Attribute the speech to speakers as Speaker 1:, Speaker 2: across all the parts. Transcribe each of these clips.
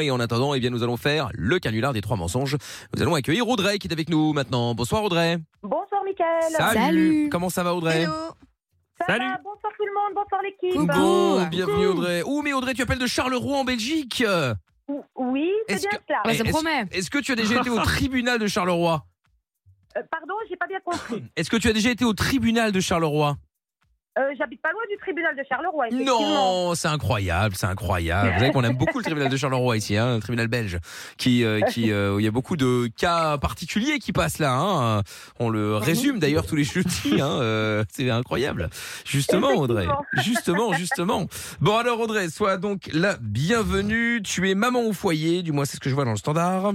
Speaker 1: Et en attendant, eh bien, nous allons faire le canular des trois mensonges. Nous allons accueillir Audrey qui est avec nous maintenant. Bonsoir Audrey.
Speaker 2: Bonsoir Mickaël.
Speaker 1: Salut.
Speaker 3: Salut.
Speaker 1: Comment ça va Audrey
Speaker 2: Ça
Speaker 1: Salut.
Speaker 2: va bonsoir tout le monde, bonsoir l'équipe.
Speaker 3: Coucou.
Speaker 1: Oh, bienvenue Audrey. Oh mais Audrey, tu appelles de Charleroi en Belgique.
Speaker 2: Ou- Oui, c'est
Speaker 1: Est-ce
Speaker 2: bien
Speaker 1: que-
Speaker 2: cela.
Speaker 3: Ah bah, ça
Speaker 1: Est-ce-
Speaker 3: promet.
Speaker 1: Est-ce que tu as déjà été au tribunal de Charleroi
Speaker 2: Euh, pardon, j'ai pas bien compris.
Speaker 1: Est-ce que tu as déjà été au tribunal de Charleroi
Speaker 2: Euh, J'habite pas loin du tribunal de Charleroi. effectivement.
Speaker 1: Non, c'est incroyable, c'est incroyable. Vous savez qu'on aime beaucoup le tribunal de Charleroi ici, hein, le tribunal belge, qui, euh, qui, euh, où il y a beaucoup de cas particuliers qui passent là. hein. On le résume d'ailleurs tous les jeudis. Hein, euh, c'est incroyable. Justement, Audrey. Justement, justement. Bon alors, Audrey, sois donc la bienvenue. Tu es maman au foyer, du moins c'est ce que je vois dans le standard.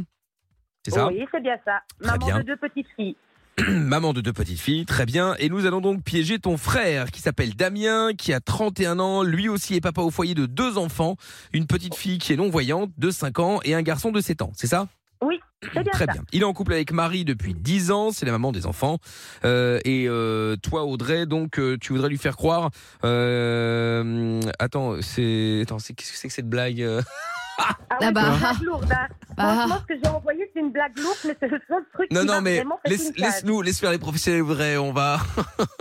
Speaker 1: C'est ça
Speaker 2: Oui, c'est bien ça.
Speaker 1: Très
Speaker 2: Maman
Speaker 1: bien.
Speaker 2: de deux petites filles.
Speaker 1: maman de deux petites filles, très bien. Et nous allons donc piéger ton frère qui s'appelle Damien, qui a 31 ans. Lui aussi est papa au foyer de deux enfants. Une petite fille qui est non-voyante de 5 ans et un garçon de 7 ans, c'est ça
Speaker 2: C'est bien
Speaker 1: Très
Speaker 2: ça.
Speaker 1: bien. Il est en couple avec Marie depuis 10 ans, c'est la maman des enfants. Euh, et euh, toi, Audrey, donc euh, tu voudrais lui faire croire... euh, attends, c'est... Attends, c'est- qu'est-ce que c'est que cette blague euh
Speaker 2: Ah,
Speaker 3: Ah
Speaker 2: oui,
Speaker 3: bah.
Speaker 2: c'est une blague lourde. hein.
Speaker 3: Ah.
Speaker 2: Franchement, ce que j'ai envoyé, c'est une blague lourde, mais c'est le seul truc
Speaker 1: Non,
Speaker 2: qui m'a
Speaker 1: non, mais
Speaker 2: vraiment fait
Speaker 1: laisse-
Speaker 2: une case.
Speaker 1: laisse-nous, laisse faire les professionnels, Audrey, on va...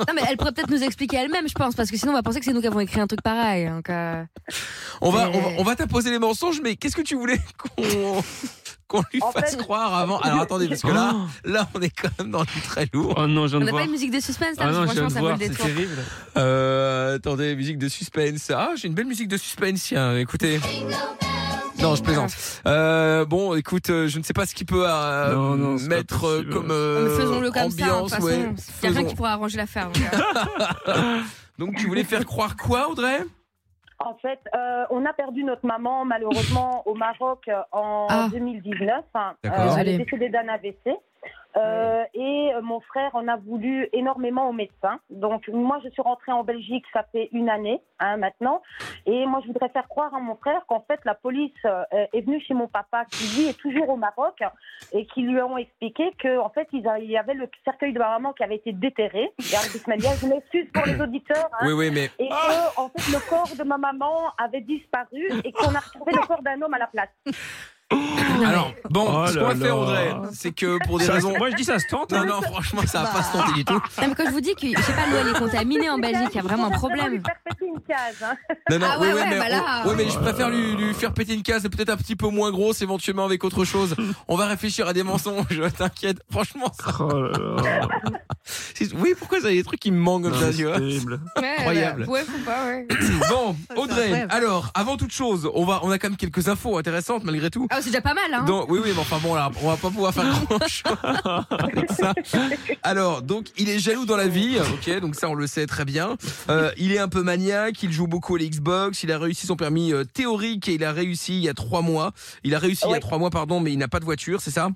Speaker 3: Non, mais elle pourrait peut-être nous expliquer elle-même, je pense, parce que sinon on va penser que c'est nous qui avons écrit un truc pareil. Donc, euh,
Speaker 1: On va,
Speaker 3: Mais-
Speaker 1: on va, on va t'imposer les mensonges, mais qu'est-ce que tu voulais qu'on qu'on lui
Speaker 2: En
Speaker 1: fasse
Speaker 2: fait,
Speaker 1: croire avant Alors attendez, parce que là,
Speaker 4: Oh,
Speaker 1: là, on est quand même dans du très lourd.
Speaker 4: Oh non, je
Speaker 3: On
Speaker 4: viens de
Speaker 3: n'a pas
Speaker 4: voir.
Speaker 3: une musique de suspense,
Speaker 4: Ah
Speaker 3: là, parce que
Speaker 4: non, je viens
Speaker 3: franchement
Speaker 4: de
Speaker 3: ça vaut
Speaker 4: voir,
Speaker 3: le
Speaker 4: c'est
Speaker 3: détour.
Speaker 4: terrible.
Speaker 1: Euh, attendez, musique de suspense. Ah, j'ai une belle musique de suspense, tiens, écoutez. Non, je plaisante. Euh, bon, écoute, euh, je ne sais pas ce qu'il peut euh,
Speaker 4: Non, non, c'est pas
Speaker 1: mettre euh,
Speaker 4: possible.
Speaker 1: comme
Speaker 3: Non, Ah, mais
Speaker 1: euh,
Speaker 3: Faisons-le comme ça, hein, de
Speaker 1: ambiance,
Speaker 3: toute façon.
Speaker 1: ouais.
Speaker 3: Il n'y a rien
Speaker 1: Faisons.
Speaker 3: qui pourra arranger l'affaire. donc, euh,
Speaker 1: Donc tu voulais faire croire quoi, Audrey
Speaker 2: En fait, euh, on a perdu notre maman, malheureusement, au Maroc euh, en
Speaker 3: Ah.
Speaker 2: 2019. hein.
Speaker 1: D'accord.
Speaker 2: Euh, elle est
Speaker 3: Désolée.
Speaker 2: décédée d'un AVC. Euh, et euh, mon frère en a voulu énormément au médecin. Donc, moi, je suis rentrée en Belgique, ça fait une année hein, maintenant. Et moi, je voudrais faire croire à mon frère qu'en fait, la police euh, est venue chez mon papa, qui lui est toujours au Maroc, et qui lui ont expliqué qu'en fait, ils a- il y avait le cercueil de ma maman qui avait été déterré. Gare d'Ismaïlia, je m'excuse pour les auditeurs. hein.
Speaker 1: Oui, oui, mais Ah
Speaker 2: Et que, en fait, le corps de ma maman avait disparu et qu'on a retrouvé le corps d'un homme à la place.
Speaker 1: alors bon,
Speaker 4: Oh
Speaker 1: ce
Speaker 4: là
Speaker 1: qu'on va faire,
Speaker 4: là.
Speaker 1: Audrey, c'est que pour des
Speaker 4: Ça-
Speaker 1: raisons.
Speaker 4: Moi, je dis ça se tente.
Speaker 1: Non,
Speaker 4: hein.
Speaker 1: non, franchement, ça va pas
Speaker 3: Bah.
Speaker 1: se tenter du tout.
Speaker 3: Non, mais quand je vous dis que, je sais pas, l'eau elle est contaminée en Belgique, il y a vraiment un
Speaker 2: Il
Speaker 3: problème.
Speaker 2: faire péter une case. hein.
Speaker 1: Non, non,
Speaker 3: Ah
Speaker 1: oui,
Speaker 3: ouais,
Speaker 1: oui,
Speaker 3: ouais,
Speaker 1: mais,
Speaker 3: bah là.
Speaker 1: oui, mais je préfère lui, lui faire péter une case, peut-être un petit peu moins grosse, éventuellement avec autre chose. On va réfléchir à des mensonges, t'inquiète. Franchement, ça-
Speaker 4: Oh là là.
Speaker 1: c'est- oui, pourquoi ça, il y a des trucs qui me manquent comme
Speaker 4: Non,
Speaker 1: ça,
Speaker 4: c'est
Speaker 1: tu vois
Speaker 4: terrible.
Speaker 1: Incroyable.
Speaker 3: Ouais, faut pas, ouais.
Speaker 1: Bon,
Speaker 3: c'est
Speaker 1: Audrey,
Speaker 3: incroyable.
Speaker 1: alors, avant toute chose, on va, on a quand même quelques infos intéressantes malgré tout.
Speaker 3: Ah, c'est déjà pas mal, hein.
Speaker 1: Donc, oui, oui, mais enfin bon, là, on va pas pouvoir faire grand chose avec ça. Alors, donc, il est jaloux dans la vie, ok, donc ça, on le sait très bien. Euh, il est un peu maniaque, il joue beaucoup à l'Xbox, il a réussi son permis euh, théorique et il a réussi il y a trois mois. Il a réussi il y a
Speaker 2: Ouais.
Speaker 1: trois mois, pardon, mais il n'a pas de voiture, c'est ça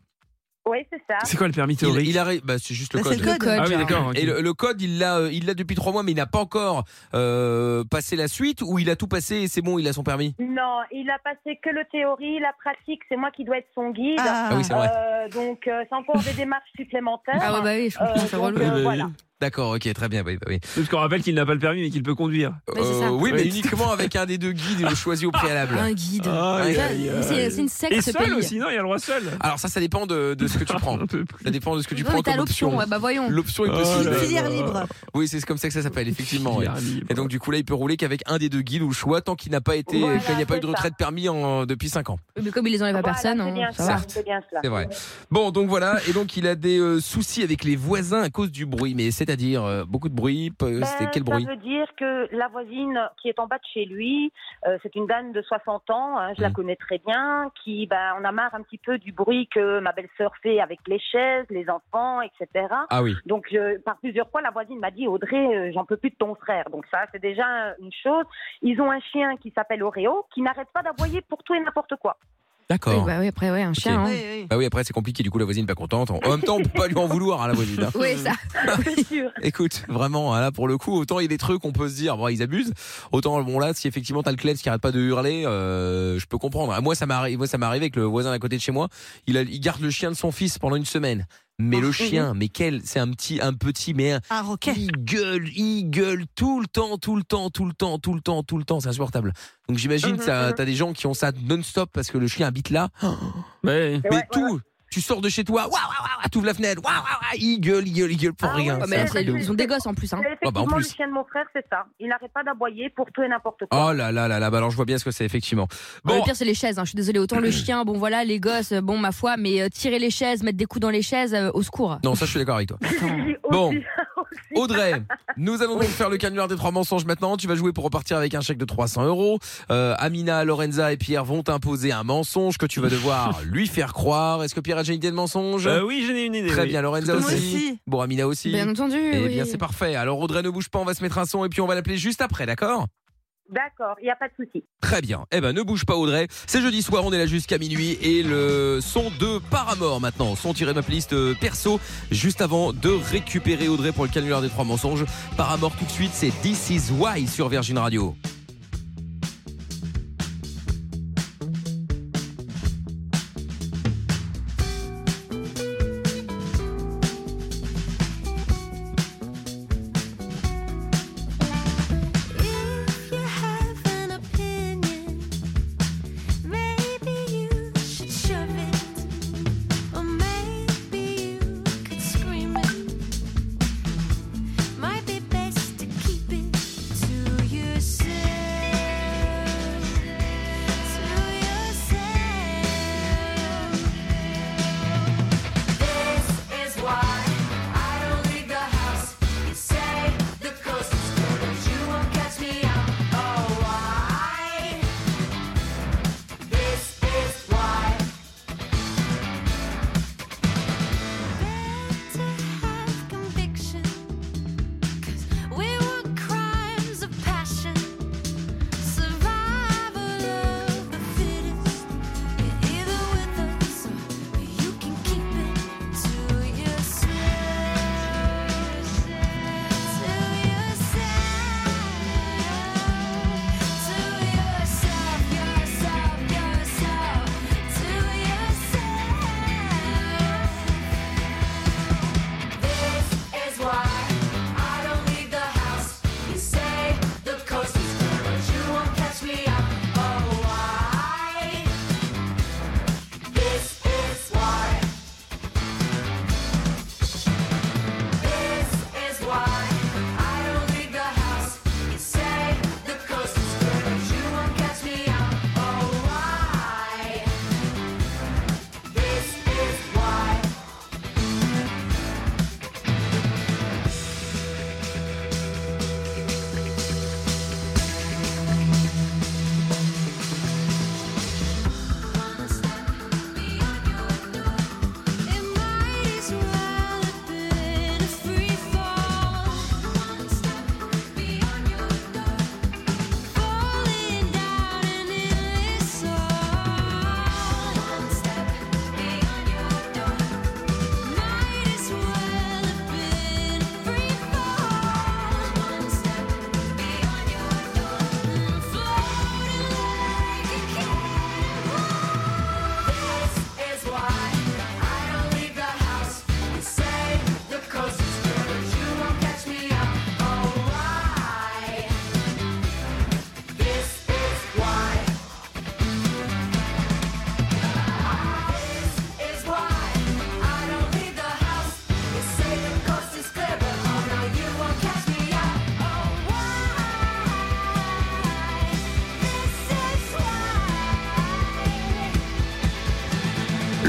Speaker 2: Oui, c'est ça.
Speaker 4: C'est quoi le permis
Speaker 1: il,
Speaker 4: théorique
Speaker 1: il a ré- bah, c'est juste le
Speaker 5: Bah,
Speaker 1: code.
Speaker 5: c'est le code.
Speaker 4: Ah oui,
Speaker 3: genre.
Speaker 4: d'accord. ok.
Speaker 1: Et le, le code, il l'a, euh, il l'a depuis trois mois, mais il n'a pas encore euh, passé la suite ou il a tout passé et c'est bon, il a son permis.
Speaker 2: Non, il a passé que le théorie, la pratique, c'est moi qui dois être son guide.
Speaker 5: Ah,
Speaker 1: Ah oui, c'est vrai.
Speaker 2: Euh, donc, euh, c'est encore des démarches supplémentaires.
Speaker 3: Ah, ouais, bah oui, je
Speaker 2: Euh,
Speaker 3: comprends, c'est
Speaker 2: donc,
Speaker 3: relou.
Speaker 2: euh,
Speaker 4: Eh ben,
Speaker 2: voilà.
Speaker 1: D'accord, ok, très bien. Oui, bah oui.
Speaker 4: Parce qu'on rappelle qu'il n'a pas le permis mais qu'il peut conduire.
Speaker 3: Ouais, c'est
Speaker 1: Euh,
Speaker 3: ça.
Speaker 1: oui, mais
Speaker 4: Oui.
Speaker 1: uniquement avec un des deux guides choisi au préalable.
Speaker 3: Un guide.
Speaker 1: aïe,
Speaker 3: Ça, C'est c'est une
Speaker 4: Et
Speaker 3: secte, ce
Speaker 4: seul
Speaker 3: pays.
Speaker 4: aussi, non, il y a le droit seul.
Speaker 1: Alors ça, ça dépend de, de ce que tu prends.
Speaker 4: On peut plus.
Speaker 1: Ça dépend de ce que tu
Speaker 3: Non,
Speaker 1: prends
Speaker 3: mais t'as
Speaker 1: comme
Speaker 3: l'option,
Speaker 1: option.
Speaker 3: ouais, bah voyons.
Speaker 1: L'option est
Speaker 4: Oh
Speaker 1: possible.
Speaker 4: là
Speaker 5: Une
Speaker 4: là.
Speaker 5: filière libre.
Speaker 1: Oui, c'est comme ça que ça s'appelle, effectivement.
Speaker 4: Il
Speaker 1: ouais.
Speaker 4: a un livre.
Speaker 1: Et donc du coup là, il peut rouler qu'avec un des deux guides ou le choix tant qu'il n'a pas été,
Speaker 2: Voilà,
Speaker 1: qu'il n'y a pas eu de
Speaker 2: c'est
Speaker 1: retraite permis en, depuis 5 ans.
Speaker 3: Mais comme il les enlève à
Speaker 2: Voilà,
Speaker 3: personne,
Speaker 2: c'est
Speaker 3: hein,
Speaker 2: bien
Speaker 3: ça
Speaker 2: cela,
Speaker 3: va.
Speaker 2: c'est bien cela.
Speaker 1: C'est vrai. Bon, donc voilà. Et donc il a des euh, soucis avec les voisins à cause du bruit. Mais c'est-à-dire euh, beaucoup de bruit. peu-
Speaker 2: Ben,
Speaker 1: C'était quel bruit
Speaker 2: Ça veut dire que la voisine qui est en bas de chez lui, euh, c'est une dame de 60 ans, hein, je la
Speaker 1: Mm.
Speaker 2: connais très bien, qui ben, en a marre un petit peu du bruit que ma belle-sœur fait avec les chaises, les enfants, etc.
Speaker 1: Ah oui.
Speaker 2: Donc, je- par plusieurs fois, la voisine m'a dit Audrey, euh, j'en peux plus de ton frère. Donc, ça, c'est déjà une chose. Ils ont un chien qui s'appelle Oreo qui n'arrête pas d'aboyer pour tout et n'importe quoi.
Speaker 3: Oui,
Speaker 1: D'accord.
Speaker 3: bah oui, après, ouais, un chien. hein.
Speaker 5: Oui, oui.
Speaker 1: Bah oui, après c'est compliqué. Du coup, la voisine pas contente. En même temps, on peut pas lui en vouloir à la voisine. hein.
Speaker 3: Oui, ça.
Speaker 2: C'est sûr.
Speaker 1: Écoute, vraiment, hein, là pour le coup, autant il y a des trucs, on peut se dire, bon, ils abusent. Autant bon là, si effectivement t'as le klebs qui arrête pas de hurler, euh, je peux comprendre. Ah, Moi, ça m'arrive, moi ça m'est arrivé avec le voisin à côté de chez moi. Il, a- il garde le chien de son fils pendant une semaine. Mais le chien, mais quel, c'est un petit, un petit, mais un-
Speaker 2: Ah,
Speaker 5: Un roquet.
Speaker 1: il gueule, il gueule tout le temps, tout le temps, tout le temps, tout le temps, tout le temps. C'est insupportable. Donc j'imagine que ça-
Speaker 2: Mhm.
Speaker 1: t'as des gens qui ont ça non-stop parce que le chien habite là.
Speaker 4: Ouais.
Speaker 1: Mais
Speaker 2: ouais,
Speaker 1: tout, tu sors de chez toi, waouh, waouh, waouh, t'ouvres la fenêtre, waouh, waouh, waouh, il gueule, il gueule, il gueule pour
Speaker 2: Ah
Speaker 1: rien.
Speaker 2: ouais,
Speaker 3: Ouais,
Speaker 1: c'est
Speaker 3: mais
Speaker 1: un
Speaker 3: là,
Speaker 1: truc
Speaker 3: c'est-
Speaker 1: de ouf.
Speaker 3: ils ont des gosses en plus. Hein.
Speaker 2: Mais
Speaker 1: Ah bah, en
Speaker 2: effectivement, le
Speaker 1: plus.
Speaker 2: chien de mon frère, c'est ça. Il n'arrête pas d'aboyer pour tout et n'importe quoi.
Speaker 1: Oh là là là là, bah alors je vois bien ce que c'est effectivement.
Speaker 3: Bon,
Speaker 1: Bon,
Speaker 3: le pire, c'est les chaises. hein. Je suis désolée. Autant le chien, bon voilà, les gosses, euh, bon, ma foi, mais euh, tirer les chaises, mettre des coups dans les chaises, euh, au secours.
Speaker 1: non, ça je suis d'accord avec toi.
Speaker 2: Aussi-
Speaker 1: Bon.
Speaker 2: aussi-
Speaker 1: Audrey, nous allons donc faire le canular des trois mensonges maintenant. Tu vas jouer pour repartir avec un chèque de 300 euros. Euh, Amina, Lorenza et Pierre vont t'imposer un mensonge que tu vas devoir lui faire croire. Est-ce que Pierre a déjà une idée de mensonge
Speaker 4: Euh, oui, j'en ai une idée.
Speaker 1: Très
Speaker 4: oui.
Speaker 1: bien, Lorenza
Speaker 5: Moi
Speaker 1: aussi.
Speaker 5: aussi.
Speaker 1: Bon, Amina aussi.
Speaker 3: Bien entendu.
Speaker 1: Eh
Speaker 3: oui.
Speaker 1: bien, c'est parfait. Alors Audrey, ne bouge pas, on va se mettre un son et puis on va l'appeler juste après, d'accord
Speaker 2: D'accord, il n'y a pas de souci.
Speaker 1: Très bien. Eh ben, ne bouge pas, Audrey. C'est jeudi soir, on est là jusqu'à minuit et le son de Paramore maintenant, son tiré de ma playlist euh, perso, juste avant de récupérer Audrey pour le canular des trois mensonges. Paramore tout de suite, c'est This Is Why sur Virgin Radio.
Speaker 6: If you have an opinion, maybe you should shove it, or maybe you could scream it. Might be best to keep it to yourself, to yourself. This is why I don't leave the house. You say the coast is clear, but you won't catch me out. Oh, why? This is why. Better have conviction, 'cause we were crimes of passion, survival of the fittest. You're either with us or you can keep it to yourself, to yourself, to yourself, yourself, yourself, to yourself. This is why I don't leave the house. You say the coast is clear, but you won't catch me out. Oh, why? This is why. This is why I don't leave the house. You say the coast is clear, but you won't catch me out. Oh, why? This is why. It might as well have been a free fall. beyond your falling down and it's all. One step beyond your door. Might as well have been a free fall. One step beyond your door. Floating like a this is why I don't leave the house. You say the coast is clear, but you won't catch me out. Oh, why? This is why. This is why I don't leave the house. You say the coast is clear, but oh, now you won't catch me out. Oh, why? This is why.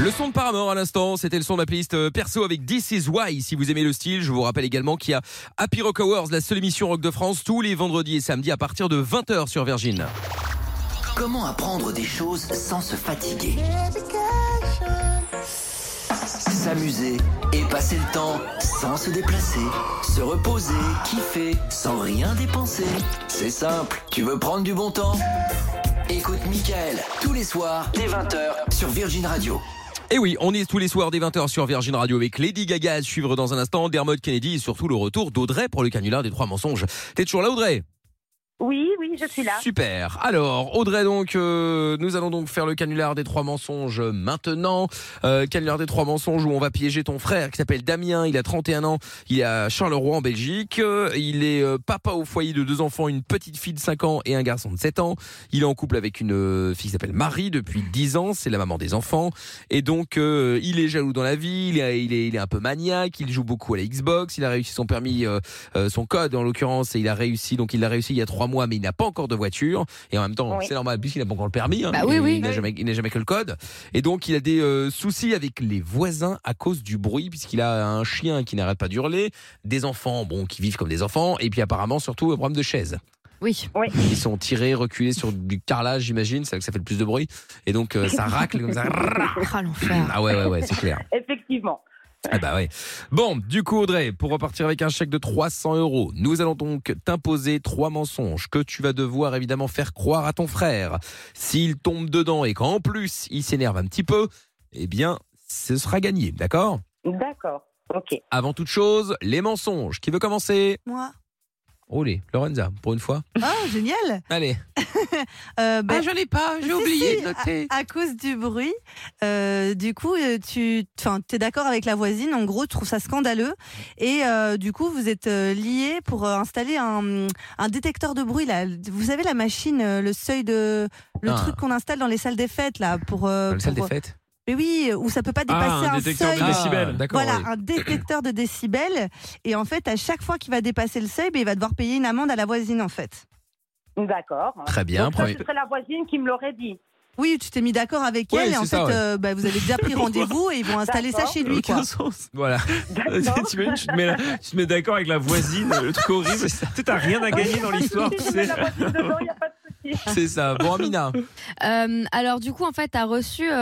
Speaker 1: Le son de Paramore à l'instant, c'était le son de la playlist euh, perso avec This Is Why. Si vous aimez le style, je vous rappelle également qu'il y a Happy Rock Hours, la seule émission rock de France, tous les vendredis et samedis à partir de 20h sur Virgin.
Speaker 7: Comment apprendre des choses sans se fatiguer S'amuser et passer le temps sans se déplacer. Se reposer, kiffer, sans rien dépenser. C'est simple, tu veux prendre du bon temps Écoute Michael, tous les soirs, dès 20h, sur Virgin Radio.
Speaker 1: Et Eh oui, on est tous les soirs dès 20h sur Virgin Radio avec Lady Gaga à suivre dans un instant, Dermot Kennedy et surtout le retour d'Audrey pour le canular des trois mensonges. T'es toujours là Audrey
Speaker 2: Oui, oui, oui, je suis là.
Speaker 1: Super. Alors, Audrey, donc, euh, nous allons donc faire le canular des trois mensonges maintenant. Euh, canular des trois mensonges où on va piéger ton frère qui s'appelle Damien. Il a 31 ans. Il est à Charleroi en Belgique. Euh, il est euh, papa au foyer de deux enfants, une petite fille de 5 ans et un garçon de 7 ans. Il est en couple avec une euh, fille qui s'appelle Marie depuis 10 ans. C'est la maman des enfants. Et donc, euh, il est jaloux dans la vie. Il est, il est, il est un peu maniaque. Il joue beaucoup à la Xbox. Il a réussi son permis euh, euh, son code en l'occurrence et il a réussi donc il l'a réussi il y a trois mois mais il n'a pas encore de voiture et en même temps
Speaker 2: Oui.
Speaker 1: c'est normal puisqu'il n'a pas encore le permis hein,
Speaker 3: Bah
Speaker 1: il-
Speaker 3: oui, oui.
Speaker 1: il n'a jamais il n'a jamais que le code et donc il a des euh, soucis avec les voisins à cause du bruit puisqu'il a un chien qui n'arrête pas d'hurler des enfants bon qui vivent comme des enfants et puis apparemment surtout un problème de chaise
Speaker 3: Oui.
Speaker 1: ils sont tirés reculés sur du carrelage j'imagine c'est là que ça fait le plus de bruit et donc euh, ça racle comme ça
Speaker 3: Ah, l'enfer.
Speaker 1: ah ouais ouais ouais c'est clair
Speaker 2: Effectivement.
Speaker 1: ah bah ouais. Bon, du coup Audrey, pour repartir avec un chèque de 300 euros, nous allons donc t'imposer trois mensonges que tu vas devoir évidemment faire croire à ton frère. S'il tombe dedans et qu'en plus il s'énerve un petit peu, eh bien ce sera gagné, d'accord
Speaker 2: D'accord. Ok.
Speaker 1: Avant toute chose, les mensonges. Qui veut commencer
Speaker 5: Moi
Speaker 1: Olé, Lorenza, pour une fois.
Speaker 5: Oh, génial
Speaker 1: Allez.
Speaker 5: Euh, bah,
Speaker 8: Ah, je l'ai pas,
Speaker 5: Si,
Speaker 8: j'ai oublié
Speaker 5: si,
Speaker 8: de noter.
Speaker 5: À cause du bruit, euh, du coup, euh, tu es d'accord avec la voisine, en gros, tu trouves ça scandaleux. Et euh, du coup, vous êtes euh, liés pour euh, installer un, un détecteur de bruit. Là. Vous savez, la machine, euh, le seuil de. Le
Speaker 1: Ah.
Speaker 5: truc qu'on installe dans les salles des fêtes, là. Pour, euh,
Speaker 1: Dans la salle des
Speaker 5: pour-
Speaker 1: fêtes.
Speaker 5: Mais oui, où ça peut pas
Speaker 4: Ah,
Speaker 5: dépasser
Speaker 4: un
Speaker 5: un,
Speaker 4: détecteur
Speaker 5: seuil.
Speaker 4: de décibels.
Speaker 1: D'accord.
Speaker 5: Voilà,
Speaker 1: oui.
Speaker 5: un détecteur de décibels. Et en fait, à chaque fois qu'il va dépasser le seuil, ben, il va devoir payer une amende à la voisine, en fait.
Speaker 2: D'accord.
Speaker 1: Très bien,
Speaker 2: Donc ça,
Speaker 1: premier-
Speaker 2: ce serait la voisine qui me l'aurait dit.
Speaker 5: Oui, tu t'es mis d'accord avec
Speaker 1: Ouais,
Speaker 5: elle. Et
Speaker 1: c'est
Speaker 5: en fait,
Speaker 1: ça, ouais.
Speaker 5: euh, ben, vous avez déjà pris rendez-vous et ils vont installer ça
Speaker 2: D'accord.
Speaker 5: chez lui. Quoi.
Speaker 4: Aucun sens.
Speaker 1: Voilà.
Speaker 2: D'accord.
Speaker 4: T'imagines, tu te mets, là- tu te mets d'accord avec la voisine, le truc horrible. Tu sais, t'as rien à gagner dans l'histoire, tu
Speaker 2: Si je mets
Speaker 4: sais.
Speaker 2: la voisine dedans, il n'y a pas de souci.
Speaker 1: C'est ça. Bon Amina.
Speaker 3: Euh, alors du coup en fait t'as reçu euh,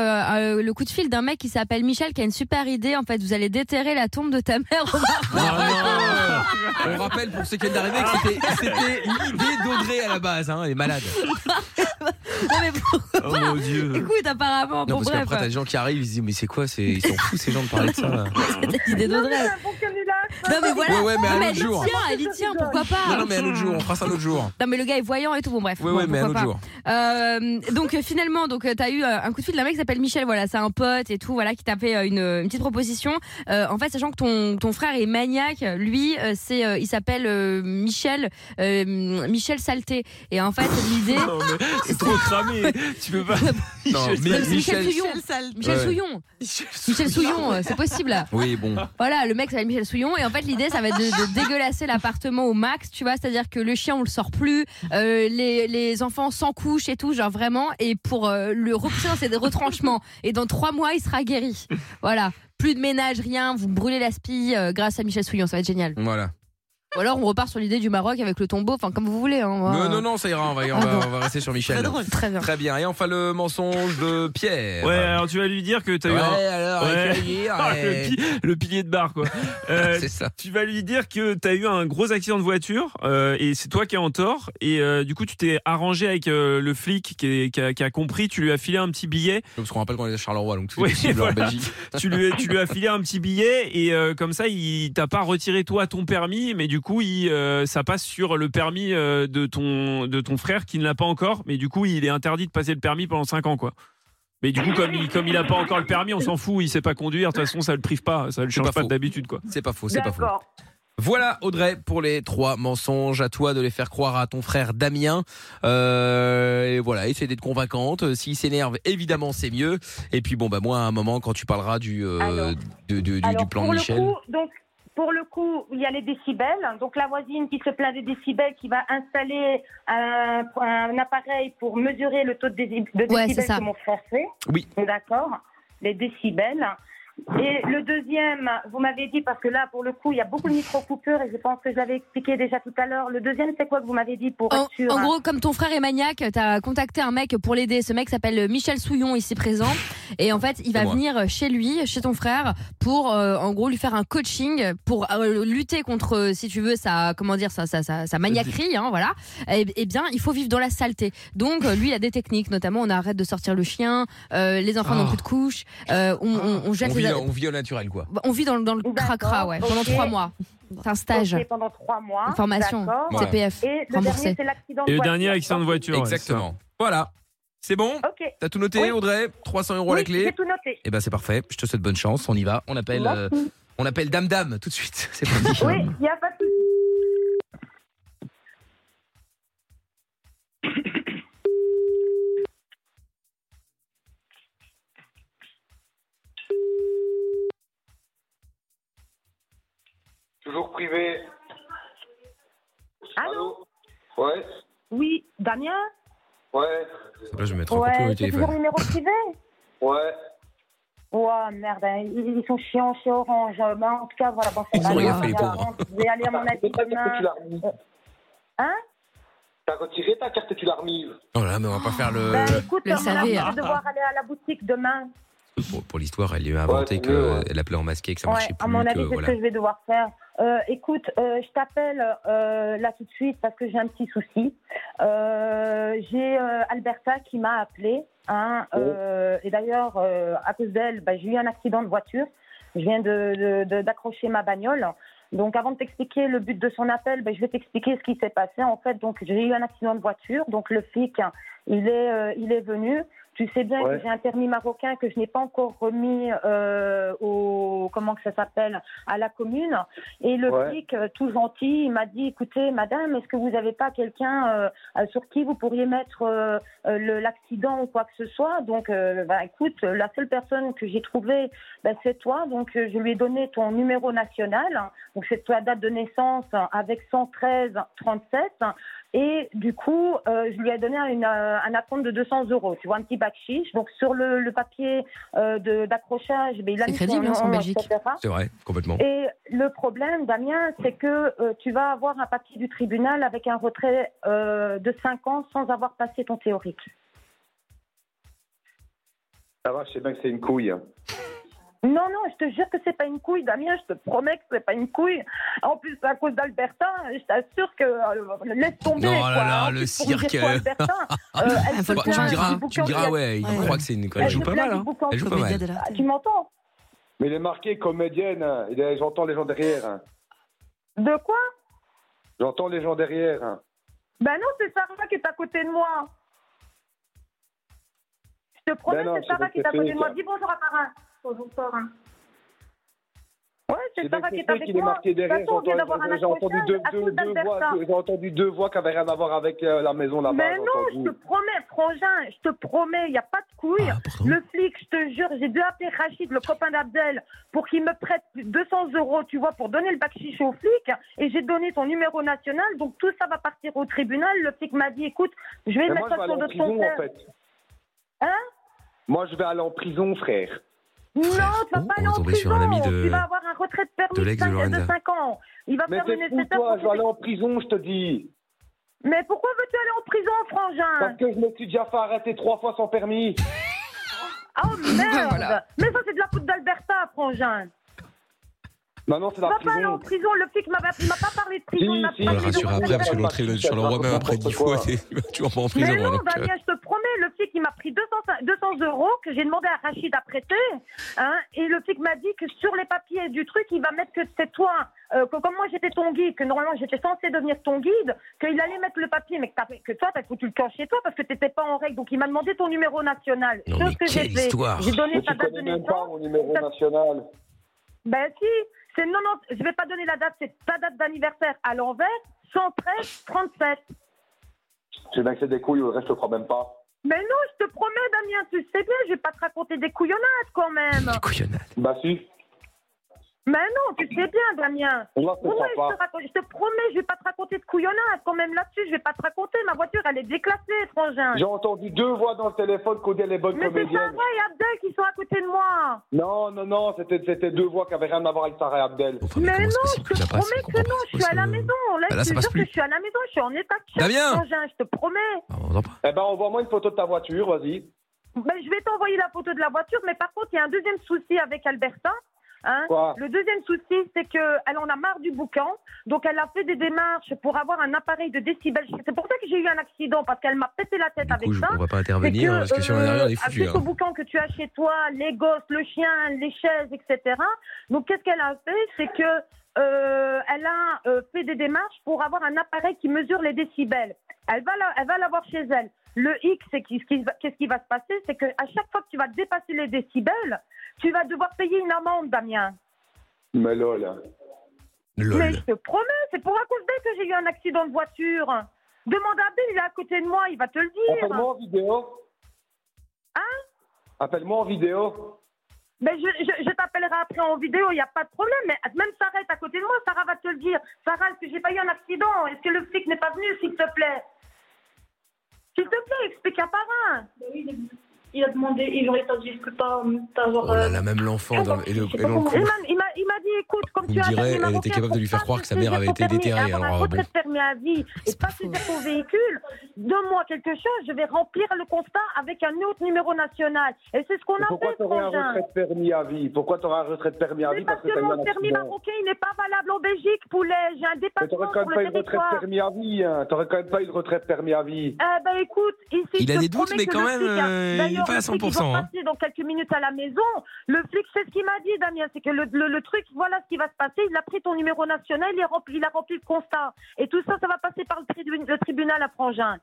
Speaker 3: euh, le coup de fil d'un mec qui s'appelle Michel qui a une super idée en fait vous allez déterrer la tombe de ta mère au bar.
Speaker 1: On rappelle pour ceux qui viennent d'arriver que c'était- c'était l'idée d'Audrey à la base, hein, elle est malade.
Speaker 3: non mais pour-
Speaker 4: Oh mon dieu.
Speaker 3: écoute apparemment
Speaker 1: Non,
Speaker 3: bon
Speaker 1: parce
Speaker 3: bref
Speaker 1: qu'après, t'as des gens qui arrivent, ils se disent, mais c'est quoi c'est- Ils sont fous ces gens de parler de ça. là.
Speaker 3: cette idée d'Audrey.
Speaker 2: Un bon canular.
Speaker 3: Non mais voilà.
Speaker 1: Ouais, ouais, mais à
Speaker 3: Non, mais
Speaker 1: l'autre
Speaker 3: elle y
Speaker 1: jour.
Speaker 3: tient, elle y tient, pourquoi pas
Speaker 1: Non, non, mais à l'autre jour, on fera ça l'autre jour.
Speaker 3: Non, mais le gars est voyant et tout, bon bref.
Speaker 1: Ouais,
Speaker 3: bon,
Speaker 1: ouais, mais à
Speaker 3: pourquoi
Speaker 1: l'autre
Speaker 3: pas.
Speaker 1: jour.
Speaker 3: Euh, donc euh, finalement, donc euh, t'as eu euh, un coup de fil d'un mec qui s'appelle Michel, voilà, c'est un pote et tout, voilà, qui t'a fait euh, une, une petite proposition. Euh, en fait, sachant que ton, ton frère est maniaque, lui, euh, c'est, euh, il s'appelle euh, Michel, euh, Michel Saleté. Et en fait, l'idée,
Speaker 4: Non, mais c'est trop cramé. Tu peux pas.
Speaker 1: Non,
Speaker 4: Je-
Speaker 1: mais
Speaker 3: Michel Souillon. Michel
Speaker 1: Ouais.
Speaker 3: Souillon, Michel Souillon, euh, c'est possible.
Speaker 1: Oui, bon.
Speaker 3: Voilà, le mec s'appelle Michel Souillon et en fait l'idée ça va être de, de dégueulasser l'appartement au max, tu vois, c'est-à-dire que le chien on le sort plus, euh, les, les enfants s'en couchent et tout, genre vraiment, et pour euh, le repousser dans ses retranchements. Et dans trois mois il sera guéri. Voilà, plus de ménage, rien, vous brûlez la spille euh, grâce à Michel Souillon, ça va être génial.
Speaker 1: Voilà.
Speaker 3: Ou alors on repart sur l'idée du Maroc avec le tombeau, enfin comme vous voulez. Hein, on va-
Speaker 1: Non, non, non, ça ira, on va, on va, on va rester sur Michel.
Speaker 3: Ah Très bien.
Speaker 1: Très bien. Et enfin, le mensonge de Pierre.
Speaker 4: Ouais, alors tu vas lui dire que t'as
Speaker 1: Ouais,
Speaker 4: eu un.
Speaker 1: alors,
Speaker 4: Ouais.
Speaker 1: accueillir,
Speaker 4: Ah,
Speaker 1: ouais.
Speaker 4: le, pi- le pilier de barre, quoi. Euh,
Speaker 1: C'est ça.
Speaker 4: tu vas lui dire que t'as eu un gros accident de voiture euh, et c'est toi qui es en tort. Et euh, du coup, tu t'es arrangé avec euh, le flic qui, est- qui a, qui a compris. Tu lui as filé un petit billet.
Speaker 1: Parce qu'on rappelle qu'on est à Charleroi, donc tout est
Speaker 4: Oui,
Speaker 1: possible en
Speaker 4: voilà.
Speaker 1: Belgique.
Speaker 4: Tu lui, tu lui as filé un petit billet et euh, comme ça, il t'a pas retiré toi ton permis. Mais du coup, il, euh, ça passe sur le permis euh, de, ton, de ton frère qui ne l'a pas encore. Mais du coup, il est interdit de passer le permis pendant 5 ans, quoi. Mais du coup, comme il, comme il a pas encore le permis, on s'en fout, il sait pas conduire. De toute façon, ça le prive pas, ça le change
Speaker 1: pas
Speaker 4: pas,
Speaker 1: faux.
Speaker 4: de d'habitude, quoi.
Speaker 1: C'est pas faux, c'est pas faux.
Speaker 2: D'accord.
Speaker 1: Voilà Audrey pour les trois mensonges. À toi de les faire croire à ton frère Damien. Euh, et voilà, essaye d'être convaincante. Euh, S'il s'énerve, évidemment c'est mieux. Et puis bon bah moi à un moment quand tu parleras du euh,
Speaker 2: Alors.
Speaker 1: du, du- du
Speaker 2: Alors,
Speaker 1: plan
Speaker 2: pour
Speaker 1: de Michel.
Speaker 2: Le coup, donc, pour le coup, il y a les décibels. Donc, la voisine qui se plaint des décibels, qui va installer un, un appareil pour mesurer le taux de, dési- de
Speaker 3: Ouais, c'est
Speaker 2: décibels
Speaker 3: ça.
Speaker 2: que mon frère fait.
Speaker 1: Oui.
Speaker 2: D'accord. Les décibels. Et le deuxième, vous m'avez dit, parce que là, pour le coup, il y a beaucoup de micro-coupures et je pense que je l'avais expliqué déjà tout à l'heure. Le deuxième, c'est quoi que vous m'avez dit pour
Speaker 3: En,
Speaker 2: être sûr
Speaker 3: en
Speaker 2: hein
Speaker 3: gros, comme ton frère est maniaque, t'as contacté un mec pour l'aider. Ce mec s'appelle Michel Souillon, ici présent. Et en fait,
Speaker 1: C'est
Speaker 3: il va
Speaker 1: moi.
Speaker 3: venir chez lui, chez ton frère, pour euh, en gros lui faire un coaching pour euh, lutter contre, si tu veux, sa comment dire, sa sa, sa, sa maniaquerie, hein, voilà. Eh eh bien, il faut vivre dans la saleté. Donc, euh, lui, il a des techniques, notamment on arrête de sortir le chien, euh, les enfants
Speaker 1: Oh.
Speaker 2: Ah.
Speaker 3: n'ont plus de couches, euh, on, on, on jette
Speaker 1: on
Speaker 3: les-
Speaker 1: vit, on vit au naturel, quoi.
Speaker 3: bah, on vit dans, le- dans le
Speaker 2: D'accord,
Speaker 3: cracra, ouais, pendant
Speaker 2: ok.
Speaker 3: trois mois. C'est un stage,
Speaker 2: Ok, pendant trois mois.
Speaker 3: une formation,
Speaker 2: D'accord.
Speaker 1: Ouais.
Speaker 3: CPF.
Speaker 2: Et le
Speaker 3: Remboursé.
Speaker 2: dernier, c'est l'accident de
Speaker 4: Et le
Speaker 2: voiture.
Speaker 4: dernier accident de voiture. ouais,
Speaker 1: Exactement. Voilà. C'est bon
Speaker 2: Ok.
Speaker 1: T'as tout noté,
Speaker 2: Oui.
Speaker 1: Audrey 300 euros à la
Speaker 2: Oui,
Speaker 1: clé.
Speaker 2: J'ai tout noté.
Speaker 1: Eh ben, c'est parfait. Je te souhaite bonne chance. On y va. On appelle, euh,
Speaker 2: Merci.
Speaker 1: on appelle Dame Dame tout de suite. C'est parti.
Speaker 2: Oui, il n'y a pas de souci.
Speaker 8: Toujours privé.
Speaker 2: Allô
Speaker 8: Ouais,
Speaker 2: Oui, Damien
Speaker 8: ouais,
Speaker 1: Là, je vais mettre un coup
Speaker 2: Ouais,
Speaker 1: au
Speaker 2: c'est toujours
Speaker 1: téléphone.
Speaker 2: le numéro privé
Speaker 8: ouais.
Speaker 2: Ouah, merde, hein, ils ils sont chiants chez Orange. euh, Mais en tout cas, voilà, bon, c'est
Speaker 1: Ils ont
Speaker 2: pas
Speaker 1: rien
Speaker 2: grave,
Speaker 1: fait, les
Speaker 2: on
Speaker 1: pauvres.
Speaker 2: avance. Je vais aller à mon avis
Speaker 8: T'as retiré ta carte et tu
Speaker 2: demain. Euh.
Speaker 8: l'as remise.
Speaker 2: Hein
Speaker 8: T'as retiré ta carte et tu l'as remise.
Speaker 1: Oh là là, mais on va pas faire le.
Speaker 2: Ben, écoute,
Speaker 3: le
Speaker 2: on va
Speaker 3: savez, hein.
Speaker 2: devoir aller à la boutique demain.
Speaker 1: Pour, pour l'histoire, elle lui a inventé
Speaker 8: Ouais,
Speaker 1: que
Speaker 8: c'est mieux, ouais.
Speaker 1: qu'elle appelait en masqué, que ça
Speaker 2: Ouais,
Speaker 1: marchait plus.
Speaker 2: à mon
Speaker 1: que,
Speaker 2: avis, c'est
Speaker 1: voilà.
Speaker 2: ce que je vais devoir faire. Euh, écoute, euh, je t'appelle euh, là tout de suite parce que j'ai un petit souci. Euh, j'ai euh, Alberta qui m'a appelé. Hein, euh, et d'ailleurs, euh, à cause d'elle, bah, j'ai eu un accident de voiture. Je viens d'accrocher de, de- d'accrocher ma bagnole. Donc, avant de t'expliquer le but de son appel, ben, je vais t'expliquer ce qui s'est passé. En fait, donc j'ai eu un accident de voiture. Donc, le flic, hein, il est, euh, il est venu. Tu sais bien
Speaker 8: Ouais.
Speaker 2: que j'ai un permis marocain que je n'ai pas encore remis euh, au comment que ça s'appelle à la commune. Et le
Speaker 8: Ouais.
Speaker 2: flic, euh, tout gentil, il m'a dit écoutez, madame, est-ce que vous n'avez pas quelqu'un euh, euh, sur qui vous pourriez mettre euh, euh, le- l'accident ou quoi que ce soit Donc, euh, bah, écoute, la seule personne que j'ai trouvée ben, c'est toi. Donc, euh, je lui ai donné ton numéro national. Donc, c'est ta date de naissance hein, avec 113 37. Et du coup, euh, je lui ai donné une, euh, un acompte de 200 euros. Tu vois, un petit bac chiche. Donc, sur le, le papier euh, de- d'accrochage, ben, il a
Speaker 3: C'est
Speaker 2: mis
Speaker 3: crédible, hein, c'est en
Speaker 2: nom,
Speaker 3: Belgique.
Speaker 2: etc.
Speaker 1: C'est vrai, complètement.
Speaker 2: Et le problème, Damien, c'est que euh, tu vas avoir un papier du tribunal avec un retrait euh, de 5 ans sans avoir passé ton théorique.
Speaker 8: Ça va, je sais bien que c'est une couille. hein.
Speaker 2: Non, non, je te jure que c'est pas une couille, Damien, je te promets que c'est pas une couille. En plus, à cause d'Albertin, je t'assure que. euh, laisse tomber.
Speaker 1: Non,
Speaker 2: quoi.
Speaker 1: là, là,
Speaker 2: En
Speaker 1: le
Speaker 2: plus, pour me dire
Speaker 1: cirque.
Speaker 2: quoi, Albertin, euh, elle
Speaker 5: Bah,
Speaker 2: se
Speaker 1: Bah, tu
Speaker 5: Faut
Speaker 1: me
Speaker 5: faire
Speaker 2: plaint
Speaker 5: un
Speaker 1: diras, tu
Speaker 2: du
Speaker 1: me
Speaker 2: boucan
Speaker 1: diras,
Speaker 2: qu'elle-
Speaker 1: ouais, il
Speaker 5: Ouais.
Speaker 1: croit que c'est une.
Speaker 2: elle
Speaker 1: Elle
Speaker 2: se
Speaker 1: joue pas
Speaker 2: plaint
Speaker 1: mal,
Speaker 2: du
Speaker 1: hein.
Speaker 2: boucan
Speaker 1: Elle joue pas
Speaker 5: Comédia
Speaker 1: mal.
Speaker 5: de
Speaker 2: Ah,
Speaker 5: l'art.
Speaker 2: tu m'entends
Speaker 8: Mais il est marqué comédienne. hein. Il est- J'entends les gens derrière. hein.
Speaker 2: De quoi
Speaker 8: J'entends les gens derrière. hein.
Speaker 2: Ben non, c'est Sarah qui est à côté de moi. Je te promets,
Speaker 8: Ben non,
Speaker 2: c'est
Speaker 8: c'est
Speaker 2: Sarah
Speaker 8: donc
Speaker 2: qui est à
Speaker 8: le
Speaker 2: côté de moi.
Speaker 8: fake.
Speaker 2: Dis bonjour à Sarah. Bonjour Sarah. Ouais, c'est
Speaker 8: bien
Speaker 2: Sarah
Speaker 8: que
Speaker 2: qui est
Speaker 8: c'est lui
Speaker 2: avec
Speaker 8: qui est
Speaker 2: moi.
Speaker 8: marqué derrière.
Speaker 2: façon, on vient
Speaker 8: J'entends-
Speaker 2: d'avoir un
Speaker 8: J'ai entendu deux,
Speaker 2: accrochage à
Speaker 8: deux-
Speaker 2: cause
Speaker 8: deux voix.
Speaker 2: d'Alberta.
Speaker 8: J'ai entendu deux voix qui avaient rien à voir avec euh, la maison là-bas.
Speaker 2: Mais
Speaker 8: j'ai
Speaker 2: non, je
Speaker 8: entendu.
Speaker 2: te promets, frangin, je te promets, il n'y a pas de couilles.
Speaker 1: Ah, pourtant.
Speaker 2: Le flic, je te jure, j'ai dû appeler Rachid, le copain d'Abdel, pour qu'il me prête 200 euros, tu vois, pour donner le bac chiche au flic. Et j'ai donné ton numéro national, donc tout ça va partir au tribunal. Le flic m'a dit, écoute, je vais
Speaker 8: Mais
Speaker 2: mettre
Speaker 8: moi, je
Speaker 2: ça
Speaker 8: vais
Speaker 2: sur
Speaker 8: aller en
Speaker 2: le ton
Speaker 8: prison, en
Speaker 2: frère.
Speaker 8: fait.
Speaker 2: Hein
Speaker 8: Moi, je vais aller en prison, frère.
Speaker 2: Non, tu
Speaker 1: Frère,
Speaker 2: vas
Speaker 1: oh,
Speaker 2: pas
Speaker 1: on
Speaker 2: aller
Speaker 1: est
Speaker 2: en
Speaker 1: tombé sur
Speaker 2: prison.
Speaker 1: un ami de-
Speaker 2: Tu vas avoir un retrait de permis
Speaker 1: de l'ex de
Speaker 2: cinq-
Speaker 1: Lorenza.
Speaker 2: 5 ans. Il va
Speaker 8: Mais
Speaker 2: faire
Speaker 8: t'es
Speaker 2: le
Speaker 8: fou,
Speaker 2: nécessaire
Speaker 8: toi.
Speaker 2: pour
Speaker 8: Je vais aller en prison, je te dis.
Speaker 2: Mais pourquoi veux-tu aller en prison,
Speaker 8: Parce
Speaker 2: frangin
Speaker 8: que je me suis déjà fait arrêter trois fois sans permis.
Speaker 2: Oh merde
Speaker 3: Voilà.
Speaker 2: Mais ça, c'est de la faute d'Alberta, frangin.
Speaker 8: Maintenant, c'est
Speaker 2: Tu
Speaker 8: la
Speaker 2: vas pas aller en
Speaker 8: prison.
Speaker 2: prison, le flic m'a il m'a pas parlé de prison.
Speaker 8: Si,
Speaker 2: il m'a
Speaker 8: si.
Speaker 1: On
Speaker 2: parlé
Speaker 1: le rassure après,
Speaker 2: de retrait de
Speaker 1: parce que
Speaker 2: permis.
Speaker 1: l'entrée de Charleroi, même après 10 fois, t'es toujours pas en prison.
Speaker 2: Mais non,
Speaker 1: donc, euh,
Speaker 2: Damien, je te promets, le flic, il m'a pris 200, 200 euros que j'ai demandé à Rachid à prêter. Hein, et le flic m'a dit que sur les papiers du truc, il va mettre que c'est toi, euh, que comme moi j'étais ton guide, que normalement j'étais censé devenir ton guide, qu'il allait mettre le papier, mais que, t'as- que toi, t'as foutu le camp chez toi parce que t'étais pas en règle. Donc il m'a demandé ton numéro national.
Speaker 1: Non,
Speaker 2: Chose
Speaker 1: mais
Speaker 2: que j'ai
Speaker 1: quelle
Speaker 2: fait.
Speaker 1: histoire.
Speaker 2: J'ai donné
Speaker 8: Mais
Speaker 2: ta
Speaker 8: tu
Speaker 2: date de
Speaker 8: connais même
Speaker 2: naissance.
Speaker 8: pas mon numéro
Speaker 2: Ça-
Speaker 8: national.
Speaker 2: Ben si, c'est 90. Je vais pas donner la date, c'est ta date d'anniversaire à l'envers, 113 37.
Speaker 8: J'ai bien que c'est des couilles, le reste, je te crois même pas.
Speaker 2: Mais non, je te promets, Damien, tu sais bien, je vais pas te raconter des couillonnades quand même.
Speaker 1: des couillonnades.
Speaker 8: Bah si,
Speaker 2: Mais non, tu sais bien, Damien.
Speaker 8: là, je te
Speaker 2: Ouais,
Speaker 8: crois
Speaker 2: je,
Speaker 8: pas.
Speaker 2: te raconte- je te promets, je vais pas te raconter de couillonnades quand même là-dessus. Je vais pas te raconter. Ma voiture, elle est déclassée, frangin.
Speaker 8: J'ai entendu deux voix dans le téléphone qu'Odé les bonnes
Speaker 2: Mais c'est pas
Speaker 8: comédiennes.
Speaker 2: vrai, Abdel qui sont à côté de moi.
Speaker 8: Non, non, non, c'était c'était deux voix qui avaient rien à voir avec Sarah et Abdel.
Speaker 1: Enfin,
Speaker 2: mais
Speaker 1: comment
Speaker 2: non,
Speaker 1: c'est
Speaker 2: je
Speaker 1: possible que
Speaker 2: te
Speaker 1: ça passe
Speaker 2: promets
Speaker 1: comprends
Speaker 2: que
Speaker 1: pas,
Speaker 2: non,
Speaker 1: c'est
Speaker 2: je
Speaker 1: quoi
Speaker 2: suis à
Speaker 1: ce-
Speaker 2: la maison. Là,
Speaker 1: Bah là,
Speaker 2: je
Speaker 1: ça
Speaker 2: te
Speaker 1: passe
Speaker 2: jure
Speaker 1: plus.
Speaker 2: que je suis à la maison, je suis en état de choc,
Speaker 1: Damien
Speaker 2: frangin, je te promets.
Speaker 1: Ah, On entend pas.
Speaker 8: Eh ben, envoie-moi une photo de ta voiture, vas-y.
Speaker 2: Ben, je vais t'envoyer la photo de la voiture, mais par contre, il y a un deuxième souci avec Alberta. Hein.
Speaker 8: Quoi
Speaker 2: Le deuxième souci, c'est qu'elle en a marre du boucan. Donc, elle a fait des démarches pour avoir un appareil de décibels. C'est pour ça que j'ai eu un accident, parce qu'elle m'a pété la tête
Speaker 1: Du
Speaker 2: avec
Speaker 1: coup, je-
Speaker 2: ça.
Speaker 1: on va pas
Speaker 2: C'est
Speaker 1: intervenir
Speaker 2: que,
Speaker 1: parce que si on
Speaker 2: euh,
Speaker 1: est arrière, on est foutu.
Speaker 2: Avec
Speaker 1: hein.
Speaker 2: le boucan que tu as chez toi, les gosses, le chien, les chaises, etc. Donc, qu'est-ce qu'elle a fait C'est que euh, elle a euh, fait des démarches pour avoir un appareil qui mesure les décibels. Elle va, la- elle va l'avoir chez elle. Le hic, c'est qu'est-ce qui, va- qu'est-ce qui va se passer C'est qu'à chaque fois que tu vas dépasser les décibels, tu vas devoir payer une amende, Damien.
Speaker 8: Mais lol.
Speaker 2: Mais
Speaker 1: Lol.
Speaker 2: je te promets, c'est pour à cause d'elle que j'ai eu un accident de voiture. Demande à Bill, il est à côté de moi, il va te le dire.
Speaker 8: Appelle-moi en vidéo. Hein Appelle-moi en vidéo.
Speaker 2: Mais je, je, je t'appellerai après en vidéo, il n'y a pas de problème. Mais même Sarah est à côté de moi, Sarah va te le dire. Sarah, est-ce que j'ai pas eu un accident Est-ce que le flic n'est pas venu, s'il te plaît S'il te plaît, explique à Parrain.
Speaker 9: Ben Il a demandé, il aurait pas dit, je peux pas, euh, pas
Speaker 1: Oh
Speaker 9: genre.
Speaker 1: là
Speaker 9: euh,
Speaker 1: là, même l'enfant dans, et le, et dans le
Speaker 2: Il
Speaker 1: cou.
Speaker 2: m'a- il m'a- il m'a dit, écoute, comme
Speaker 1: Vous
Speaker 2: tu
Speaker 1: me
Speaker 2: as un
Speaker 1: direz,
Speaker 2: permis
Speaker 1: elle
Speaker 2: marocain,
Speaker 1: était capable de lui
Speaker 2: faut
Speaker 1: faire
Speaker 2: pas
Speaker 1: croire que sa
Speaker 2: se
Speaker 1: mère
Speaker 2: saisir
Speaker 1: avait
Speaker 2: ton
Speaker 1: été
Speaker 2: permis et
Speaker 1: déterrée,
Speaker 2: avoir
Speaker 1: alors,
Speaker 2: un retrait
Speaker 1: bon.
Speaker 2: de permis à vie et pas se dire ton véhicule. Donne-moi quelque chose, je vais remplir le constat avec un autre numéro national. Et c'est ce qu'on
Speaker 8: Et
Speaker 2: a
Speaker 8: Pourquoi
Speaker 2: fait,
Speaker 8: t'aurais un
Speaker 2: frangin.
Speaker 8: retrait de permis à vie Pourquoi t'aurais un retrait de permis à
Speaker 2: Mais
Speaker 8: vie
Speaker 2: parce
Speaker 8: t'as
Speaker 2: que
Speaker 8: eu un
Speaker 2: mon permis
Speaker 8: accident
Speaker 2: marocain, il n'est pas valable en Belgique, poulet. J'ai un
Speaker 8: Mais t'aurais
Speaker 2: dépassement
Speaker 8: quand
Speaker 2: sur
Speaker 8: même pas eu
Speaker 2: le
Speaker 8: de retrait de
Speaker 2: territoire.
Speaker 8: permis à vie. Hein. T'aurais quand même pas eu de retrait de permis à vie.
Speaker 2: Eh ben écoute, ici,
Speaker 1: Il
Speaker 2: je
Speaker 1: a
Speaker 2: te
Speaker 1: des doutes,
Speaker 2: promets
Speaker 1: mais
Speaker 2: que
Speaker 1: quand
Speaker 2: le
Speaker 1: même,
Speaker 2: flic, hein,
Speaker 1: euh, il est
Speaker 2: d'ailleurs,
Speaker 1: pas à
Speaker 2: le
Speaker 1: 100%,
Speaker 2: flic, Il va
Speaker 1: hein.
Speaker 2: passer dans quelques minutes à la maison. Le flic, c'est ce qu'il m'a dit, Damien. C'est que le, le- le truc, voilà ce qui va se passer. Il a pris ton numéro national, il, est rempli- il a rempli le constat. Et tout ça, ça va passer par le, tribu- le tribunal à Frangin.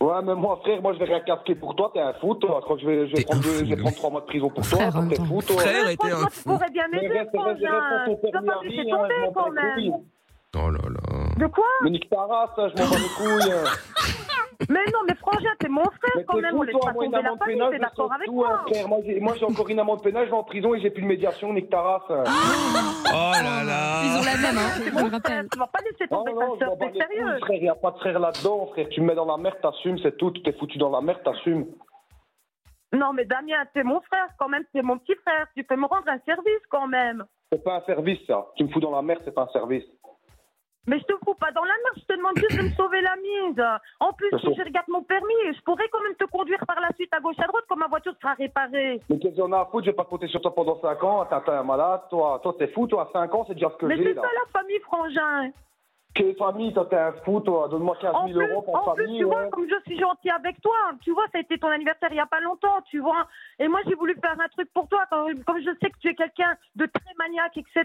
Speaker 8: Ouais, mais moi, frère, moi, je vais rien casquer pour toi. T'es un fou, toi. Je crois que je vais, je vais
Speaker 1: T'es
Speaker 8: prendre,
Speaker 1: un
Speaker 8: deux-
Speaker 1: fou,
Speaker 8: je vais
Speaker 1: lui.
Speaker 8: prendre trois mois de prison pour
Speaker 3: Frère,
Speaker 8: toi.
Speaker 3: en
Speaker 8: T'es
Speaker 3: même
Speaker 8: fou,
Speaker 1: temps.
Speaker 8: toi.
Speaker 1: Frère, était
Speaker 2: Franchement,
Speaker 1: un
Speaker 2: tu
Speaker 1: fou.
Speaker 2: pourrais bien
Speaker 8: Mais
Speaker 2: m'aider,
Speaker 8: reste, reste,
Speaker 2: Frangin.
Speaker 8: reste
Speaker 2: Tu
Speaker 8: sur ton
Speaker 2: dois
Speaker 8: permis
Speaker 2: pas
Speaker 8: à
Speaker 2: me laisser
Speaker 8: vie, hein, je
Speaker 2: tomber,
Speaker 8: m'en
Speaker 2: quand
Speaker 8: bats les
Speaker 2: même.
Speaker 8: couilles.
Speaker 1: Oh là là.
Speaker 2: De quoi
Speaker 8: Mais nique ta race, hein, je m'en bats les couilles. hein.
Speaker 2: Mais non, mais Frangin, t'es mon frère,
Speaker 8: Mais
Speaker 2: quand
Speaker 8: t'es
Speaker 2: même.
Speaker 8: fou,
Speaker 2: On laisse
Speaker 8: toi,
Speaker 2: pas
Speaker 8: moi, une
Speaker 2: tomber la
Speaker 8: amende
Speaker 2: famille,
Speaker 8: pénale,
Speaker 2: t'es
Speaker 8: je sors
Speaker 2: d'accord avec
Speaker 8: tout, hein,
Speaker 2: moi
Speaker 8: frère. Moi, j'ai- moi, j'ai encore une amende pénale, je vais en prison et j'ai plus de médiation, nique ta race. hein.
Speaker 1: Oh là
Speaker 3: Ils ont
Speaker 1: là.
Speaker 3: la même, hein, je vous le
Speaker 2: Frère,
Speaker 3: rappelle.
Speaker 2: Tu vas pas laisser
Speaker 8: Non,
Speaker 2: tomber
Speaker 8: non,
Speaker 2: ta
Speaker 8: je m'en
Speaker 2: sœur,
Speaker 8: bats
Speaker 2: t'es
Speaker 8: les couilles,
Speaker 2: sérieux
Speaker 8: frère, y a pas de frère là-dedans, frère. Tu me mets dans la merde, t'assumes, c'est tout. Tu t'es foutu dans la merde, t'assumes.
Speaker 2: Non, mais Damien, t'es mon frère quand même, t'es mon petit frère. Tu peux me rendre un service quand même.
Speaker 8: C'est pas un service, ça. Tu me fous dans la merde, c'est pas un service.
Speaker 2: Mais je te fous pas dans la merde, je te demande juste de me sauver la mise. En plus, si je regarde mon permis, je pourrais quand même te conduire par la suite à gauche à droite quand ma voiture sera réparée.
Speaker 8: Mais qu'est-ce qu'on a à foutre Je vais pas compter sur toi pendant 5 ans. Attends, t'es un malade, toi. Toi, t'es fou, toi. 5 ans, c'est déjà ce que
Speaker 2: Mais
Speaker 8: j'ai,
Speaker 2: c'est
Speaker 8: là.
Speaker 2: ça la famille frangin.
Speaker 8: Que famille, toi, t'es un fou, toi. Donne-moi 15
Speaker 2: En
Speaker 8: 000
Speaker 2: plus,
Speaker 8: euros pour
Speaker 2: en plus,
Speaker 8: famille.
Speaker 2: tu vois,
Speaker 8: ouais.
Speaker 2: comme je suis gentille avec toi, tu vois, ça a été ton anniversaire il y a pas longtemps, tu vois. Et moi, j'ai voulu faire un truc pour toi. Quand- Comme je sais que tu es quelqu'un de très maniaque, etc.,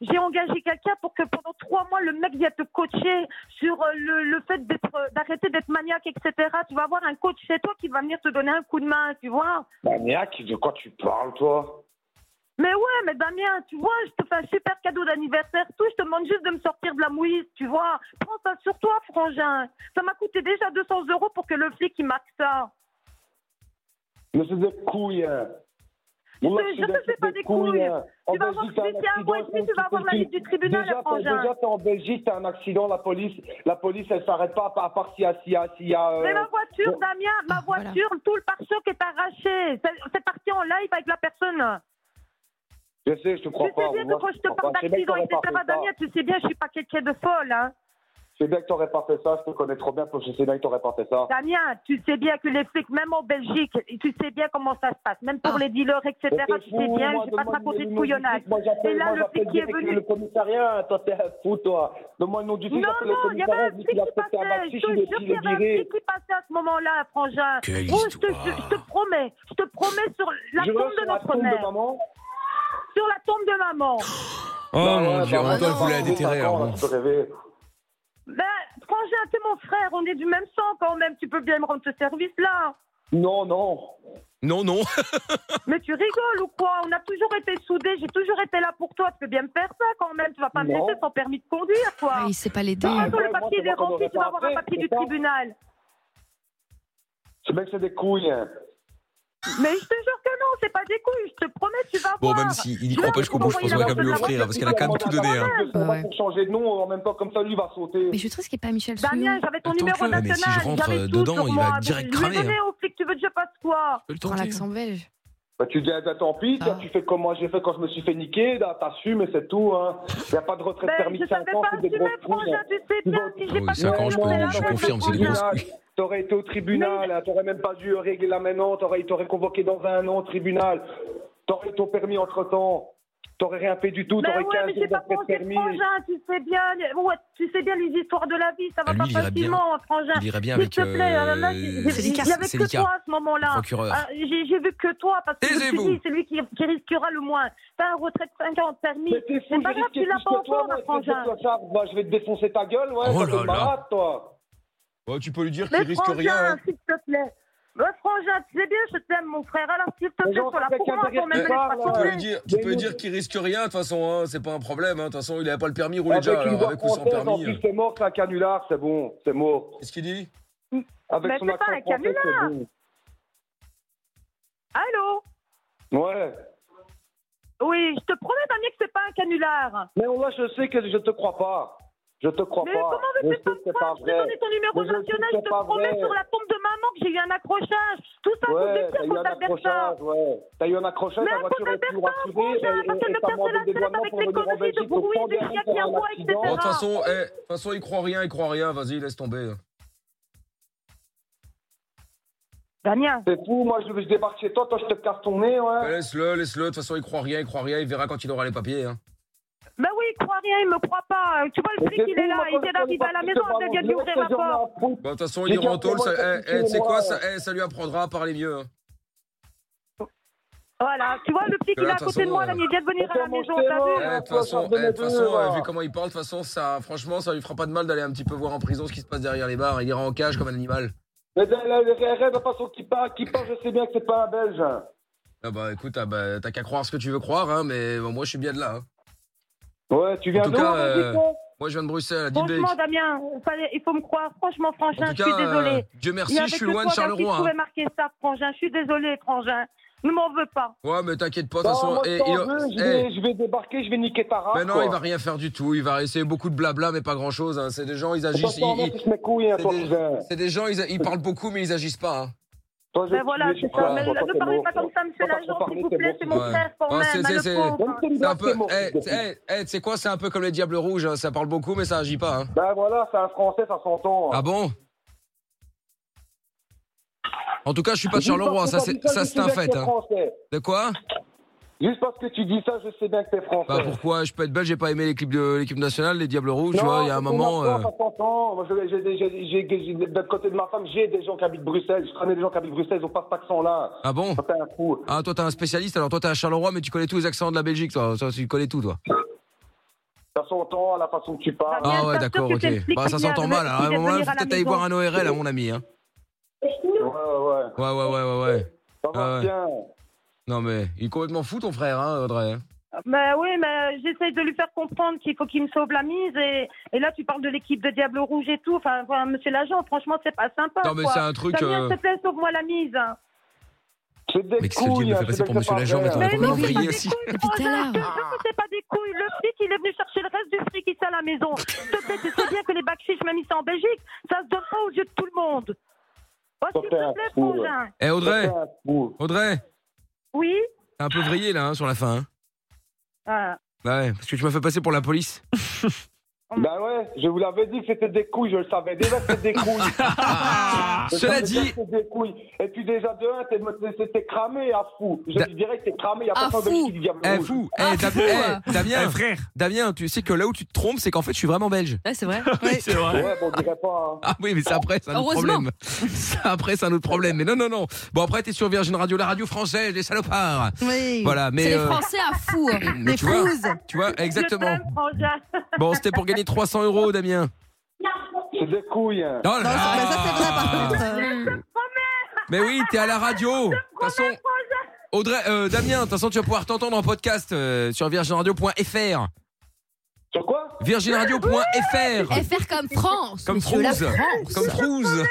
Speaker 2: j'ai engagé quelqu'un pour que pendant trois mois, le mec vienne te coacher sur euh, le, le fait d'être, euh, d'arrêter d'être maniaque, etc. Tu vas avoir un coach chez toi qui va venir te donner un coup de main, tu vois.
Speaker 8: Maniaque, de quoi tu parles, toi
Speaker 2: Mais ouais, mais Damien, tu vois, je te fais un super cadeau d'anniversaire, tout. Je te demande juste de me sortir de la mouise, tu vois. Prends ça sur toi, frangin. Ça m'a coûté déjà 200 euros pour que le flic, il marque ça.
Speaker 8: Mais c'est des couilles, hein. Mon
Speaker 2: te- je
Speaker 8: accident,
Speaker 2: te fais
Speaker 8: c'est
Speaker 2: pas des couilles.
Speaker 8: hein. En
Speaker 2: Tu vas
Speaker 8: Belgique,
Speaker 2: voir,
Speaker 8: t'as un
Speaker 2: d'ici un
Speaker 8: accident,
Speaker 2: mois et demi,
Speaker 8: c'est
Speaker 2: ah tu vas avoir la
Speaker 8: petit-
Speaker 2: liste du tribunal,
Speaker 8: Déjà, t'es-
Speaker 2: frangin.
Speaker 8: déjà, t'es en Belgique, t'as un accident, la police, la police, elle s'arrête pas, à part- à part s'il y a, s'il y a, s'il y a, euh,
Speaker 2: Mais ma voiture,
Speaker 8: bon.
Speaker 2: Damien, ma voiture, tout le pare-choc est arraché. C'est- C'est parti en live avec la personne.
Speaker 8: Je sais, je te crois
Speaker 2: Tu sais
Speaker 8: pas.
Speaker 2: bien
Speaker 8: moi,
Speaker 2: que quand je te parle
Speaker 8: crois pas. Je sais bien que
Speaker 2: d'accident,
Speaker 8: t'aurais
Speaker 2: etc.,
Speaker 8: pas fait ça.
Speaker 2: Damien, tu sais bien, je suis pas quelqu'un de folle, hein.
Speaker 8: Je sais bien que t'aurais pas fait ça, je te connais trop bien, parce que je sais bien que t'aurais pas fait ça.
Speaker 2: Damien, tu sais bien que les flics, même en Belgique, tu sais bien comment ça se passe. Même pour les dealers, etc.,
Speaker 8: Mais t'es
Speaker 2: tu
Speaker 8: fou,
Speaker 2: sais bien,
Speaker 8: Ah. euh, moi,
Speaker 2: je vais pas te
Speaker 8: donne-moi le
Speaker 2: raconter de
Speaker 8: nom du flic,
Speaker 2: couillonnage.
Speaker 8: moi, j'appelle-
Speaker 2: Et là,
Speaker 8: moi,
Speaker 2: le
Speaker 8: j'appelle
Speaker 2: flic qui est
Speaker 8: direct
Speaker 2: venu-
Speaker 8: Le commissariat, hein, toi, t'es un fou, toi. Donne-moi le nom du flic,
Speaker 2: Non,
Speaker 8: j'appelle le
Speaker 2: non, il y avait
Speaker 8: commissariat,
Speaker 2: un
Speaker 8: je dis
Speaker 2: flic
Speaker 8: qu'il
Speaker 2: qui
Speaker 8: a peut-être
Speaker 2: passait.
Speaker 8: un maxi,
Speaker 2: Je
Speaker 8: je
Speaker 2: te
Speaker 8: vais
Speaker 2: jure qu'il
Speaker 8: le
Speaker 2: y avait un
Speaker 8: virer.
Speaker 2: flic qui passait à ce moment-là, Frangin.
Speaker 1: Quelle
Speaker 2: Oh, je, te,
Speaker 1: histoire.
Speaker 2: je- je te promets, je te promets sur la
Speaker 8: Je
Speaker 2: tombe
Speaker 8: reste
Speaker 2: de
Speaker 8: sur la
Speaker 2: notre
Speaker 8: tombe de
Speaker 2: mère.
Speaker 8: maman.
Speaker 2: Sur la tombe de maman.
Speaker 1: Oh
Speaker 8: Bah
Speaker 1: mon
Speaker 8: ouais,
Speaker 1: dieu,
Speaker 8: bah ouais,
Speaker 1: Antoine
Speaker 8: bah
Speaker 1: vous
Speaker 8: ouais,
Speaker 1: l'a
Speaker 8: bah ouais,
Speaker 1: déterré.
Speaker 4: hein,
Speaker 8: d'accord,
Speaker 1: alors.
Speaker 8: là, tu peux rêver.
Speaker 2: Ben, Frangin, t'es mon frère, on est du même sang quand même. Tu peux bien me rendre ce service-là.
Speaker 8: Non, non.
Speaker 1: Non, non.
Speaker 2: Mais tu rigoles ou quoi On a toujours été soudés, j'ai toujours été là pour toi. Tu peux bien me faire ça quand même. Tu vas pas me
Speaker 8: Non.
Speaker 2: laisser sans permis de conduire, quoi.
Speaker 10: Ah, il sait pas l'aider.
Speaker 2: Ah, attends,
Speaker 8: ouais,
Speaker 2: le
Speaker 8: moi,
Speaker 2: papier
Speaker 8: c'est
Speaker 2: il est
Speaker 8: moi qu'on
Speaker 2: rempli,
Speaker 8: aurait
Speaker 2: tu vas
Speaker 8: pas
Speaker 2: avoir
Speaker 8: fait,
Speaker 2: un papier
Speaker 8: c'est
Speaker 2: du
Speaker 8: ça
Speaker 2: tribunal.
Speaker 8: Ce mec, c'est des couilles. hein.
Speaker 2: Mais je te jure que non, c'est pas des couilles, je te promets, tu vas
Speaker 1: Bon,
Speaker 2: voir.
Speaker 1: même s'il il y croit pas jusqu'au bout, je pense qu'on va quand même lui offrir, hein, parce qu'elle a quand même tout donné. hein.
Speaker 8: On va
Speaker 10: Ouais.
Speaker 8: pour changer de nom, en même temps, comme ça, lui, il va sauter.
Speaker 10: Mais je suis triste qu'il n'y ait pas Michel
Speaker 2: Damien,
Speaker 10: Souillon.
Speaker 2: j'avais ton
Speaker 1: Attends
Speaker 2: numéro
Speaker 1: que- mais
Speaker 2: national.
Speaker 1: si je rentre,
Speaker 2: j'avais
Speaker 1: euh,
Speaker 2: tout
Speaker 1: dedans,
Speaker 2: sur
Speaker 1: il
Speaker 2: moi.
Speaker 1: va direct hein.
Speaker 2: Je lui ai
Speaker 1: cramer,
Speaker 2: donné au flic, tu veux que je fasse quoi
Speaker 10: Prends l'accent belge.
Speaker 8: Bah, tu dis, bah, tant pis, toi,
Speaker 10: Ah.
Speaker 8: tu fais comme moi j'ai fait quand je me suis fait niquer, là, t'assumes et c'est tout. Hein. Y a pas de retraite
Speaker 2: Ben,
Speaker 8: permis
Speaker 2: je
Speaker 8: de 5
Speaker 2: savais
Speaker 8: ans,
Speaker 2: pas
Speaker 8: c'est des
Speaker 2: assumer,
Speaker 8: grosses couilles.
Speaker 2: frangin,
Speaker 8: hein.
Speaker 2: tu sais bien si
Speaker 1: Ah
Speaker 2: j'ai
Speaker 1: oui,
Speaker 2: pas
Speaker 1: cinq ans, je peux-
Speaker 2: de
Speaker 1: je
Speaker 2: numéro
Speaker 1: confirme, c'est des
Speaker 2: national.
Speaker 1: grosses
Speaker 8: couilles. T'aurais été au tribunal, hein, t'aurais même pas dû régler la maintenant, t'aurais, t'aurais convoqué dans un an au tribunal, t'aurais ton permis entre temps, t'aurais rien fait du
Speaker 2: Mais
Speaker 8: tout, t'aurais
Speaker 2: Ben ouais,
Speaker 8: 15
Speaker 2: mais
Speaker 8: jours
Speaker 2: c'est pas hein.
Speaker 8: d'après
Speaker 2: pour
Speaker 8: le
Speaker 2: c'est
Speaker 8: permis.
Speaker 2: frangin, tu sais bien, les- ouais, tu sais bien les histoires de la vie, ça
Speaker 1: Ah,
Speaker 2: va
Speaker 1: lui,
Speaker 2: pas
Speaker 1: il ira bien.
Speaker 2: facilement, hein, frangin.
Speaker 1: Il irait bien
Speaker 2: S'il
Speaker 1: avec
Speaker 2: te plaît,
Speaker 1: euh,
Speaker 2: ah là là, j'ai- j'ai- il
Speaker 1: Célika.
Speaker 2: n'y avait que
Speaker 1: Célika,
Speaker 2: toi à ce
Speaker 1: le
Speaker 2: moment-là.
Speaker 1: procureur.
Speaker 2: Ah, j'ai j'ai vu que toi, parce que je me suis
Speaker 1: Taisez-vous.
Speaker 2: dit, c'est lui qui, qui risquera le moins. T'as un retrait de 5 ans de permis.
Speaker 8: Mais t'es fou,
Speaker 2: C'est pas grave,
Speaker 8: j'ai risqué
Speaker 2: tu l'as
Speaker 8: plus
Speaker 2: pas
Speaker 8: que toi,
Speaker 2: encore,
Speaker 8: moi,
Speaker 2: ma
Speaker 8: je vais te
Speaker 2: frangin.
Speaker 8: dire ça, moi, je vais te défoncer ta gueule, ouais,
Speaker 1: Oh
Speaker 8: toi,
Speaker 1: là
Speaker 8: t'es malade, toi.
Speaker 1: Ouais, tu peux lui dire
Speaker 2: Mais
Speaker 1: hein.
Speaker 2: frangin, s'il te plaît. Mais frangin, tu sais bien, je t'aime, mon frère. Alors, s'il te
Speaker 8: Mais
Speaker 2: plaît,
Speaker 8: genre,
Speaker 2: sur la
Speaker 8: ça fait
Speaker 2: pour moi,
Speaker 8: qu'un
Speaker 2: quand même, laisse
Speaker 8: délire de hein.
Speaker 2: pas
Speaker 8: part,
Speaker 11: peux
Speaker 2: tomber.
Speaker 8: là. Tu
Speaker 11: lui dire, tu peux lui dire qu'il risque rien, de toute façon, hein, c'est pas un problème. hein, De toute façon, il n'avait pas le permis, il roulait déjà
Speaker 8: Avec une
Speaker 11: alors,
Speaker 8: voix
Speaker 11: avec ou sans
Speaker 8: française, en
Speaker 11: permis.
Speaker 8: plus, c'est mort, c'est un canular, c'est bon, c'est mort.
Speaker 11: Qu'est-ce qu'il dit
Speaker 8: Avec
Speaker 2: Mais
Speaker 8: son
Speaker 2: c'est pas
Speaker 8: accent
Speaker 2: un
Speaker 8: français,
Speaker 2: canular. Allô
Speaker 8: c'est bon. Ouais.
Speaker 2: Oui, je te promets, Damien, que c'est pas un canular.
Speaker 8: Mais là, je sais que je te crois pas. Je te crois
Speaker 2: Mais
Speaker 8: pas.
Speaker 2: comment
Speaker 8: je
Speaker 2: veux-tu
Speaker 8: sais
Speaker 2: pas
Speaker 8: que
Speaker 2: me
Speaker 8: c'est
Speaker 2: croire Je te
Speaker 8: vrai.
Speaker 2: donnais ton numéro
Speaker 8: Mais je sais que
Speaker 2: national,
Speaker 8: c'est
Speaker 2: je te
Speaker 8: pas
Speaker 2: promets
Speaker 8: vrai.
Speaker 2: sur la tombe de maman que j'ai eu un accrochage. Tout ça pour
Speaker 8: Ouais,
Speaker 2: te
Speaker 8: t'as
Speaker 2: dire
Speaker 8: eu un
Speaker 2: qu'on Alberta.
Speaker 8: accrochage, ouais. T'as eu un accrochage,
Speaker 2: Mais
Speaker 8: la
Speaker 2: un
Speaker 8: voiture est plus
Speaker 2: Alberta,
Speaker 8: rassurée
Speaker 2: franchement, j'ai
Speaker 8: et- et-
Speaker 2: arrêté de
Speaker 8: et
Speaker 2: me
Speaker 8: t'as
Speaker 2: casser
Speaker 8: demandé
Speaker 2: la
Speaker 8: des
Speaker 2: tête
Speaker 8: douanements
Speaker 2: avec
Speaker 8: pour
Speaker 2: les
Speaker 8: venir en
Speaker 2: conneries de
Speaker 8: Belgique au
Speaker 2: bruit,
Speaker 8: fond
Speaker 2: de
Speaker 8: derrière
Speaker 2: chiens
Speaker 8: pour
Speaker 2: qui
Speaker 8: un
Speaker 2: aboient,
Speaker 8: accident.
Speaker 11: Bon, De
Speaker 2: etc.
Speaker 11: toute façon, eh, de toute façon, il croit rien, il croit rien, vas-y, laisse tomber.
Speaker 2: Damien,
Speaker 8: C'est fou, moi je, je débarque chez toi, toi je te casse ton nez, ouais.
Speaker 11: Ouais, laisse-le, laisse-le, de toute façon, il croit rien, il croit rien, il verra quand il aura les papiers. hein.
Speaker 2: mais oui, il croit rien, il me croit pas. Euh, Tu vois, le fric, il est là, il vient d'arriver à la maison, il vient d'y ouvrir la porte.
Speaker 11: Bah, de toute façon,
Speaker 8: Les
Speaker 11: il ira
Speaker 8: gars,
Speaker 11: en tôle,
Speaker 8: c'est moi qui
Speaker 11: ça- eh,
Speaker 8: ai touché,
Speaker 11: eh, tu sais
Speaker 8: moi,
Speaker 11: quoi,
Speaker 8: ouais.
Speaker 11: ça, eh, ça lui apprendra à parler mieux. hein.
Speaker 2: Voilà, tu vois, le fric,
Speaker 11: Là,
Speaker 2: il est à
Speaker 11: de toute
Speaker 2: côté de
Speaker 11: façon,
Speaker 2: moi,
Speaker 11: euh,
Speaker 2: là, il vient de venir à la
Speaker 8: Comment
Speaker 2: maison,
Speaker 8: c'est
Speaker 2: t'as
Speaker 8: mort
Speaker 11: Eh,
Speaker 2: vu
Speaker 11: De
Speaker 8: Ouais,
Speaker 11: toute façon,
Speaker 8: ça
Speaker 11: eh,
Speaker 8: fait
Speaker 11: de toute
Speaker 8: les deux,
Speaker 11: façon,
Speaker 8: là.
Speaker 11: eh, vu comment il parle, de toute façon, ça, franchement, ça lui fera pas de mal d'aller un petit peu voir en prison ce qui se passe derrière les bars. Il ira en cage comme un animal.
Speaker 8: Mais dans la- le rêve, de toute façon, qui parle, qui parle, je sais bien que c'est pas un belge.
Speaker 11: Ah bah écoute, ah bah, t'as qu'à croire ce que tu veux croire, hein, mais bon, moi je suis bien de là. hein.
Speaker 8: Ouais, tu viens
Speaker 11: En tout
Speaker 8: de
Speaker 11: cas,
Speaker 8: où,
Speaker 11: euh,
Speaker 8: Nico
Speaker 11: Moi je viens de Bruxelles, à Dilbeek.
Speaker 2: Franchement, Damien, fallait- il faut me croire. Franchement,
Speaker 11: En
Speaker 2: Frangin,
Speaker 11: tout
Speaker 2: je suis
Speaker 11: cas,
Speaker 2: désolée.
Speaker 11: euh, Dieu merci,
Speaker 2: Il y avait
Speaker 11: je suis
Speaker 2: que
Speaker 11: loin de
Speaker 2: toi, Damien,
Speaker 11: Charleroi.
Speaker 2: qui
Speaker 11: hein.
Speaker 2: pouvais marquer ça, Frangin. Je suis désolée, Frangin. Ne m'en veux pas.
Speaker 11: Ouais, mais t'inquiète pas, de
Speaker 8: Bah,
Speaker 11: toute façon.
Speaker 8: moi, je
Speaker 11: eh,
Speaker 8: t'en
Speaker 11: il-
Speaker 8: veux, je
Speaker 11: eh,
Speaker 8: vais- Je vais débarquer, je vais niquer ta race.
Speaker 11: mais non,
Speaker 8: quoi.
Speaker 11: il va rien faire du tout. Il va essayer beaucoup de blabla, mais pas grand chose. C'est des gens, ils
Speaker 8: De toute
Speaker 11: agissent.
Speaker 8: façon,
Speaker 11: ils-
Speaker 8: moi,
Speaker 11: ils-
Speaker 8: touche mes couilles, hein,
Speaker 11: c'est
Speaker 8: toi,
Speaker 11: des-
Speaker 8: cousin.
Speaker 11: C'est des gens, ils, ils parlent beaucoup, mais ils agissent pas. hein.
Speaker 8: Toi, je
Speaker 2: Ben voilà,
Speaker 8: je-
Speaker 2: c'est
Speaker 8: toi,
Speaker 2: ça. Mais
Speaker 8: toi,
Speaker 2: ne
Speaker 8: t'es
Speaker 2: parlez
Speaker 8: mort,
Speaker 2: pas
Speaker 8: toi.
Speaker 2: comme ça, monsieur
Speaker 8: Toi,
Speaker 11: bah,
Speaker 8: t'as
Speaker 2: l'agent,
Speaker 8: parlé,
Speaker 2: s'il vous
Speaker 8: t'es
Speaker 2: plaît.
Speaker 8: mort,
Speaker 2: C'est mon
Speaker 11: ouais.
Speaker 2: frère, quand
Speaker 11: Ouais,
Speaker 2: même.
Speaker 11: c'est-
Speaker 2: hein,
Speaker 11: c'est-
Speaker 2: le pauvre.
Speaker 8: Même si t'es
Speaker 11: C'est un
Speaker 8: mort,
Speaker 11: peu.
Speaker 8: t'es mort,
Speaker 11: eh,
Speaker 8: t'es mort.
Speaker 11: eh, eh, c'est quoi C'est un peu comme les Diables Rouges. hein, Ça parle beaucoup, mais ça agit pas. hein.
Speaker 8: Ben voilà, c'est un français, ça s'entend.
Speaker 11: Ah bon En tout cas, je suis pas
Speaker 8: Ah,
Speaker 11: de Charleroi. Ça, c'est ça, c'est un fait. hein. De quoi
Speaker 8: Juste parce que tu dis ça, je sais bien que t'es français.
Speaker 11: Bah pourquoi Je peux être belge. J'ai pas aimé les clips de l'équipe nationale, les Diables Rouges. tu Oh, vois, il y a un
Speaker 8: c'est
Speaker 11: moment.
Speaker 8: marrant,
Speaker 11: euh,
Speaker 8: ça s'entend. Moi, je- j'ai- j'ai- j'ai- j'ai- j'ai- D'un côté de ma femme, j'ai des gens qui habitent Bruxelles. Je connais des gens qui habitent Bruxelles, ils ont pas cet accent-là.
Speaker 11: Ah bon
Speaker 8: Ça, C'est un fou.
Speaker 11: Ah, toi, t'es un spécialiste, alors toi, t'es à Charleroi, mais tu connais tous les accents de la Belgique, toi. Toi, tu connais tout, toi.
Speaker 8: Ça s'entend, la façon que tu parles.
Speaker 2: Ah, Bien,
Speaker 11: Ah, ouais,
Speaker 2: bien
Speaker 11: d'accord,
Speaker 2: sûr que
Speaker 11: ok.
Speaker 2: c'est le flic
Speaker 11: Bah, ça
Speaker 2: qui vient
Speaker 11: s'entend
Speaker 2: de-
Speaker 11: mal. Alors, à
Speaker 2: qui
Speaker 11: un
Speaker 2: vient de
Speaker 11: moment-là,
Speaker 2: venir à
Speaker 11: faut
Speaker 2: la
Speaker 11: peut-être aller
Speaker 2: maison.
Speaker 11: voir un ORL, à mon ami. Hein.
Speaker 8: Ouais, ouais, ouais.
Speaker 11: Ouais, ouais, ouais, ouais, ouais.
Speaker 8: Ça va
Speaker 11: Ah ouais.
Speaker 8: bien.
Speaker 11: Non, mais il est complètement fou, ton frère, hein, Audrey. hein.
Speaker 2: Mais oui, mais j'essaye de lui faire comprendre qu'il faut qu'il me sauve la mise. Et, et là, tu parles de l'équipe de Diable Rouge et tout. Enfin, voilà, monsieur l'agent, franchement, c'est pas sympa.
Speaker 11: Non, mais
Speaker 2: quoi.
Speaker 11: c'est un truc.
Speaker 2: Damien,
Speaker 11: euh,
Speaker 2: s'il te plaît, sauve-moi la mise.
Speaker 8: C'est des
Speaker 1: Mais qu'est-ce que le
Speaker 8: couilles,
Speaker 1: Dieu me
Speaker 8: hein,
Speaker 1: fait
Speaker 8: c'est
Speaker 1: passer pour
Speaker 8: des hein.
Speaker 1: Monsieur l'agent
Speaker 8: cafards.
Speaker 1: maintenant
Speaker 2: Mais
Speaker 1: qu'on
Speaker 2: non,
Speaker 1: est
Speaker 2: c'est pas
Speaker 1: envoyé
Speaker 2: des
Speaker 1: ici
Speaker 2: couilles,
Speaker 10: Depuis tout à
Speaker 2: Rosa, je te
Speaker 10: l'heure.
Speaker 2: jure que c'est pas des couilles. Le flic, il est venu chercher le reste du fric ici à la maison. S'il te plaît, tu sais bien que les bacs chiches, même ici en Belgique, ça se donne pas aux yeux de tout le monde. Oh, s'il te plaît, frangin.
Speaker 11: Eh,
Speaker 8: C'est
Speaker 11: Audrey,
Speaker 8: un fou.
Speaker 11: Audrey,
Speaker 2: Oui
Speaker 11: t'es un peu vrillé, là, hein, sur la fin. hein.
Speaker 2: Ah,
Speaker 11: Bah ouais, parce que tu m'as fait passer pour la police.
Speaker 8: Ben ouais, je vous l'avais dit que c'était des couilles, je le savais déjà que c'était des couilles.
Speaker 11: Ah.
Speaker 8: Je
Speaker 1: Cela
Speaker 8: savais déjà
Speaker 1: dit,
Speaker 8: que c'était des couilles. Et puis déjà de un, t'es- t'es- t'es cramé à fou. Je
Speaker 11: Da-
Speaker 8: te dirais que t'es cramé, y a
Speaker 3: À
Speaker 8: personne de
Speaker 3: fou.
Speaker 8: qui dit diable
Speaker 11: Eh,
Speaker 8: rouge.
Speaker 11: fou. Eh,
Speaker 3: Ah,
Speaker 11: Dam-
Speaker 3: fou,
Speaker 11: eh,
Speaker 4: Eh,
Speaker 11: Damien,
Speaker 4: frère,
Speaker 1: Damien, tu sais que là où tu te trompes, c'est qu'en fait, je suis vraiment belge.
Speaker 3: Ouais, c'est vrai.
Speaker 4: c'est vrai.
Speaker 8: Ouais, bon, on dirait pas. hein.
Speaker 1: Ah oui, mais ça après, c'est un autre
Speaker 3: Heureusement.
Speaker 1: problème. Ça après, c'est un autre problème. Mais non, non, non. Bon, après, t'es sur Virgin Radio, la radio française, les salopards.
Speaker 5: Oui.
Speaker 1: Voilà, mais.
Speaker 3: C'est les
Speaker 1: euh,
Speaker 3: Français à fou.
Speaker 1: mais
Speaker 5: hein. Les
Speaker 1: tu vois,
Speaker 5: frouzes.
Speaker 1: tu vois, exactement.
Speaker 2: Je t'aime, frangin.
Speaker 1: Bon, c'était pour gagner 300 euros, Damien.
Speaker 8: C'est des couilles. hein.
Speaker 1: Oh là
Speaker 5: Non,
Speaker 1: là.
Speaker 5: ça, mais ça, c'est vrai, par contre. euh,
Speaker 1: Mais oui, t'es à la radio. De toute façon, Audrey, euh, Damien, de toute façon, tu vas pouvoir t'entendre en podcast euh, sur virginradio.fr.
Speaker 8: Sur quoi
Speaker 1: Virginradio.fr.
Speaker 3: FR comme France.
Speaker 1: Comme
Speaker 3: monsieur, la
Speaker 1: Frouze.
Speaker 3: France.
Speaker 1: Comme Frouze.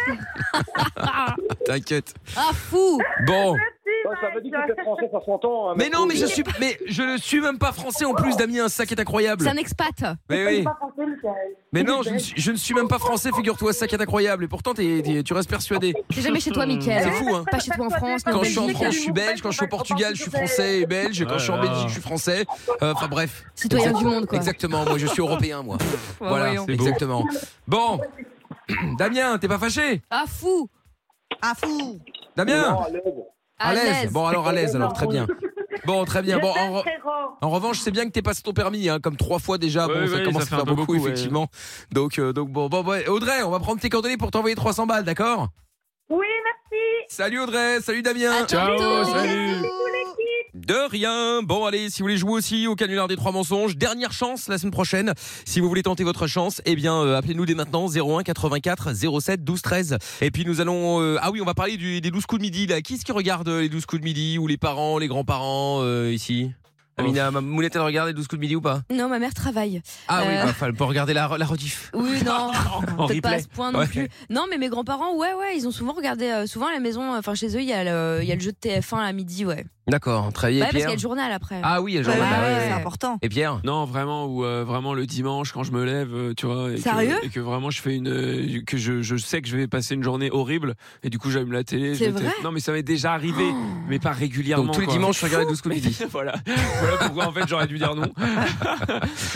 Speaker 1: Ah, T'inquiète.
Speaker 3: Ah, fou.
Speaker 1: Bon.
Speaker 8: Ouais, je t'avais dit que t'étais français, ça s'entend. hein,
Speaker 1: Mais non, mais je
Speaker 8: couilles.
Speaker 1: suis, mais je ne suis même pas français en plus, Damien. C'est ça qui est
Speaker 3: C'est
Speaker 1: incroyable.
Speaker 3: un expat.
Speaker 1: Mais oui. Mais non, je ne, suis- je ne suis même pas français, figure-toi, c'est ça qui est incroyable. Et pourtant, t'es- t'es- tu restes persuadé.
Speaker 3: T'es jamais chez toi,
Speaker 1: C'est
Speaker 3: Mickaël.
Speaker 1: fou, hein.
Speaker 3: Pas chez toi en France, mais en
Speaker 1: Quand je suis en
Speaker 3: Belgique.
Speaker 1: France, je suis belge. Quand je suis au Portugal, je suis français et belge. Quand je suis en Belgique, je suis français. Euh, Enfin bref.
Speaker 3: Citoyen du monde, quoi.
Speaker 1: Exactement, moi je suis européen, moi.
Speaker 3: Ouais,
Speaker 1: voilà,
Speaker 3: voyons.
Speaker 4: C'est beau.
Speaker 1: exactement. Bon, Damien, t'es pas fâché
Speaker 3: Ah fou
Speaker 5: Ah fou
Speaker 1: Damien
Speaker 8: Non, à l'aise.
Speaker 1: À l'aise. Bon, alors à l'aise, alors très bien. Bon, très bien.
Speaker 2: Je
Speaker 1: Bon,
Speaker 2: sais,
Speaker 1: en, re-
Speaker 2: frérot.
Speaker 1: en revanche, c'est bien que t'aies passé ton permis, hein, comme trois fois déjà.
Speaker 4: Ouais,
Speaker 1: bon, ça
Speaker 4: ouais,
Speaker 1: commence
Speaker 4: ça fait
Speaker 1: à
Speaker 4: un
Speaker 1: faire
Speaker 4: peu
Speaker 1: beaucoup,
Speaker 4: beaucoup, ouais.
Speaker 1: effectivement. Donc, euh, donc bon, bon, bon, Audrey, on va prendre tes coordonnées pour t'envoyer 300 balles, d'accord
Speaker 2: Oui, merci.
Speaker 1: Salut Audrey, salut Damien.
Speaker 4: Ciao, salut.
Speaker 1: De rien. Bon, allez, si vous voulez jouer aussi au canular des trois mensonges, dernière chance la semaine prochaine. Si vous voulez tenter votre chance, eh bien, euh, appelez-nous dès maintenant 01 84 07 12 13. Et puis nous allons, euh, ah oui, on va parler du- des 12 coups de midi. Là, qui est-ce qui regarde euh, les 12 coups de midi ou les parents, les grands-parents euh, ici? Amina, ma- Moulette, elle regarde les 12 coups de midi ou pas
Speaker 3: Non, ma mère travaille.
Speaker 1: Ah oui,
Speaker 3: Euh.
Speaker 1: bah, faut- faut regarder la, la rediff.
Speaker 3: Oui, non,
Speaker 4: En
Speaker 3: peut-être pas à
Speaker 4: replay.
Speaker 3: ce point non
Speaker 1: Ouais.
Speaker 3: plus. Non, mais mes grands-parents, ouais, ouais, ils ont souvent regardé, euh, souvent à la maison, enfin chez eux, il y, a le- il y a le jeu de TF1 à midi, ouais.
Speaker 1: D'accord, très bien.
Speaker 3: ouais, parce qu'il y a le journal après.
Speaker 1: Ah oui, il y a le
Speaker 5: Bah
Speaker 1: journal,
Speaker 5: oui,
Speaker 1: bah ouais,
Speaker 5: C'est
Speaker 1: ouais.
Speaker 5: important.
Speaker 1: Et Pierre
Speaker 4: Non, vraiment, ou euh, vraiment le dimanche quand je me lève, euh, tu vois, et
Speaker 5: Sérieux
Speaker 4: que, et que vraiment je fais une, euh, que je, je sais que je vais passer une journée horrible, et du coup j'allume la télé. je
Speaker 3: C'est
Speaker 4: me tape-
Speaker 3: vrai Oh.
Speaker 4: non, mais ça m'est déjà arrivé, mais pas régulièrement.
Speaker 1: Donc tous les
Speaker 4: quoi.
Speaker 1: dimanches, je regarde les 12 coups de midi.
Speaker 4: voilà. voilà pourquoi en fait j'aurais dû dire non.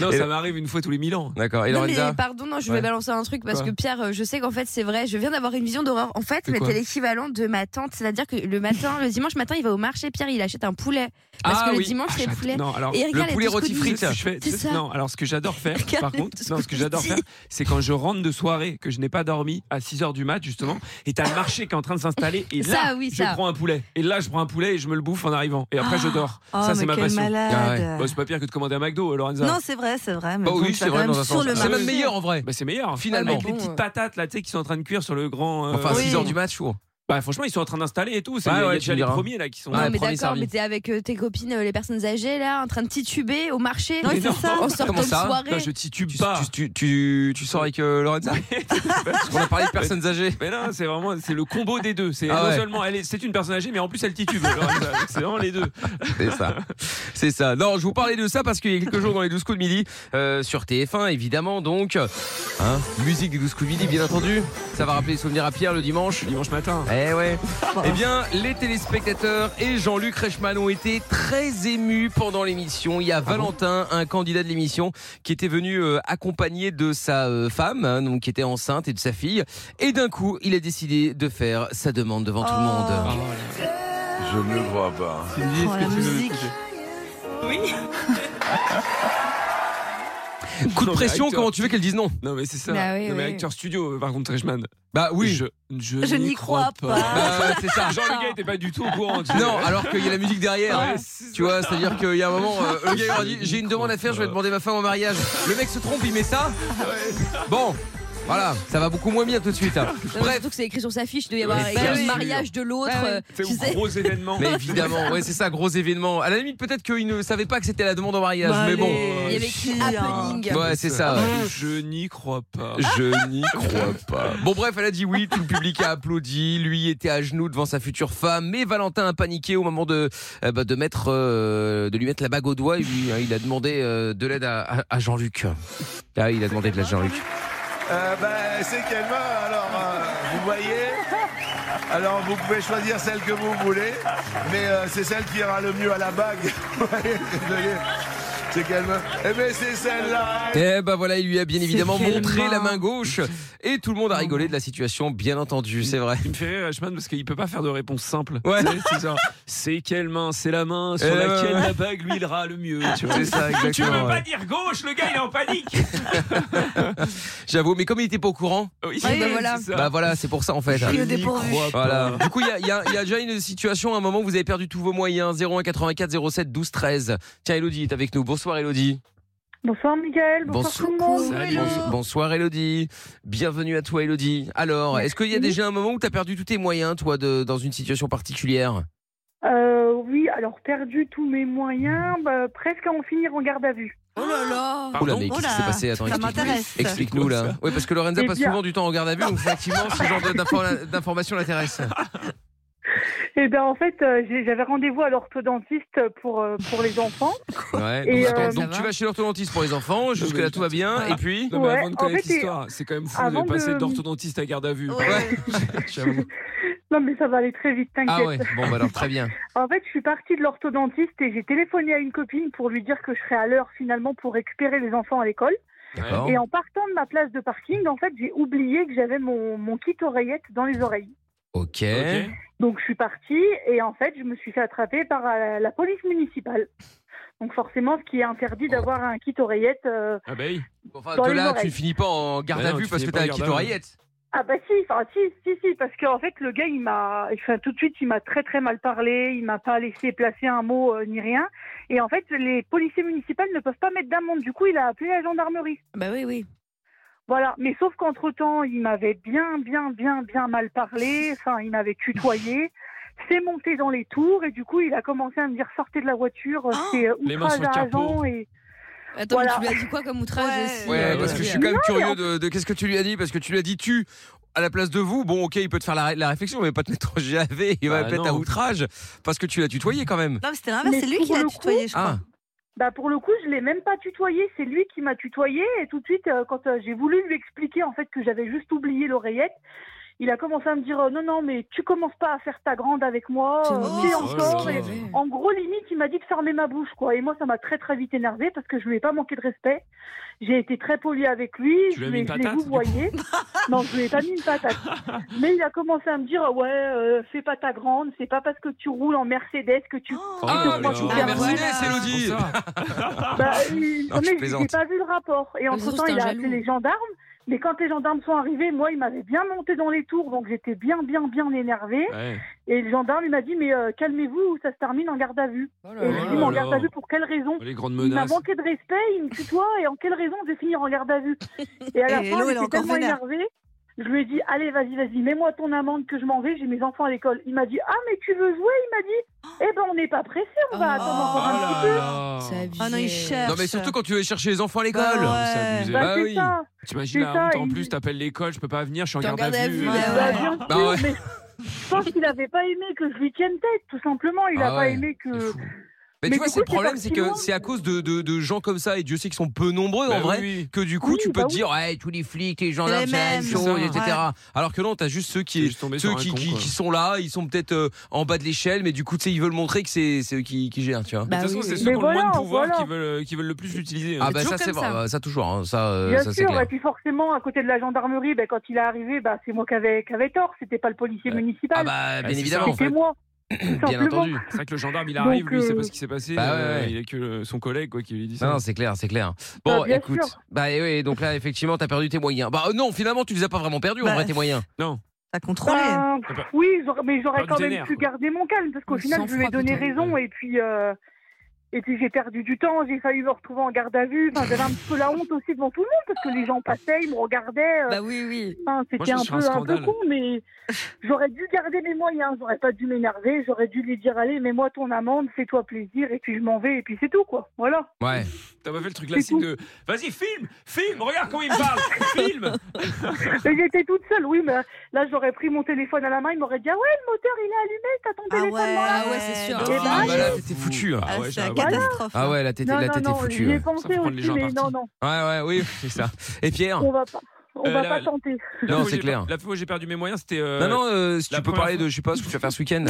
Speaker 4: non,
Speaker 1: Et
Speaker 4: ça m'arrive une fois tous les mille ans.
Speaker 1: D'accord. Et
Speaker 3: Non, mais
Speaker 1: Lorenza
Speaker 3: pardon, non, je vais
Speaker 1: Ouais.
Speaker 3: balancer un truc parce
Speaker 4: Quoi
Speaker 3: que Pierre, euh, je sais qu'en fait c'est vrai, je viens d'avoir une vision d'horreur. En fait,
Speaker 4: De
Speaker 3: mais
Speaker 4: quoi
Speaker 3: t'es l'équivalent de ma tante, c'est-à-dire que le matin, le dimanche matin, il va au marché, Pierre, il achète un poulet. Parce
Speaker 1: Ah
Speaker 3: que
Speaker 1: oui.
Speaker 3: le dimanche, c'est poulet.
Speaker 4: Non, alors.
Speaker 3: Et il regarde
Speaker 1: le poulet
Speaker 3: la petite
Speaker 1: rôti
Speaker 3: coquille.
Speaker 1: frites.
Speaker 4: ce que je fais-
Speaker 3: C'est ça.
Speaker 4: Non, alors ce que j'adore faire,
Speaker 3: Regarde
Speaker 4: par
Speaker 3: les
Speaker 4: contre,
Speaker 3: petits
Speaker 4: non, ce que
Speaker 3: coups
Speaker 4: j'adore
Speaker 3: de
Speaker 4: faire, c'est quand je rentre de soirée, que je n'ai pas dormi à 6h du mat, justement, et t'as le marché qui est en train de s'installer, et là,
Speaker 3: Ça, oui,
Speaker 4: je
Speaker 3: ça.
Speaker 4: prends un poulet. Et là, je prends un poulet et je me le bouffe en arrivant. Et après, je dors.
Speaker 5: Oh,
Speaker 4: ça, c'est
Speaker 5: mais
Speaker 4: ma
Speaker 5: quel
Speaker 4: passion.
Speaker 5: malade.
Speaker 4: Bah, c'est pas pire que de commander un McDo, Lorenza.
Speaker 5: Non, c'est vrai, c'est vrai. Mais
Speaker 1: Bah
Speaker 5: bon,
Speaker 1: oui, c'est
Speaker 5: ça va
Speaker 1: vrai
Speaker 5: même
Speaker 1: dans un
Speaker 5: sur
Speaker 1: sens.
Speaker 5: le
Speaker 1: C'est
Speaker 5: marché.
Speaker 1: même meilleur en vrai.
Speaker 4: Bah, c'est meilleur.
Speaker 1: Finalement.
Speaker 4: Avec les petites patates, là, tu sais, qui sont en train de cuire sur le grand. euh,
Speaker 1: Enfin, à
Speaker 5: oui.
Speaker 1: 6 heures du match, chaud.
Speaker 4: Bah, franchement, ils sont en train d'installer et tout. C'est
Speaker 1: Ah
Speaker 4: il y a
Speaker 1: ouais, tu
Speaker 4: déjà
Speaker 1: me
Speaker 4: les
Speaker 1: diras.
Speaker 4: premiers, là, qui sont.
Speaker 3: Non,
Speaker 1: Ouais,
Speaker 3: mais
Speaker 1: premier
Speaker 3: d'accord,
Speaker 1: servi.
Speaker 3: mais t'es avec euh, tes copines, euh, les personnes âgées, là, en train de tituber au marché.
Speaker 5: Non,
Speaker 4: Mais
Speaker 5: c'est
Speaker 4: non.
Speaker 5: ça.
Speaker 3: En sortant
Speaker 1: Comment
Speaker 3: de
Speaker 1: ça Bah,
Speaker 3: soirée.
Speaker 4: Non, Bah, je titube
Speaker 1: Tu,
Speaker 4: pas.
Speaker 1: tu, tu, tu, tu sors avec euh, Lorenza Parce qu'on a parlé de personnes âgées.
Speaker 4: Mais non, c'est vraiment c'est le combo des deux. C'est
Speaker 1: Ah
Speaker 4: non
Speaker 1: ouais.
Speaker 4: seulement elle est- c'est une personne âgée, mais en plus elle titube. Alors, ça- c'est vraiment les deux.
Speaker 1: C'est ça. C'est ça. Non, je vous parlais de ça parce qu'il y a quelques jours dans les 12 coups de midi, euh, sur TF1, évidemment, donc. Hein, musique des 12 coups de midi, bien entendu. Ça va rappeler les souvenirs à Pierre le dimanche.
Speaker 4: Dimanche matin.
Speaker 1: Eh ouais. Eh bien, les téléspectateurs et Jean-Luc Reichmann ont été très émus pendant l'émission.
Speaker 4: Ah
Speaker 1: Il y a Valentin, un candidat de l'émission, qui était venu euh, accompagné de sa euh, femme, hein, donc qui était enceinte et de sa fille. Et d'un coup, il a décidé de faire sa demande devant tout le
Speaker 4: Ah,
Speaker 5: Oh.
Speaker 1: monde.
Speaker 11: Je ne crois pas.
Speaker 5: Oh, la musique.
Speaker 1: Coup
Speaker 4: Non,
Speaker 1: de
Speaker 4: mais
Speaker 1: pression,
Speaker 4: acteur.
Speaker 1: comment tu veux qu'elle dise non
Speaker 4: Non mais c'est ça.
Speaker 3: Bah oui,
Speaker 4: non, mais
Speaker 3: oui.
Speaker 4: acteur studio euh, par contre Reichmann.
Speaker 1: Bah oui.
Speaker 4: Je je,
Speaker 5: Je n'y crois pas.
Speaker 1: Bah, c'est ça.
Speaker 4: Genre le gars était pas du tout au courant. tu sais.
Speaker 1: Non, alors qu'il y a la musique derrière. Tu vois, c'est-à-dire qu'il y a un moment, euh, le gars il leur dit J'ai une demande à faire, je vais demander ma femme en mariage. Le mec se trompe, il met ça. Bon, voilà, ça va beaucoup moins bien tout de suite. hein.
Speaker 3: Euh,
Speaker 1: Bref,
Speaker 3: Surtout que c'est écrit sur sa fiche, il doit y avoir
Speaker 1: Mais
Speaker 3: écrit
Speaker 1: bien
Speaker 3: le
Speaker 1: sûr.
Speaker 3: mariage de l'autre.
Speaker 5: Bah oui.
Speaker 3: euh,
Speaker 4: Ah C'est
Speaker 3: tu
Speaker 4: un
Speaker 3: sais.
Speaker 4: gros événement.
Speaker 1: Mais évidemment, ouais, c'est ça, gros événement. À la limite, peut-être qu'ils ne savaient pas que c'était la demande en mariage,
Speaker 5: Bah,
Speaker 1: mais bon.
Speaker 5: allez,
Speaker 3: Il y avait écrit
Speaker 5: si,
Speaker 1: Ah,
Speaker 5: hein.
Speaker 3: happening.
Speaker 1: Ouais, c'est ça.
Speaker 4: Je n'y crois pas.
Speaker 1: Je n'y crois pas. Bon, bref, elle a dit oui, tout le public a applaudi. Lui était à genoux devant sa future femme, mais Valentin a paniqué au moment de, euh, bah, de, mettre, euh, de lui mettre la bague au doigt. Et lui, hein, il a demandé euh, de l'aide à, à- à Jean-Luc. Ah, il a demandé de l'aide à Jean-Luc.
Speaker 11: Euh, ben, c'est Kelma, alors euh, vous voyez Alors vous pouvez choisir celle que vous voulez, mais euh, c'est celle qui ira le mieux à la bague. Vous voyez, vous voyez c'est Kelma. Eh ben c'est celle-là
Speaker 1: Eh ben voilà, il lui a bien évidemment
Speaker 5: quelle
Speaker 1: montré
Speaker 5: main.
Speaker 1: la main gauche. Et tout le monde a rigolé de la situation, bien entendu, c'est vrai.
Speaker 4: Il me fait rire Reichmann parce qu'il peut pas faire de réponse simple.
Speaker 1: Ouais.
Speaker 4: Tu sais, C'est genre, c'est quelle main C'est la main sur
Speaker 1: Eh ouais,
Speaker 4: laquelle
Speaker 1: ouais.
Speaker 4: la bague lui ira le mieux. Euh, Tu vois.
Speaker 1: C'est ça, exactement.
Speaker 4: Tu veux
Speaker 1: ouais.
Speaker 4: pas dire gauche, le gars il est en panique.
Speaker 1: J'avoue, mais comme il était pas au courant,
Speaker 4: Ah Oui,
Speaker 3: bah voilà.
Speaker 4: c'est ça.
Speaker 1: bah voilà, c'est pour ça en fait.
Speaker 5: Pris au
Speaker 4: n'y
Speaker 5: dépourvu.
Speaker 4: crois pas.
Speaker 1: Voilà. Du coup, il y a, il y a- il y a déjà une situation, à un moment où vous avez perdu tous vos moyens. 01 84 07 12 13. Tiens, Elodie est avec nous. Bonsoir, Elodie.
Speaker 9: Bonsoir Miguel, bonsoir,
Speaker 1: Bonsoir.
Speaker 9: tout le monde.
Speaker 4: Salut.
Speaker 1: Bonso- bonsoir, Elodie. Bienvenue à toi, Elodie. Alors, est-ce qu'il y a déjà un moment où tu as perdu tous tes moyens, toi, de- dans une situation particulière
Speaker 9: Euh, oui, alors perdu tous mes moyens, bah, presque à en finir en garde à vue.
Speaker 5: Oh là là.
Speaker 4: Pardon
Speaker 1: Oula, mais qu'est-ce qui
Speaker 5: Oula.
Speaker 1: s'est passé Attends,
Speaker 5: Ça
Speaker 1: explique-nous.
Speaker 5: m'intéresse.
Speaker 1: Explique-nous
Speaker 4: C'est
Speaker 1: là.
Speaker 4: quoi,
Speaker 1: Oui, parce que Lorenza
Speaker 9: Eh
Speaker 1: passe
Speaker 9: bien-
Speaker 1: souvent du temps en garde à vue, donc effectivement, ce genre de- d'infor- d'informations l'intéresse.
Speaker 9: Et ben en fait, euh, j'ai- j'avais rendez-vous à l'orthodontiste pour, euh, pour les enfants.
Speaker 1: Ouais,
Speaker 9: Et,
Speaker 1: donc, attends,
Speaker 9: euh,
Speaker 1: donc
Speaker 3: ça
Speaker 1: tu
Speaker 3: va
Speaker 1: vas chez l'orthodontiste pour les enfants, jusque-là tout va bien, et puis.
Speaker 4: Non, mais
Speaker 9: Ouais,
Speaker 4: avant de
Speaker 9: en
Speaker 4: connaître
Speaker 9: fait,
Speaker 4: l'histoire, c'est quand même fou
Speaker 9: avant
Speaker 4: de passer
Speaker 9: de-
Speaker 4: d'orthodontiste à garde à vue.
Speaker 5: Ouais.
Speaker 1: J'avoue.
Speaker 9: Non mais ça va aller très vite, t'inquiète.
Speaker 1: Ah ouais, bon, bah alors très bien.
Speaker 9: En fait, je suis partie de l'orthodontiste et j'ai téléphoné à une copine pour lui dire que je serais à l'heure finalement pour récupérer les enfants à l'école.
Speaker 1: D'accord.
Speaker 9: Et en partant de ma place de parking, en fait, j'ai oublié que j'avais mon, mon kit oreillette dans les oreilles.
Speaker 1: Ok.
Speaker 9: Donc je suis partie et en fait, je me suis fait attraper par euh, la police municipale. Donc forcément, ce qui est interdit d'avoir un kit oreillette. euh,
Speaker 4: Ah bah oui.
Speaker 1: Enfin,
Speaker 9: Dans
Speaker 1: de
Speaker 9: les
Speaker 1: là, tu
Speaker 9: oreilles.
Speaker 1: finis pas en garde
Speaker 4: Ouais,
Speaker 1: à
Speaker 4: Bah non,
Speaker 1: vue
Speaker 4: tu
Speaker 1: parce que
Speaker 4: finis pas
Speaker 1: t'as
Speaker 4: en
Speaker 1: un
Speaker 4: garde
Speaker 1: kit
Speaker 4: à vue.
Speaker 1: oreillette.
Speaker 9: Ah bah si, enfin si, si, si, parce qu'en fait, le gars, il m'a, enfin tout de suite, il m'a très très mal parlé, il m'a pas laissé placer un mot euh, ni rien. Et en fait, les policiers municipaux ne peuvent pas mettre d'amende. Du coup, il a appelé la gendarmerie.
Speaker 10: Bah oui, oui.
Speaker 9: Voilà, mais sauf qu'entre temps, il m'avait bien, bien, bien, bien mal parlé. Enfin, il m'avait tutoyé. C'est monté dans les tours et du coup, il a commencé à me dire sortez de la voiture, c'est euh,
Speaker 4: Les mains
Speaker 9: outrage
Speaker 4: sur le
Speaker 9: à
Speaker 4: capot.
Speaker 9: agent et
Speaker 3: Ah. Attends,
Speaker 9: Voilà.
Speaker 3: mais tu lui as dit quoi comme outrage
Speaker 5: Ouais.
Speaker 3: aussi
Speaker 1: Ouais,
Speaker 4: Ouais,
Speaker 1: parce que
Speaker 4: ouais.
Speaker 1: je suis quand même
Speaker 9: Non, mais
Speaker 1: curieux de, de qu'est-ce que tu lui as dit parce que tu lui as dit tu à la place de vous. Bon, ok, il peut te faire la, la réflexion, mais pas te mettre en GAV. Il va
Speaker 4: Bah,
Speaker 1: peut-être
Speaker 4: non.
Speaker 1: à outrage parce que tu l'as tutoyé quand même.
Speaker 5: Non, mais c'était l'inverse,
Speaker 9: Mais
Speaker 5: c'est lui
Speaker 9: pour
Speaker 5: qui l'a
Speaker 9: le coup-
Speaker 5: tutoyé, je crois.
Speaker 1: Ah,
Speaker 9: Bah pour le coup, je l'ai même pas tutoyé, c'est lui qui m'a tutoyé et tout de suite euh, quand euh, j'ai voulu lui expliquer en fait que j'avais juste oublié l'oreillette, il a commencé à me dire euh, non non mais tu commences pas à faire ta grande avec moi,
Speaker 10: C'est
Speaker 9: euh,
Speaker 10: une
Speaker 9: fais
Speaker 10: mise en
Speaker 9: encore
Speaker 10: scène.
Speaker 9: et en gros limite il m'a dit de fermer ma bouche quoi et moi ça m'a très très vite énervé parce que je lui ai pas manqué de respect. J'ai été très polie avec lui,
Speaker 4: Tu lui as mis
Speaker 9: je l'ai
Speaker 4: une
Speaker 9: je l'ai
Speaker 4: patate, du coup
Speaker 9: vouvoyé. non, je lui ai pas mis une patate. Mais il a commencé à me dire ouais, euh, fais pas ta grande, c'est pas parce que tu roules en Mercedes que tu
Speaker 5: Oh.
Speaker 1: ah,
Speaker 9: Ah,
Speaker 1: mais tu roules en
Speaker 9: voilà.
Speaker 1: Mercedes, Elodie.
Speaker 4: C'est pour ça.
Speaker 9: bah, il-
Speaker 1: Non, je
Speaker 9: mais j'ai
Speaker 1: plaisante.
Speaker 9: pas vu le rapport. Et
Speaker 10: se trouve,
Speaker 9: entre temps,
Speaker 10: c'est un
Speaker 9: il a
Speaker 10: jaloux.
Speaker 9: appelé les gendarmes. Mais quand les gendarmes sont arrivés, moi, ils m'avaient bien monté dans les tours, donc j'étais bien, bien, bien énervée.
Speaker 4: Ouais.
Speaker 9: Et le gendarme, il m'a dit, mais euh, calmez-vous, ça se termine en garde à vue. et je lui ai dit, mais en
Speaker 4: là.
Speaker 9: garde à vue, pour quelle raison
Speaker 4: Les grandes
Speaker 9: Il m'a
Speaker 4: menaces.
Speaker 9: manqué de respect, il me tutoie, et en quelle raison je vais finir en garde à vue Et à la
Speaker 5: Et Hello, elle
Speaker 9: fin,
Speaker 5: est
Speaker 9: j'étais
Speaker 5: encore
Speaker 9: tellement
Speaker 5: vénère.
Speaker 9: énervée, je lui ai dit, allez, vas-y, vas-y, mets-moi ton amende que je m'en vais, j'ai mes enfants à l'école. Il m'a dit, ah, mais tu veux jouer Il m'a dit, eh ben, on n'est pas pressé, on va
Speaker 10: Oh.
Speaker 9: attendre
Speaker 4: Oh
Speaker 9: encore un petit
Speaker 4: là
Speaker 9: peu.
Speaker 4: là.
Speaker 10: C'est abusé.
Speaker 5: Ah non, il cherche.
Speaker 1: Non mais surtout quand tu vas chercher les enfants à l'école.
Speaker 5: Bah ouais.
Speaker 4: C'est abusé.
Speaker 9: Bah,
Speaker 1: Bah
Speaker 9: c'est
Speaker 1: oui.
Speaker 9: ça.
Speaker 4: T'imagines
Speaker 9: C'est
Speaker 4: la honte
Speaker 9: ça,
Speaker 4: en
Speaker 9: il-
Speaker 4: plus, t'appelles l'école, je peux pas venir, je suis en
Speaker 10: T'es
Speaker 4: garde à vue.
Speaker 10: ouais,
Speaker 5: Ah
Speaker 9: Bah,
Speaker 10: ouais.
Speaker 9: bien sûr,
Speaker 1: Bah ouais.
Speaker 9: mais je pense qu'il n'avait pas aimé que je lui tienne tête, tout simplement. Il
Speaker 1: Ah
Speaker 9: n'a pas
Speaker 1: ouais,
Speaker 9: aimé que.
Speaker 4: C'est fou.
Speaker 1: Mais,
Speaker 9: Mais
Speaker 1: tu vois,
Speaker 9: du
Speaker 1: c'est
Speaker 9: coup,
Speaker 1: le
Speaker 9: c'est
Speaker 1: problème,
Speaker 9: parti
Speaker 1: c'est que
Speaker 9: loin.
Speaker 1: c'est à cause de, de, de gens comme ça, et Dieu sait qu'ils sont peu nombreux
Speaker 4: Bah
Speaker 1: en
Speaker 4: oui,
Speaker 1: vrai,
Speaker 4: oui.
Speaker 1: que du coup,
Speaker 9: Oui,
Speaker 1: tu peux
Speaker 9: bah
Speaker 1: te
Speaker 9: oui.
Speaker 1: dire, ouais, tous les flics, les gens
Speaker 5: Les
Speaker 1: c'est la même
Speaker 5: mêmes,
Speaker 1: chose,
Speaker 4: ouais.
Speaker 1: etc. Alors que non, t'as juste ceux
Speaker 4: T'es
Speaker 1: qui,
Speaker 4: juste tombé
Speaker 1: ceux
Speaker 4: sur un
Speaker 1: qui,
Speaker 4: con,
Speaker 1: qui,
Speaker 4: quoi.
Speaker 1: qui sont là, ils sont peut-être euh, en bas de l'échelle, mais du coup, tu sais, ils veulent montrer que c'est c'est eux qui, qui gèrent, tu vois.
Speaker 10: Bah
Speaker 4: de toute façon,
Speaker 10: oui,
Speaker 4: c'est
Speaker 10: oui.
Speaker 4: ceux qui
Speaker 9: Mais
Speaker 4: ont le moins de
Speaker 9: voilà,
Speaker 4: pouvoir
Speaker 9: voilà.
Speaker 4: qui, veulent, euh, qui veulent le plus l'utiliser. hein.
Speaker 1: Ah bah ça
Speaker 3: toujours
Speaker 1: c'est
Speaker 3: comme
Speaker 1: vrai,
Speaker 3: ça.
Speaker 1: bah, ça toujours, hein. ça, euh,
Speaker 9: Bien
Speaker 1: ça c'est
Speaker 9: sûr,
Speaker 1: clair.
Speaker 9: et puis forcément, à côté de la gendarmerie, ben, quand il est arrivé, ben, c'est moi qui avais, qui avais tort, c'était pas le policier
Speaker 1: Ouais.
Speaker 9: municipal,
Speaker 1: Ah bah bien
Speaker 4: c'est ça,
Speaker 1: évidemment,
Speaker 4: en
Speaker 9: c'était
Speaker 4: fait.
Speaker 9: moi. tout
Speaker 1: bien
Speaker 9: simplement.
Speaker 1: entendu.
Speaker 4: C'est vrai que le gendarme, il
Speaker 9: Donc,
Speaker 4: arrive, lui, il sait
Speaker 9: euh,
Speaker 4: pas ce qui s'est passé.
Speaker 1: Bah ouais,
Speaker 4: euh,
Speaker 1: ouais.
Speaker 4: Il a que le- son collègue quoi, qui lui dit ça.
Speaker 1: Non, non, c'est clair, c'est clair. Bon,
Speaker 9: Bah, bien
Speaker 1: écoute,
Speaker 9: sûr.
Speaker 1: bah et oui, donc là effectivement, t'as perdu tes moyens. Bah euh, non, finalement, tu les as pas vraiment perdus en
Speaker 5: Bah,
Speaker 1: vrai tes moyens.
Speaker 5: T'as contrôlé.
Speaker 9: Ben,
Speaker 4: Ah bah.
Speaker 9: oui, j'aurais- mais j'aurais
Speaker 4: Perdu
Speaker 9: quand
Speaker 4: des
Speaker 9: même
Speaker 4: nerfs,
Speaker 9: pu
Speaker 4: quoi.
Speaker 9: garder mon calme, parce qu'au
Speaker 10: Mais
Speaker 9: final,
Speaker 10: sans
Speaker 9: je lui ai
Speaker 10: froid,
Speaker 9: donné
Speaker 10: putain.
Speaker 9: raison, et puis. euh, Et puis j'ai perdu du temps, j'ai failli me retrouver en garde à vue. Enfin, J'avais un petit peu la honte aussi devant tout le monde parce que les gens passaient, ils me regardaient. euh,
Speaker 3: Bah oui, oui.
Speaker 9: Enfin, c'était
Speaker 4: Moi,
Speaker 9: un
Speaker 4: je trouve
Speaker 9: peu,
Speaker 4: ça un
Speaker 9: un peu
Speaker 4: scandale.
Speaker 9: con, mais j'aurais dû garder mes moyens, j'aurais pas dû m'énerver, j'aurais dû lui dire allez, mets-moi ton amende, fais-toi plaisir, et puis je m'en vais, et puis c'est tout, quoi. Voilà.
Speaker 1: Ouais.
Speaker 4: T'as pas fait le truc classique
Speaker 9: tout.
Speaker 4: de vas-y, filme, filme, regarde comment il me parle, filme.
Speaker 9: Et j'étais toute seule, oui, mais là, j'aurais pris mon téléphone à la main, il m'aurait dit ah ouais, le moteur, il est allumé, t'as ton téléphone dans la
Speaker 3: Ah ouais, c'est sûr.
Speaker 5: donc
Speaker 9: Et
Speaker 5: là,
Speaker 9: bah,
Speaker 1: bah là, t'étais foutu.
Speaker 5: ah,
Speaker 4: Ah ouais,
Speaker 5: c'est la
Speaker 4: j'avoue.
Speaker 5: catastrophe.
Speaker 1: Ah ouais, là t'étais
Speaker 9: Non,
Speaker 1: là
Speaker 9: non,
Speaker 1: t'étais
Speaker 9: non,
Speaker 1: foutu.
Speaker 9: j'y ai
Speaker 1: ouais.
Speaker 9: pensé
Speaker 4: prendre les
Speaker 9: aussi,
Speaker 4: gens
Speaker 9: mais non,
Speaker 4: partis.
Speaker 9: non,
Speaker 1: Ouais, ouais, oui, c'est ça. Et Pierre
Speaker 9: on va pas, on
Speaker 4: Euh,
Speaker 9: va
Speaker 4: là,
Speaker 9: pas
Speaker 4: là.
Speaker 9: tenter.
Speaker 4: La
Speaker 1: Non,
Speaker 4: fois où
Speaker 1: c'est
Speaker 4: j'ai-
Speaker 1: clair.
Speaker 4: La fois où j'ai perdu mes moyens, c'était. euh,
Speaker 1: Non, non, euh, si
Speaker 4: la
Speaker 1: tu peux
Speaker 4: première
Speaker 1: parler
Speaker 4: fois-
Speaker 1: de, je sais pas, ce que tu vas faire ce week-end.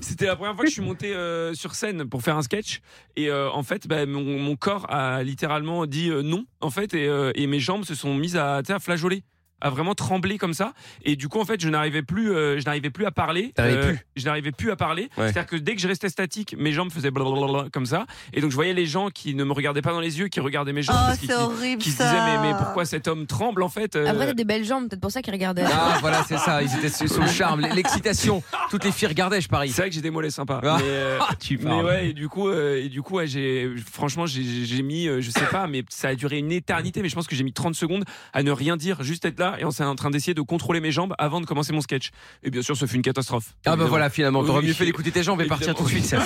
Speaker 4: C'était la première fois que je suis monté euh, sur scène pour faire un sketch et euh, en fait bah, mon, mon corps a littéralement dit euh, non en fait et, euh, et mes jambes se sont mises à, tu sais, à flageoler à vraiment trembler comme ça et du coup en fait je n'arrivais plus euh, je n'arrivais plus à parler Euh,
Speaker 1: T'arrivais plus.
Speaker 4: je n'arrivais plus à parler
Speaker 1: Ouais.
Speaker 4: c'est à dire que dès que je restais statique mes jambes faisaient blablabla comme ça et donc je voyais les gens qui ne me regardaient pas dans les yeux qui regardaient mes jambes
Speaker 5: Oh,
Speaker 4: parce qu'ils-
Speaker 5: c'est horrible
Speaker 4: qui se
Speaker 5: ça.
Speaker 4: disaient mais, mais pourquoi cet homme tremble en fait euh,
Speaker 3: Après, t'as des belles jambes, peut-être pour ça qu'il regardait.
Speaker 1: Ah, voilà, c'est ça. Ils étaient sous sous le charme, l'excitation. Toutes les filles regardaient, je parie.
Speaker 4: c'est vrai que j'ai des mollets sympas
Speaker 1: Ah.
Speaker 4: mais, euh,
Speaker 1: Ah, tu
Speaker 4: Mais
Speaker 1: parles.
Speaker 4: ouais, et du coup, euh, et du coup, ouais, j'ai, franchement, j'ai- j'ai j'ai mis, euh, je sais pas, mais ça a duré une éternité, mais je pense que j'ai mis 30 secondes à ne rien dire, juste être là, et on s'est en train d'essayer de contrôler mes jambes avant de commencer mon sketch. Et bien sûr, ce fut une catastrophe.
Speaker 1: Ah bah
Speaker 4: évidemment.
Speaker 1: voilà, finalement, t'aurais
Speaker 4: Oui,
Speaker 1: mieux fait d'écouter tes gens, on va partir tout de suite. ça.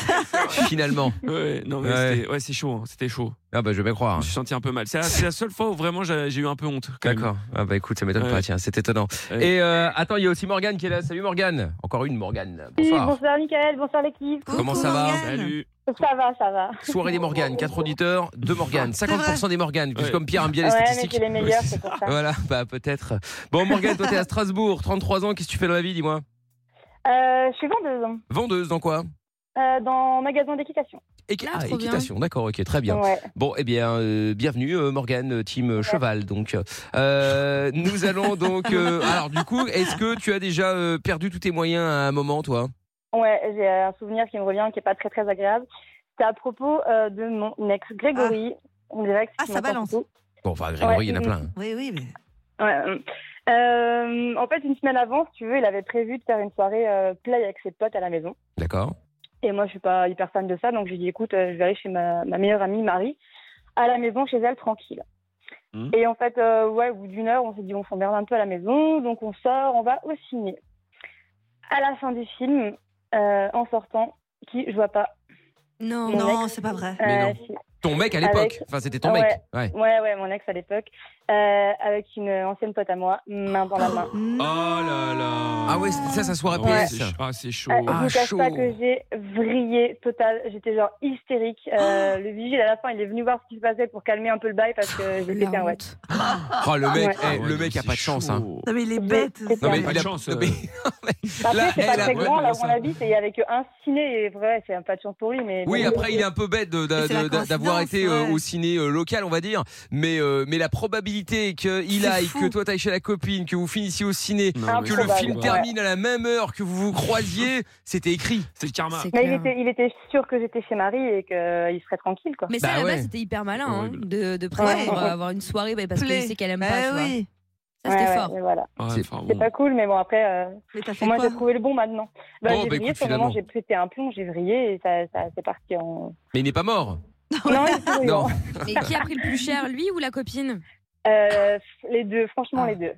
Speaker 1: finalement.
Speaker 4: Ouais, non, mais
Speaker 1: Ouais.
Speaker 4: c'était- ouais, c'est chaud, hein, c'était chaud.
Speaker 1: Ah bah je vais bien
Speaker 4: Je
Speaker 1: croire.
Speaker 4: me suis senti un peu mal. C'est la, c'est la seule fois où vraiment j'ai j'ai eu un peu honte. quand même.
Speaker 1: D'accord. Ah bah écoute, ça m'étonne
Speaker 4: Ouais.
Speaker 1: pas, tiens, c'est étonnant.
Speaker 4: Ouais.
Speaker 1: Et euh, attends, il y a aussi Morgane qui est là. Salut Morgane. Encore une Morgane.
Speaker 2: Oui,
Speaker 1: Bonsoir.
Speaker 2: bonsoir Mickaël, bonsoir l'équipe.
Speaker 1: Comment ça va
Speaker 4: Salut.
Speaker 2: Ça va, ça va.
Speaker 1: Soirée des Morganes, 4 auditeurs, 2 Morganes,
Speaker 5: vrai.
Speaker 1: 50% des Morganes, puisque
Speaker 4: Ouais.
Speaker 1: comme Pierre aime bien les
Speaker 2: Ouais, mais
Speaker 1: statistiques.
Speaker 2: c'est les meilleurs, c'est pour ça.
Speaker 1: Voilà, bah peut-être. Bon Morgane, toi t'es à Strasbourg, 33 ans, qu'est-ce que tu fais dans la vie, dis-moi
Speaker 2: Euh, je suis vendeuse.
Speaker 1: Vendeuse dans quoi
Speaker 12: euh, dans un magasin d'équitation.
Speaker 1: Et ah, équitation, d'accord, ok, très bien.
Speaker 12: Ouais.
Speaker 1: Bon, eh bien, euh, bienvenue euh, Morgane, team euh, cheval. Donc, Euh, nous allons donc. euh, alors, du coup, est-ce que tu as déjà euh, perdu tous tes moyens à un moment, toi
Speaker 12: Ouais, j'ai un souvenir qui me revient qui est pas très très agréable. C'était à propos euh, de mon ex Grégory. Mon ex qui
Speaker 5: Ah. ça
Speaker 12: m'entend
Speaker 5: balance.
Speaker 12: beaucoup.
Speaker 1: Bon, enfin, Grégory,
Speaker 12: Ouais,
Speaker 1: il y en a
Speaker 12: mm.
Speaker 1: plein. hein.
Speaker 5: Oui, oui, mais.
Speaker 12: Ouais, euh, euh, en fait, une semaine avant, si tu veux, il avait prévu de faire une soirée euh, play avec ses potes à la maison.
Speaker 1: D'accord.
Speaker 12: Et moi, je suis pas hyper fan de ça, donc j'ai dit, écoute, euh, je vais aller chez ma, ma meilleure amie Marie, à la maison, chez elle, tranquille.
Speaker 9: Hmm.
Speaker 12: Et en fait, euh, ouais, au bout d'une heure, on s'est dit, on s'emmerde un peu à la maison, donc on sort, on va au ciné. À la fin du film, euh, en sortant, qui je vois pas.
Speaker 5: Non,
Speaker 12: Mon
Speaker 5: non,
Speaker 12: ex-
Speaker 5: c'est pas vrai.
Speaker 1: Mais
Speaker 12: Euh,
Speaker 1: non. Ton mec à
Speaker 12: Avec-
Speaker 1: l'époque. Enfin, c'était ton
Speaker 12: Ah
Speaker 1: mec. Ouais.
Speaker 12: Ouais, ouais, mon ex à l'époque, euh, avec une ancienne pote à moi, main dans la main.
Speaker 1: Oh là là. Ah ouais, c'était ça, sa soirée
Speaker 12: Ouais.
Speaker 1: PS.
Speaker 4: C'est ch- Ah, c'est chaud.
Speaker 12: Euh, je
Speaker 1: Ah,
Speaker 12: vous cache
Speaker 1: chaud.
Speaker 12: pas que j'ai vrillé total. J'étais genre hystérique. Euh, Le vigile à la fin, il est venu voir ce qui se passait pour calmer un peu le bail parce que j'ai pété un ouais.
Speaker 1: Oh, le mec,
Speaker 12: Ouais.
Speaker 4: Ah
Speaker 1: eh, le mec a pas de chance. Hein. Non,
Speaker 5: Non, mais il est bête.
Speaker 1: mais
Speaker 4: Pas
Speaker 1: il
Speaker 4: de
Speaker 1: a
Speaker 4: chance.
Speaker 1: non,
Speaker 4: euh.
Speaker 1: mais- Là,
Speaker 12: Après, c'est pas
Speaker 1: elle a-
Speaker 12: très
Speaker 1: ouais,
Speaker 12: grand
Speaker 1: mais
Speaker 12: là où
Speaker 1: ça-
Speaker 12: on habite et il y avait que un ciné. Et vrai, c'est un pas de chance pour lui. Mais
Speaker 1: Oui, après, il est un peu bête de-
Speaker 5: Et
Speaker 1: d'a-
Speaker 5: c'est la
Speaker 1: de- d'a- d'avoir
Speaker 5: coïncidence,
Speaker 1: été euh,
Speaker 5: ouais.
Speaker 1: au ciné euh, local, on va dire. Mais, euh, mais la probabilité qu'il
Speaker 5: C'est
Speaker 1: aille,
Speaker 5: fou. Ah,
Speaker 1: que toi t'ailles chez la copine, que vous finissiez au ciné,
Speaker 4: Non, mais
Speaker 1: que le
Speaker 4: c'est
Speaker 1: film
Speaker 4: pas-
Speaker 1: termine à la même heure, que vous vous croisiez, c'était écrit.
Speaker 4: C'est le karma.
Speaker 12: Mais il était, il était sûr que j'étais chez Marie et qu'il serait tranquille quoi.
Speaker 3: Mais ça,
Speaker 1: Bah
Speaker 3: à la base,
Speaker 1: ouais.
Speaker 3: c'était hyper malin hein,
Speaker 4: Horrible.
Speaker 3: de, de prévoir
Speaker 12: Ouais.
Speaker 3: euh, avoir une soirée bah, parce que
Speaker 5: Play.
Speaker 3: c'est qu'elle aime
Speaker 5: Bah
Speaker 3: pas. tu vois.
Speaker 5: oui.
Speaker 3: Ça, c'était
Speaker 12: Ouais, ouais,
Speaker 3: fort.
Speaker 12: mais voilà.
Speaker 4: Ouais,
Speaker 1: C'est-
Speaker 4: enfin,
Speaker 12: C'est
Speaker 4: bon.
Speaker 12: pas cool, mais bon après, euh,
Speaker 5: Mais t'as fait
Speaker 12: moi
Speaker 5: quoi
Speaker 12: j'ai trouvé le bon maintenant. Bah,
Speaker 1: Bon,
Speaker 12: j'ai
Speaker 1: bah,
Speaker 12: vrillé,
Speaker 1: écoute,
Speaker 12: sur le moment,
Speaker 1: finalement.
Speaker 12: j'ai pété un plomb, j'ai vrillé et ça, ça c'est parti en.
Speaker 1: Mais il n'est pas mort.
Speaker 12: Non, il est souriant.
Speaker 1: Non.
Speaker 3: Mais qui a pris le plus cher, lui ou la copine
Speaker 12: Euh, les deux, franchement les deux.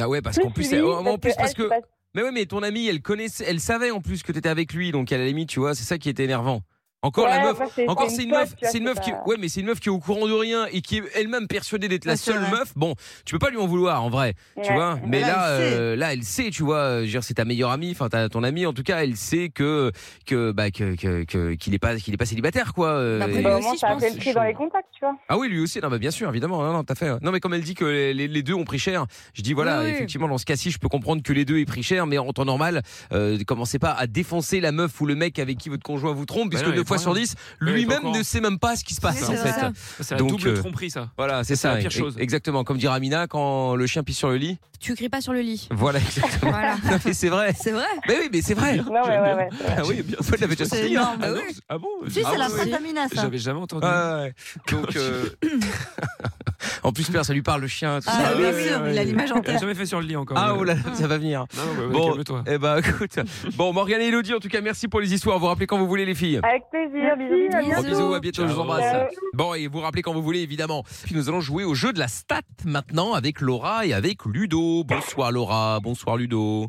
Speaker 1: Ah ouais, parce qu'en plus,
Speaker 12: lui,
Speaker 1: elle- en plus,
Speaker 12: elle,
Speaker 1: parce
Speaker 12: je
Speaker 1: que.
Speaker 12: sais pas
Speaker 1: Mais ouais, mais ton amie, elle connaissait, elle savait en plus que t'étais avec lui, donc à la limite, tu vois, c'est ça qui était énervant. Encore la
Speaker 12: Ouais,
Speaker 1: meuf,
Speaker 12: après, c'est-
Speaker 1: encore c'est une
Speaker 12: pote,
Speaker 1: meuf,
Speaker 12: tu vois,
Speaker 1: c'est une meuf qui,
Speaker 12: pas-
Speaker 1: ouais, mais c'est une meuf qui est au courant de rien et qui est elle-même persuadée d'être la
Speaker 5: Ouais, c'est
Speaker 1: seule
Speaker 5: vrai.
Speaker 1: meuf. Bon, tu peux pas lui en vouloir en vrai, tu
Speaker 12: Ouais.
Speaker 1: vois. Mais
Speaker 5: Là,
Speaker 1: là,
Speaker 5: elle sait.
Speaker 1: euh, là, elle sait, tu vois. euh, je veux dire, c'est ta meilleure amie, enfin ta- ton amie en tout cas, elle sait que que bah que que- que- qu'il est pas qu'il est pas célibataire quoi. euh,
Speaker 3: Bah, après,
Speaker 1: et-
Speaker 3: lui
Speaker 12: Bah, au
Speaker 3: aussi,
Speaker 12: moins,
Speaker 3: je
Speaker 12: ça a
Speaker 3: pense,
Speaker 12: fait le
Speaker 4: c'est
Speaker 12: prix dans
Speaker 4: chaud.
Speaker 12: les contacts, tu vois.
Speaker 1: ah oui, lui aussi. Non, mais bien sûr, évidemment. Non, non, t'as fait. euh. Non, mais comme elle dit que les, les- les deux ont pris cher, je dis voilà,
Speaker 3: Oui, oui.
Speaker 1: effectivement, dans ce cas-ci, je peux comprendre que les deux aient pris cher, mais en temps normal, euh, commencez pas à défoncer la meuf ou le mec avec qui votre conjoint vous trompe, puisque
Speaker 4: Bah non, il
Speaker 1: deux
Speaker 4: est
Speaker 1: fois
Speaker 4: pas
Speaker 1: sur
Speaker 4: rien. il
Speaker 1: dix,
Speaker 4: est pas au
Speaker 1: lui-même
Speaker 4: courant.
Speaker 1: ne sait même pas ce qui se
Speaker 5: Oui,
Speaker 1: passe en
Speaker 5: c'est
Speaker 1: fait.
Speaker 5: ça.
Speaker 4: C'est la
Speaker 1: Donc,
Speaker 4: double
Speaker 1: euh,
Speaker 4: tromperie, ça.
Speaker 1: Voilà, c'est
Speaker 4: C'est
Speaker 1: ça.
Speaker 4: la pire chose.
Speaker 1: Exactement, comme dit Ramina, quand le chien pisse sur le lit.
Speaker 3: Tu cries pas sur le lit.
Speaker 1: Voilà, exactement.
Speaker 3: Voilà.
Speaker 1: Non, mais c'est vrai.
Speaker 3: C'est vrai.
Speaker 1: Mais oui, mais c'est vrai.
Speaker 12: Non, mais ouais, ouais.
Speaker 1: Ah oui, bien, vous l'avez déjà
Speaker 5: C'est
Speaker 1: sorti.
Speaker 5: énorme,
Speaker 1: hein.
Speaker 5: bah
Speaker 1: Ah non,
Speaker 4: Ah bon
Speaker 5: Si,
Speaker 1: Ah
Speaker 5: c'est la
Speaker 1: oui.
Speaker 5: Framina, ça.
Speaker 4: J'avais jamais entendu.
Speaker 1: Ouais, ouais. Donc, euh, en plus, Pierre, ça lui parle le chien. Tout ça.
Speaker 5: Ah, bien sûr, il a l'image en
Speaker 4: Elle l'a
Speaker 5: tête.
Speaker 4: jamais fait sur le lit encore.
Speaker 1: Ah
Speaker 4: mais-
Speaker 1: oh là là, ça va venir.
Speaker 4: Non, non, mais
Speaker 1: Bon.
Speaker 4: calme-toi.
Speaker 1: Eh ben écoute, bon Morgane et Elodie en tout cas merci pour les histoires. Vous rappelez quand vous voulez les filles.
Speaker 12: Avec plaisir, bisous.
Speaker 3: Merci.
Speaker 1: Gros bisous, à bientôt, je vous
Speaker 4: Ciao.
Speaker 1: embrasse.
Speaker 12: Ciao.
Speaker 1: Bon et vous rappelez quand vous voulez évidemment. Puis nous allons jouer au jeu de la stat maintenant avec Laura et avec Ludo. Bonsoir Laura, bonsoir Ludo.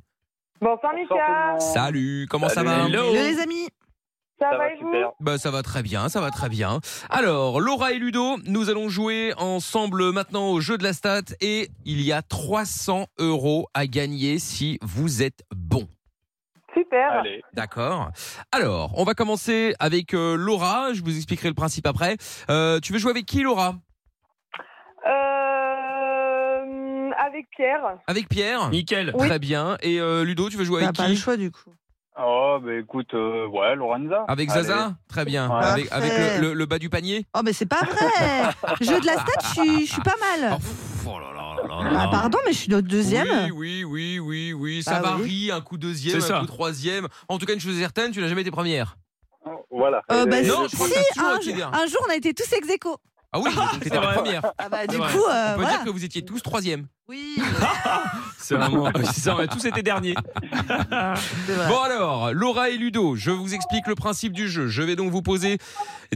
Speaker 12: Bonsoir, Mika. Ça,
Speaker 1: Salut, comment ça
Speaker 13: Salut.
Speaker 1: va
Speaker 4: Hello.
Speaker 5: Hello, les amis.
Speaker 12: va et vous
Speaker 1: Bah ça va très bien, ça va très bien. Alors Laura et Ludo, nous allons jouer ensemble maintenant au jeu de la stat et il y a 300 euros à gagner si vous êtes bon.
Speaker 12: Super.
Speaker 13: Allez.
Speaker 1: D'accord. Alors, on va commencer avec euh, Laura. Je vous expliquerai le principe après. Euh, tu veux jouer avec qui, Laura
Speaker 12: Euh, avec Pierre.
Speaker 1: Avec Pierre
Speaker 4: Nickel.
Speaker 1: Très bien. Et euh, Ludo, tu veux jouer
Speaker 5: T'as
Speaker 1: avec
Speaker 5: Bah, pas le
Speaker 1: qui
Speaker 5: choix, du coup.
Speaker 13: Oh, bah écoute, euh, ouais, Lorenza.
Speaker 1: Avec
Speaker 13: Allez.
Speaker 1: Zaza Très bien.
Speaker 13: Ouais.
Speaker 1: Avec, avec le,
Speaker 5: Parfait.
Speaker 1: le- le bas du panier
Speaker 5: Oh, mais c'est pas vrai. Jeu de la stat, je suis- je suis pas
Speaker 1: Oh,
Speaker 5: mal.
Speaker 1: pff, oh là là là là là.
Speaker 5: Ah, pardon, mais je suis notre deuxième.
Speaker 1: Oui, oui, oui, oui, oui. Ça
Speaker 5: Bah oui.
Speaker 1: varie. Un coup deuxième, un
Speaker 4: C'est ça.
Speaker 1: coup troisième. En tout cas, une chose est certaine, tu n'as jamais été première.
Speaker 13: Voilà.
Speaker 5: Euh, bah,
Speaker 13: Et-
Speaker 1: non,
Speaker 5: si,
Speaker 1: je crois que t'as toujours
Speaker 5: un,
Speaker 1: été
Speaker 5: jour-
Speaker 1: bien.
Speaker 5: un jour, on a été tous ex aequo.
Speaker 1: Ah oui, donc t'étais
Speaker 4: C'est
Speaker 1: la
Speaker 4: vrai.
Speaker 1: première. On
Speaker 5: Ah bah,
Speaker 4: C'est
Speaker 5: du
Speaker 4: vrai.
Speaker 5: coup, euh,
Speaker 1: peut
Speaker 5: voilà.
Speaker 1: dire que vous étiez tous troisième.
Speaker 4: C'est
Speaker 5: Oui,
Speaker 1: Ah
Speaker 4: vraiment. C'est ça, on a tous été derniers.
Speaker 5: c'est vrai.
Speaker 1: Bon alors, Laura et Ludo, je vous explique le principe du jeu. Je vais donc vous poser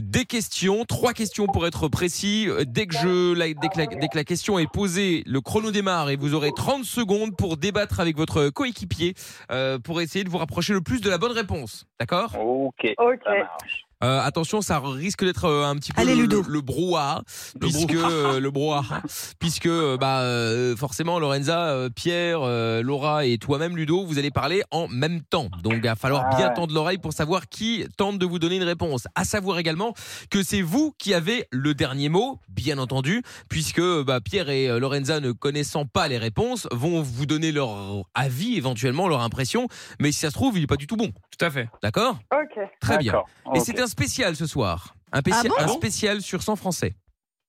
Speaker 1: des questions, trois questions pour être précis. Euh, Dès que, je, la, dès que, la, dès que la question est posée, le chrono démarre et vous aurez 30 secondes pour débattre avec votre coéquipier euh, pour essayer de vous rapprocher le plus de la bonne réponse. D'accord
Speaker 13: Ok.
Speaker 11: Ah,
Speaker 12: Ok.
Speaker 11: bah,
Speaker 13: Ça marche.
Speaker 1: Euh, attention, ça risque d'être euh, un petit peu le, le- le brouhaha, puisque euh, le brouhaha, puisque euh, bah euh, forcément Lorenza, euh, Pierre, euh, Laura et toi-même Ludo, vous allez parler en même temps. Donc il va falloir
Speaker 14: Ah
Speaker 1: bien
Speaker 14: ouais.
Speaker 1: tendre l'oreille pour savoir qui tente de vous donner une réponse. À savoir également que c'est vous qui avez le dernier mot, bien entendu, puisque bah, Pierre et euh, Lorenza ne connaissant pas les réponses vont vous donner leur avis éventuellement, leur impression, mais si ça se trouve, il est pas du tout bon.
Speaker 4: Tout à fait.
Speaker 1: D'accord
Speaker 15: Ok.
Speaker 1: Très bien.
Speaker 14: D'accord,
Speaker 1: Et
Speaker 14: ok.
Speaker 1: c'est un spécial ce soir. Un, péci-
Speaker 14: Ah bon Oh.
Speaker 1: un spécial sur 100 français.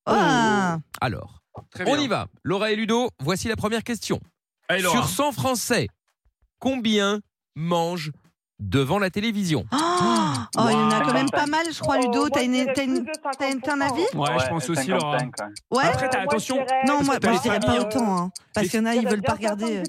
Speaker 1: Oh.
Speaker 5: Ah.
Speaker 1: Alors, on y va. Laura et Ludo, voici la première question.
Speaker 4: Allez, Laura.
Speaker 1: sur 100 français, combien mangent devant la télévision
Speaker 5: Oh, il y en a quand même pas mal, je crois,
Speaker 9: Oh,
Speaker 5: Ludo. T'as une, t'as une, t'as une- t'as un avis
Speaker 1: Ouais, je pense aussi, Laura.
Speaker 14: 55, ouais.
Speaker 5: Ouais.
Speaker 4: Après, t'as- attention.
Speaker 5: Non,
Speaker 4: parce que
Speaker 5: moi, moi, je
Speaker 4: t'as les
Speaker 5: dirais pas
Speaker 4: familles,
Speaker 5: autant. hein. parce qu'il y en a, ils veulent pas regarder. euh,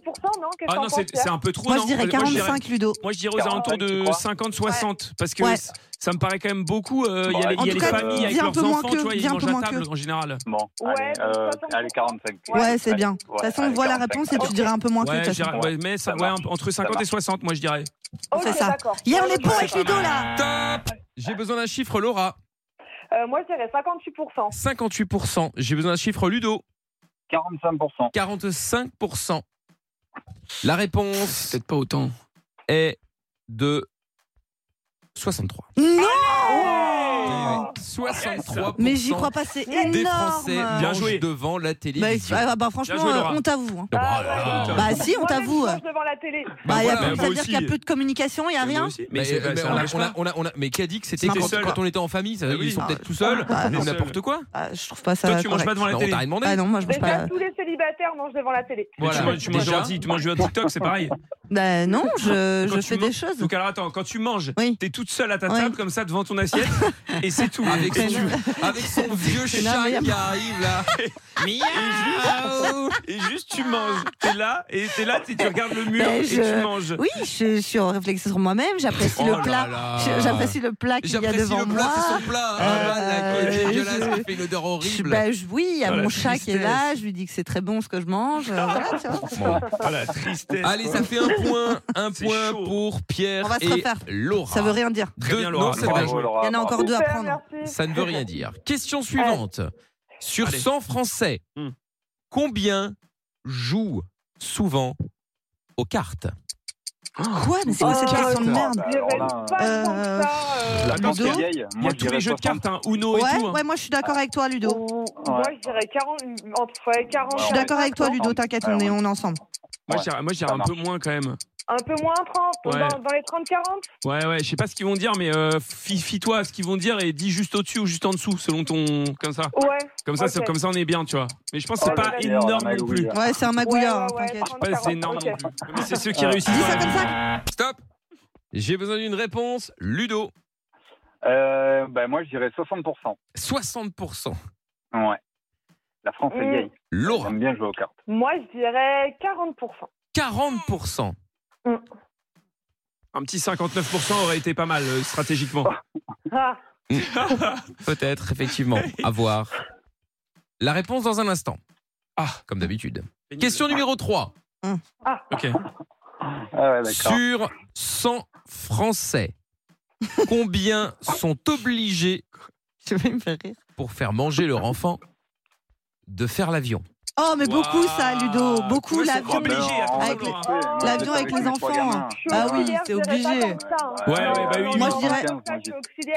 Speaker 4: Ah non, c'est c'est un peu trop.
Speaker 5: Moi,
Speaker 4: non
Speaker 5: je dirais
Speaker 4: Moi,
Speaker 5: 45, Ludo.
Speaker 4: Moi, je dirais aux alentours de 50-60. Parce que
Speaker 5: Ouais.
Speaker 4: c- ça me paraît quand même beaucoup. euh, Il y a les,
Speaker 14: Ouais.
Speaker 4: il y
Speaker 14: En
Speaker 4: a
Speaker 14: tout
Speaker 4: les
Speaker 14: cas,
Speaker 4: familles avec
Speaker 14: dis un
Speaker 4: leurs
Speaker 14: peu moins
Speaker 4: enfants,
Speaker 14: que-
Speaker 4: tu vois,
Speaker 14: dis
Speaker 4: ils
Speaker 14: un
Speaker 4: mangent
Speaker 14: peu
Speaker 4: à
Speaker 14: moins
Speaker 4: table
Speaker 14: que.
Speaker 4: en général.
Speaker 14: Bon, allez, euh, allez, 45.
Speaker 5: Ouais, c'est bien. De toute
Speaker 14: ouais,
Speaker 5: façon, on
Speaker 14: allez,
Speaker 5: voit la réponse et tu diras un peu moins que
Speaker 4: Ouais,
Speaker 5: de toute
Speaker 4: je dirais-
Speaker 5: façon.
Speaker 4: ouais, mais ça, ouais, un- entre 50 et 60, moi, je dirais.
Speaker 5: On fait ça. Hier, on est bons avec Ludo, là.
Speaker 1: Top J'ai besoin d'un chiffre, Laura.
Speaker 15: Euh, moi, je dirais 58%.
Speaker 1: 58%. J'ai besoin d'un chiffre, Ludo.
Speaker 14: 45%.
Speaker 1: 45%. La réponse. Peut-être
Speaker 4: pas autant.
Speaker 1: Est de 63.
Speaker 5: Non
Speaker 1: 63%.
Speaker 5: Mais j'y crois pas, c'est énorme.
Speaker 1: Des Français
Speaker 4: Bien joué.
Speaker 1: mangent devant la
Speaker 5: Bah,
Speaker 1: télévision.
Speaker 5: ah, bah, franchement,
Speaker 1: Bien joué,
Speaker 5: euh,
Speaker 1: Laura.
Speaker 5: on t'avoue. hein.
Speaker 1: Ah, bah, bah,
Speaker 5: Bah si, on t'avoue. euh.
Speaker 15: devant la télé.
Speaker 5: Bah, y a
Speaker 1: voilà,
Speaker 5: plus-
Speaker 1: bah,
Speaker 5: ça veut
Speaker 1: moi
Speaker 5: dire
Speaker 1: aussi.
Speaker 5: qu'il n'y a plus de communication, il n'y a rien.
Speaker 1: Mais, euh,
Speaker 4: c'est-
Speaker 1: mais
Speaker 4: ça
Speaker 1: on a-
Speaker 4: marche
Speaker 1: on a-
Speaker 4: pas.
Speaker 1: on a- on a- mais qui a dit que c'était
Speaker 4: C'était
Speaker 1: quand,
Speaker 4: seul.
Speaker 1: quand on était en famille ça,
Speaker 4: Ah oui.
Speaker 1: Ils sont
Speaker 4: Ah,
Speaker 1: peut-être tout seuls,
Speaker 5: bah,
Speaker 1: ou
Speaker 5: non.
Speaker 1: n'importe quoi.
Speaker 5: Ah, je trouve pas ça.
Speaker 4: Toi, tu manges pas
Speaker 5: correct.
Speaker 4: devant la
Speaker 1: Non, on
Speaker 4: télé.
Speaker 1: t'a rien demandé.
Speaker 5: Ah non, moi je mange
Speaker 15: Déjà,
Speaker 5: pas.
Speaker 15: tous les célibataires mangent devant la télé.
Speaker 4: Mais tu
Speaker 1: Voilà.
Speaker 4: manges- Tu manges
Speaker 1: Déjà.
Speaker 4: un- tu manges un TikTok, c'est pareil.
Speaker 5: Bah non, je,
Speaker 4: Quand
Speaker 5: je
Speaker 4: tu
Speaker 5: fais des
Speaker 4: manges-
Speaker 5: choses.
Speaker 4: Donc alors attends, quand tu manges,
Speaker 5: Oui.
Speaker 4: t'es toute seule à ta
Speaker 5: Oui.
Speaker 4: table comme ça devant ton assiette et c'est tout.
Speaker 1: Avec
Speaker 4: et,
Speaker 1: son, avec son vieux
Speaker 5: C'est
Speaker 1: chat
Speaker 5: énorme.
Speaker 1: qui arrive là. Miaou
Speaker 4: et juste tu manges. T'es là et t'es là, t'es- tu regardes le mur et
Speaker 5: Mais bah, Ben, je-
Speaker 4: tu manges.
Speaker 5: Oui, je, je suis en réflexion sur moi-même, j'apprécie
Speaker 1: Oh
Speaker 5: le
Speaker 1: là
Speaker 5: plat.
Speaker 1: là.
Speaker 5: je- J'apprécie le plat qu'il y a
Speaker 1: J'apprécie
Speaker 5: devant
Speaker 1: le plat,
Speaker 5: moi.
Speaker 1: c'est son plat. hein.
Speaker 5: Euh,
Speaker 1: Ah, là, là,
Speaker 5: je-
Speaker 1: dégueulasse,
Speaker 5: je-
Speaker 1: il fait une odeur
Speaker 5: Je-
Speaker 1: horrible.
Speaker 5: bah, je- oui, il y a
Speaker 4: Ah, la
Speaker 5: mon chat qui est
Speaker 4: tristesse.
Speaker 5: là, je lui dis que c'est très bon ce que je mange. euh, voilà, tu vois.
Speaker 4: Ah la tristesse.
Speaker 1: Allez, ça fait un point, un
Speaker 4: C'est
Speaker 1: point
Speaker 4: chaud.
Speaker 1: pour Pierre
Speaker 5: On va se
Speaker 1: et
Speaker 5: refaire.
Speaker 1: Laura.
Speaker 5: Ça veut rien dire.
Speaker 4: Très
Speaker 1: Deux-
Speaker 4: bien, Laura.
Speaker 1: non, c'est
Speaker 4: Bravo,
Speaker 1: bien joué.
Speaker 14: Laura.
Speaker 5: Il y en a encore deux à
Speaker 15: Super,
Speaker 5: prendre.
Speaker 15: merci.
Speaker 1: Ça ne veut rien dire. Question suivante. Sur
Speaker 4: Allez.
Speaker 1: 100 Français,
Speaker 4: Hmm.
Speaker 1: combien jouent souvent aux cartes
Speaker 5: Quoi Mais c'est quoi cette
Speaker 15: Oh,
Speaker 5: question de merde
Speaker 15: Je dirais
Speaker 14: Alors là,
Speaker 15: pas
Speaker 5: euh,
Speaker 15: tant que ça, euh,
Speaker 4: La
Speaker 14: Parce
Speaker 4: Ludo,
Speaker 14: que vieille,
Speaker 4: Il y
Speaker 14: moi
Speaker 4: a
Speaker 14: je
Speaker 4: tous les
Speaker 14: dirais
Speaker 4: jeux de
Speaker 14: 60.
Speaker 4: cartes, hein, Uno et tout.
Speaker 5: Ouais,
Speaker 4: hein.
Speaker 5: ouais, moi je suis d'accord avec toi, Ludo.
Speaker 15: Moi, je dirais 40, entre ouais, 40
Speaker 5: Je suis d'accord avec toi, Ludo, t'inquiète, on est, on est ensemble.
Speaker 4: Moi, je dirais- moi, je dirais
Speaker 14: Ça
Speaker 4: un peu moins quand même.
Speaker 15: Un peu moins 30,
Speaker 4: Ouais.
Speaker 15: dans, dans les 30-40.
Speaker 4: Ouais, ouais, je sais pas ce qu'ils vont dire, mais euh, fie- fie-toi à ce qu'ils vont dire et dis juste au-dessus ou juste en dessous, selon ton. Comme ça.
Speaker 15: Ouais.
Speaker 4: Comme ça,
Speaker 15: Ok.
Speaker 4: c'est- comme ça on est bien, tu vois. Mais je pense que c'est
Speaker 15: Oh,
Speaker 4: pas
Speaker 15: le
Speaker 14: meilleur,
Speaker 4: énorme
Speaker 14: la
Speaker 4: non plus.
Speaker 14: Malouille.
Speaker 5: Ouais, c'est un magouilleur, hein, t'inquiète.
Speaker 4: Je pense que c'est énorme non plus. Mais c'est ceux qui réussissent.
Speaker 5: Dis
Speaker 4: dans
Speaker 5: ça
Speaker 4: la
Speaker 5: comme
Speaker 4: vie.
Speaker 5: ça
Speaker 1: Stop J'ai besoin d'une réponse. Ludo,
Speaker 14: Euh, ben, moi je dirais 60%.
Speaker 1: 60%.
Speaker 14: Ouais. La France est
Speaker 1: Euh,
Speaker 15: Mm.
Speaker 14: vieille.
Speaker 1: Laura,
Speaker 14: J'aime bien jouer aux cartes.
Speaker 15: Moi, je dirais 40%.
Speaker 1: 40%.
Speaker 4: Un petit 59% aurait été pas mal euh, stratégiquement.
Speaker 15: Ah,
Speaker 1: Peut-être, effectivement. À voir. La réponse dans un instant,
Speaker 4: Ah,
Speaker 1: comme d'habitude.
Speaker 4: pénible.
Speaker 1: Question numéro 3. Ah.
Speaker 4: Ok.
Speaker 14: Ah ouais, d'accord.
Speaker 1: Sur 100 Français, combien sont obligés
Speaker 5: Je vais me faire rire.
Speaker 1: pour faire manger leur enfant de faire l'avion
Speaker 5: Oh, mais beaucoup
Speaker 4: Waouh.
Speaker 5: ça, Ludo. Beaucoup
Speaker 4: Ouais, c'est
Speaker 5: l'avion.
Speaker 4: obligé, attention,
Speaker 5: Avec
Speaker 4: Laura.
Speaker 5: l'avion avec les enfants. Ah oui, c'est obligé.
Speaker 2: Euh,
Speaker 4: Ouais, ouais, bah oui,
Speaker 5: Moi, je dirais-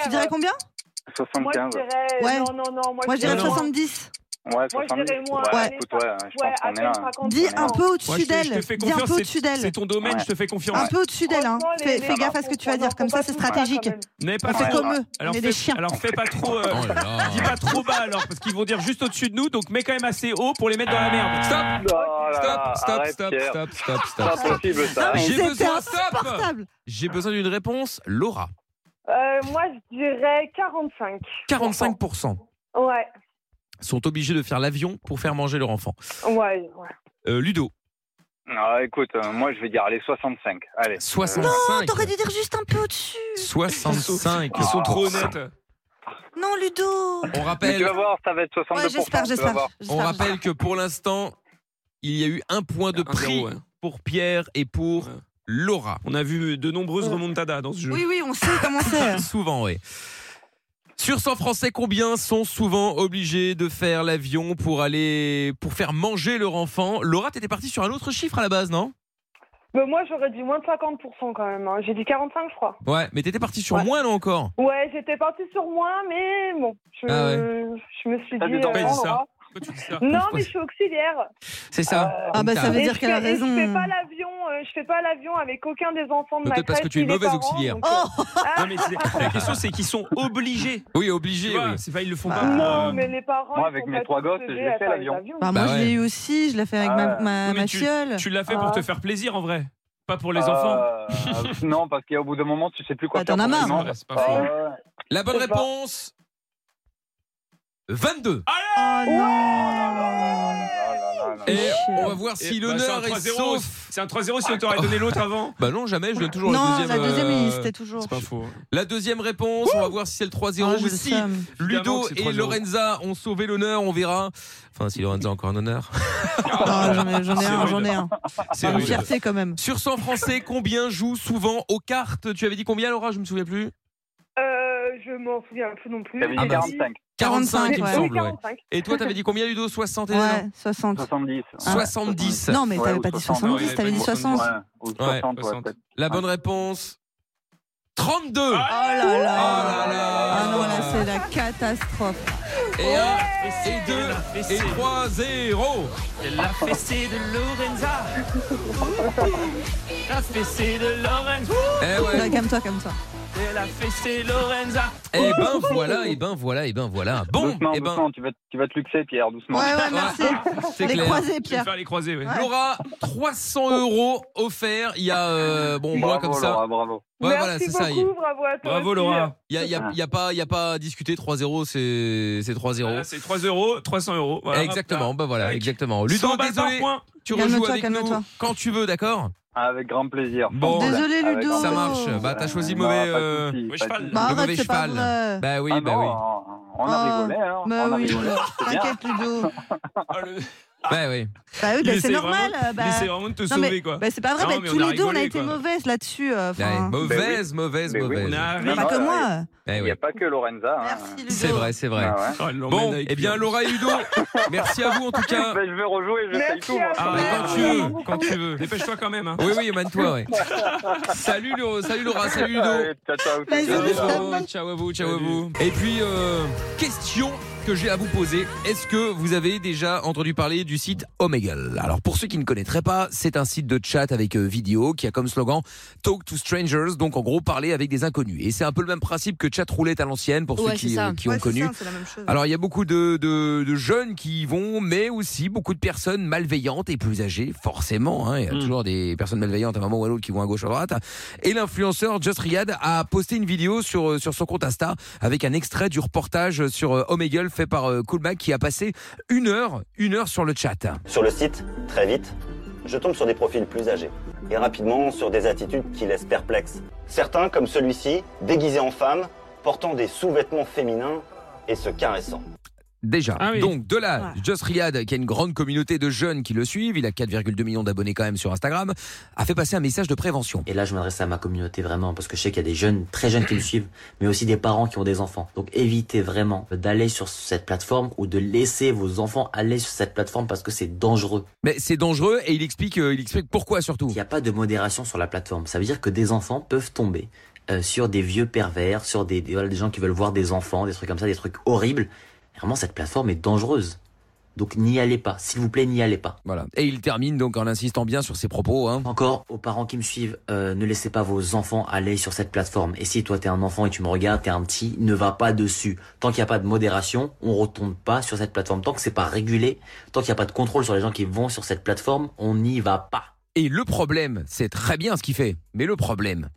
Speaker 5: Tu dirais combien
Speaker 15: Moi, je
Speaker 14: 75.
Speaker 2: Euh,
Speaker 15: dirais.
Speaker 5: Ouais.
Speaker 15: Non, non, non. Moi,
Speaker 5: Moi je dirais
Speaker 4: Non, non.
Speaker 5: 70.
Speaker 14: Ouais,
Speaker 15: Moi, je
Speaker 14: 70.
Speaker 15: dirais moins.
Speaker 14: Ouais,
Speaker 15: Allez,
Speaker 14: écoute, ouais, je
Speaker 15: Ouais,
Speaker 14: pense qu'on
Speaker 15: à
Speaker 14: est là.
Speaker 15: peine 50.
Speaker 5: Dis
Speaker 14: non.
Speaker 5: un peu
Speaker 4: Moi,
Speaker 5: au-dessus
Speaker 4: je te- je te
Speaker 5: d'elle.
Speaker 4: fais
Speaker 5: Dis un
Speaker 4: confiance,
Speaker 5: peu
Speaker 4: c'est-
Speaker 5: au-dessus
Speaker 4: C'est
Speaker 5: d'elle.
Speaker 4: ton domaine,
Speaker 14: Ouais.
Speaker 4: je te fais
Speaker 5: Un
Speaker 4: confiance.
Speaker 5: peu au-dessus d'elle. hein.
Speaker 15: Franchement, les-
Speaker 5: Fais
Speaker 15: les
Speaker 5: fais gaffe à ce
Speaker 15: enfants,
Speaker 5: que tu vas dire,
Speaker 15: faut
Speaker 5: comme
Speaker 15: pas
Speaker 5: ça c'est
Speaker 15: tout faire,
Speaker 5: stratégique.
Speaker 15: quand même.
Speaker 4: N'avez
Speaker 5: On
Speaker 4: pas
Speaker 5: fait
Speaker 4: fait
Speaker 5: Ah, comme eux. On
Speaker 4: Alors
Speaker 5: est
Speaker 4: fais,
Speaker 5: des chiens.
Speaker 4: alors fais pas trop. euh,
Speaker 1: Oh là là.
Speaker 4: dis pas trop bas alors, parce qu'ils vont dire juste au-dessus de nous, donc mets quand même assez haut pour les mettre dans la merde. Stop
Speaker 14: Oh là
Speaker 1: Stop,
Speaker 14: là,
Speaker 1: stop,
Speaker 14: arrête,
Speaker 1: stop,
Speaker 14: Pierre.
Speaker 1: stop, stop,
Speaker 14: C'est
Speaker 1: stop,
Speaker 14: pas
Speaker 1: stop.
Speaker 14: possible ça.
Speaker 5: Non, mais
Speaker 1: J'ai
Speaker 5: c'était
Speaker 1: besoin- Stop
Speaker 5: insupportable.
Speaker 1: J'ai besoin d'une réponse, Laura.
Speaker 15: Euh, moi, je dirais 45.
Speaker 1: 45%
Speaker 15: Ouais,
Speaker 1: sont obligés de faire l'avion pour faire manger leur enfant.
Speaker 15: ouais, ouais.
Speaker 1: Euh, Ludo,
Speaker 14: Ah, écoute, euh, moi je vais dire les 65. Allez.
Speaker 1: 65.
Speaker 5: Non, t'aurais dû dire juste un peu au-dessus.
Speaker 1: 65.
Speaker 4: Ils sont
Speaker 14: Ah.
Speaker 4: trop honnêtes.
Speaker 5: Non, Ludo.
Speaker 1: On
Speaker 14: Mais tu
Speaker 1: rappelle,
Speaker 14: vas voir, ça va être 62%.
Speaker 5: Ouais, j'espère,
Speaker 14: tu vas
Speaker 5: j'espère.
Speaker 14: voir.
Speaker 5: j'espère,
Speaker 1: on rappelle que pour l'instant, il y a eu un point de
Speaker 4: Un
Speaker 1: prix
Speaker 4: zéro, ouais.
Speaker 1: pour Pierre et pour
Speaker 4: Ouais.
Speaker 1: Laura.
Speaker 4: On a vu de nombreuses remontadas dans ce jeu.
Speaker 5: j'espère. Oui, oui, on sait comment c'est.
Speaker 1: Souvent, oui. Sur 100 Français, combien sont souvent obligés de faire l'avion pour aller pour faire manger leur enfant Laura, t'étais partie sur un autre chiffre à la base, non
Speaker 16: Ben, moi, j'aurais dit moins de 50% quand même. hein. J'ai dit 45, je crois.
Speaker 1: Ouais, mais t'étais partie sur moins, non encore
Speaker 16: Ouais, j'étais partie sur moi, mais bon, je,
Speaker 1: Ah ouais. hein.
Speaker 16: je me suis
Speaker 1: T'as
Speaker 16: dit.
Speaker 1: des dents,
Speaker 16: euh,
Speaker 1: mais
Speaker 16: on
Speaker 1: dis ça.
Speaker 16: verra. Non, mais je suis auxiliaire.
Speaker 1: C'est ça.
Speaker 5: Ah bah, ça veut
Speaker 16: Et
Speaker 5: dire
Speaker 16: je
Speaker 5: qu'elle a
Speaker 16: fais- et
Speaker 5: raison.
Speaker 16: Je fais pas l'avion, euh, je fais pas l'avion avec aucun des enfants de ma
Speaker 1: Peut-être parce que
Speaker 16: crèche
Speaker 1: tu es
Speaker 16: ni des
Speaker 1: mauvaise
Speaker 16: parents,
Speaker 1: auxiliaire.
Speaker 16: donc, euh,
Speaker 5: Oh
Speaker 4: Non, mais c'est- la question, c'est qu'ils sont obligés.
Speaker 1: Oui, obligés.
Speaker 4: C'est pas, ils le font
Speaker 16: Bah,
Speaker 4: pas. Euh,
Speaker 16: non, mais les parents.
Speaker 4: moi,
Speaker 16: ils
Speaker 4: avec
Speaker 16: sont
Speaker 4: mes
Speaker 16: pas
Speaker 4: trois
Speaker 16: tous
Speaker 4: gosses,
Speaker 16: élevés
Speaker 4: je l'ai
Speaker 16: à
Speaker 4: fait,
Speaker 16: faire
Speaker 4: l'avion.
Speaker 16: les avions.
Speaker 5: Bah, moi, je l'ai eu aussi, je l'ai fait avec
Speaker 1: Ah.
Speaker 5: ma, ma,
Speaker 4: Oui, mais
Speaker 5: ma
Speaker 4: tu-
Speaker 5: fiole.
Speaker 4: Tu l'as fait
Speaker 5: Ah.
Speaker 4: pour te faire plaisir en vrai, pas pour les
Speaker 14: Euh,
Speaker 4: enfants.
Speaker 14: non, parce qu'au bout d'un moment, tu sais plus quoi faire.
Speaker 4: Bah, t'en as
Speaker 14: pour
Speaker 4: marre.
Speaker 14: les gens.
Speaker 4: Ouais, c'est pas faux.
Speaker 14: ouais.
Speaker 1: La bonne réponse 22.
Speaker 4: Ah
Speaker 5: Oh
Speaker 1: Et on va voir si
Speaker 4: Et- bah,
Speaker 1: l'honneur
Speaker 4: c'est un
Speaker 1: est
Speaker 4: 3-0,
Speaker 1: sauf.
Speaker 4: C'est un 3-0 si on t'aurait donné l'autre avant.
Speaker 1: Bah non, jamais, je donne toujours
Speaker 4: Non,
Speaker 1: la deuxième.
Speaker 4: la deuxième, il
Speaker 1: euh,
Speaker 4: hésitait toujours. C'est pas faux.
Speaker 1: La deuxième réponse, on va voir si c'est le 3-0
Speaker 4: Ah, j'ai
Speaker 1: ou
Speaker 4: le
Speaker 1: si
Speaker 4: seum. Évidemment
Speaker 1: Ludo
Speaker 4: que c'est
Speaker 1: et
Speaker 4: 3-0.
Speaker 1: Lorenza ont sauvé l'honneur, on verra. Enfin, si Lorenza a encore un honneur.
Speaker 5: Ah, j'en ai, j'en ai
Speaker 1: C'est
Speaker 5: un,
Speaker 1: rude.
Speaker 5: j'en ai un.
Speaker 1: C'est
Speaker 5: Une
Speaker 1: rude.
Speaker 5: fierté quand même.
Speaker 1: Sur 100 Français, combien jouent souvent aux cartes Tu avais dit combien, Laura Je me souviens plus.
Speaker 16: Euh, je m'en souviens plus non plus.
Speaker 1: T'avais dit
Speaker 16: J'ai
Speaker 1: 45. 45, il me
Speaker 16: Oui,
Speaker 1: semble, ouais.
Speaker 16: 45.
Speaker 1: Et toi, t'avais dit combien, Ludo 60
Speaker 5: Ouais, 60.
Speaker 14: 70.
Speaker 1: Ah. 70.
Speaker 5: Non, mais t'avais pas dit 70, t'avais dit 60.
Speaker 14: Ou
Speaker 1: Ouais.
Speaker 14: 60, ouais, peut-être.
Speaker 1: La bonne réponse 32 Oh là
Speaker 5: là
Speaker 1: là
Speaker 5: Ah non, là, c'est la catastrophe.
Speaker 1: Et 1, et 2, et 3, 0
Speaker 4: La fessée de Lorenza. La fessée de Lorenza.
Speaker 1: Eh ouais.
Speaker 5: Là, Bah, Calme-toi, calme-toi.
Speaker 4: Et la fessée de Lorenza.
Speaker 1: Eh ben voilà, et ben voilà, et ben voilà. Bon,
Speaker 14: doucement,
Speaker 1: eh ben-
Speaker 14: doucement, tu vas, te- tu vas te luxer, Pierre, doucement.
Speaker 1: C'est clair.
Speaker 4: Je vais faire les croisés, oui.
Speaker 1: Laura, 300 euros offerts. Il y a. euh, bon, moi,
Speaker 14: Bravo,
Speaker 1: comme ça.
Speaker 14: Laura, bravo.
Speaker 1: Ouais,
Speaker 16: Merci
Speaker 1: voilà, c'est
Speaker 16: beaucoup,
Speaker 1: ça. il-
Speaker 16: bravo à toi. aussi.
Speaker 1: Il n'y a, il y a- il y a pas- il y a pas à discuter. 3-0, c'est c'est 3-0.
Speaker 4: Là, c'est 3 euros, 300 euros. Voilà, hop,
Speaker 1: exactement,
Speaker 4: là.
Speaker 1: bah voilà,
Speaker 4: Tac.
Speaker 1: exactement. Ludo,
Speaker 4: 100 balles par
Speaker 1: désolé,
Speaker 4: point.
Speaker 1: tu rejoues avec nous quand tu veux, d'accord
Speaker 14: Avec grand plaisir.
Speaker 1: Bon,
Speaker 14: Désolé, Ludo.
Speaker 1: Avec- ça marche. Bah, t'as choisi le mauvais, euh,
Speaker 14: mauvais cheval.
Speaker 5: Bah, arrête, c'est pas vrai.
Speaker 1: Bah oui,
Speaker 14: Ah
Speaker 1: bah
Speaker 14: non,
Speaker 1: oui.
Speaker 14: On a rigolé, hein.
Speaker 5: Bah
Speaker 14: on a
Speaker 5: oui,
Speaker 14: rigolé. C'est bien.
Speaker 5: t'inquiète Ludo.
Speaker 1: Bah oui.
Speaker 5: Bah oui,
Speaker 1: Il
Speaker 5: bah
Speaker 1: essaie
Speaker 5: c'est normal.
Speaker 1: vraiment- il
Speaker 5: bah...
Speaker 1: essaie vraiment de te
Speaker 5: Non, mais-
Speaker 1: sauver, quoi.
Speaker 5: Bah c'est pas vrai,
Speaker 1: Non,
Speaker 5: bah,
Speaker 1: mais
Speaker 5: tous
Speaker 1: on a
Speaker 5: les deux on a
Speaker 1: rigolé,
Speaker 5: été
Speaker 1: quoi.
Speaker 5: mauvaises là-dessus. euh,
Speaker 1: Ouais,
Speaker 5: enfin,
Speaker 1: Bah mauvaise, mauvaise,
Speaker 14: Mais oui,
Speaker 1: mauvaise.
Speaker 14: on
Speaker 5: Bah, pas que moi.
Speaker 1: Eh
Speaker 14: Il
Speaker 1: oui.
Speaker 14: n'y a pas que Lorenza. hein.
Speaker 1: C'est vrai, c'est vrai.
Speaker 14: Ah ouais.
Speaker 1: Bon, eh bien, Laura et Ludo, merci à vous en tout cas. Bah,
Speaker 14: Ben, je vais rejouer, je fais tout. moi.
Speaker 4: Ah, mais quand tu veux, quand tu veux. Dépêche-toi quand même. Hein.
Speaker 1: Oui, oui, émane-toi, ouais. salut, Laura, salut, Laura, salut, Ludo.
Speaker 14: Allez, ciao, ciao.
Speaker 1: Ciao, ciao, ciao à vous, ciao à vous. Et puis, euh, question que j'ai à vous poser. Est-ce que vous avez déjà entendu parler du site Omegle Alors, pour ceux qui ne connaîtraient pas, c'est un site de chat avec euh, vidéo qui a comme slogan Talk to Strangers, donc en gros, parler avec des inconnus. Et c'est un peu le même principe que chat roulette à l'ancienne pour
Speaker 6: Ouais,
Speaker 1: ceux
Speaker 6: c'est
Speaker 1: qui,
Speaker 6: ça.
Speaker 1: euh, qui
Speaker 6: Ouais,
Speaker 1: ont
Speaker 6: c'est
Speaker 1: connu.
Speaker 6: ça, c'est la même chose.
Speaker 1: Alors, il y a beaucoup de, de- de jeunes qui y vont, mais aussi beaucoup de personnes malveillantes et plus âgées, forcément. hein. Il y a
Speaker 6: Mm.
Speaker 1: toujours des personnes malveillantes à un moment ou à l'autre qui vont à gauche à droite. Et l'influenceur Just Riyad a posté une vidéo sur, euh, sur son compte Insta avec un extrait du reportage sur euh, Omegle fait par euh, Coolback qui a passé une heure, une heure sur le chat.
Speaker 17: Sur le site, très vite, je tombe sur des profils plus âgés et rapidement sur des attitudes qui laissent perplexe. Certains, comme celui-ci, déguisés en femme, portant des sous-vêtements féminins et se caressant.
Speaker 1: Déjà.
Speaker 6: Ah
Speaker 1: Donc de là, Just Riyad, qui a une grande communauté de jeunes qui le suivent, il a 4,2 millions d'abonnés quand même sur Instagram, a fait passer un message de prévention.
Speaker 18: Et là, je m'adresse à ma communauté vraiment, parce que je sais qu'il y a des jeunes, très jeunes qui me suivent, mais aussi des parents qui ont des enfants. Donc évitez vraiment d'aller sur cette plateforme ou de laisser vos enfants aller sur cette plateforme parce que c'est dangereux.
Speaker 1: Mais c'est dangereux et il explique, euh, il explique pourquoi surtout.
Speaker 18: Il n'y a pas de modération sur la plateforme. Ça veut dire que des enfants peuvent tomber euh, sur des vieux pervers, sur des, des- voilà, des gens qui veulent voir des enfants, des trucs comme ça, des trucs horribles. Vraiment, cette plateforme est dangereuse. Donc n'y allez pas. S'il vous plaît, n'y allez pas.
Speaker 1: Voilà. Et il termine donc en insistant bien sur ses propos. hein.
Speaker 18: Encore aux parents qui me suivent, euh, ne laissez pas vos enfants aller sur cette plateforme. Et si toi t'es un enfant et tu me regardes, t'es un petit, ne va pas dessus. Tant qu'il n'y a pas de modération, on retombe pas sur cette plateforme. Tant que c'est pas régulé, tant qu'il n'y a pas de contrôle sur les gens qui vont sur cette plateforme, on n'y va pas.
Speaker 1: Et le problème, c'est très bien ce qu'il fait, mais le problème,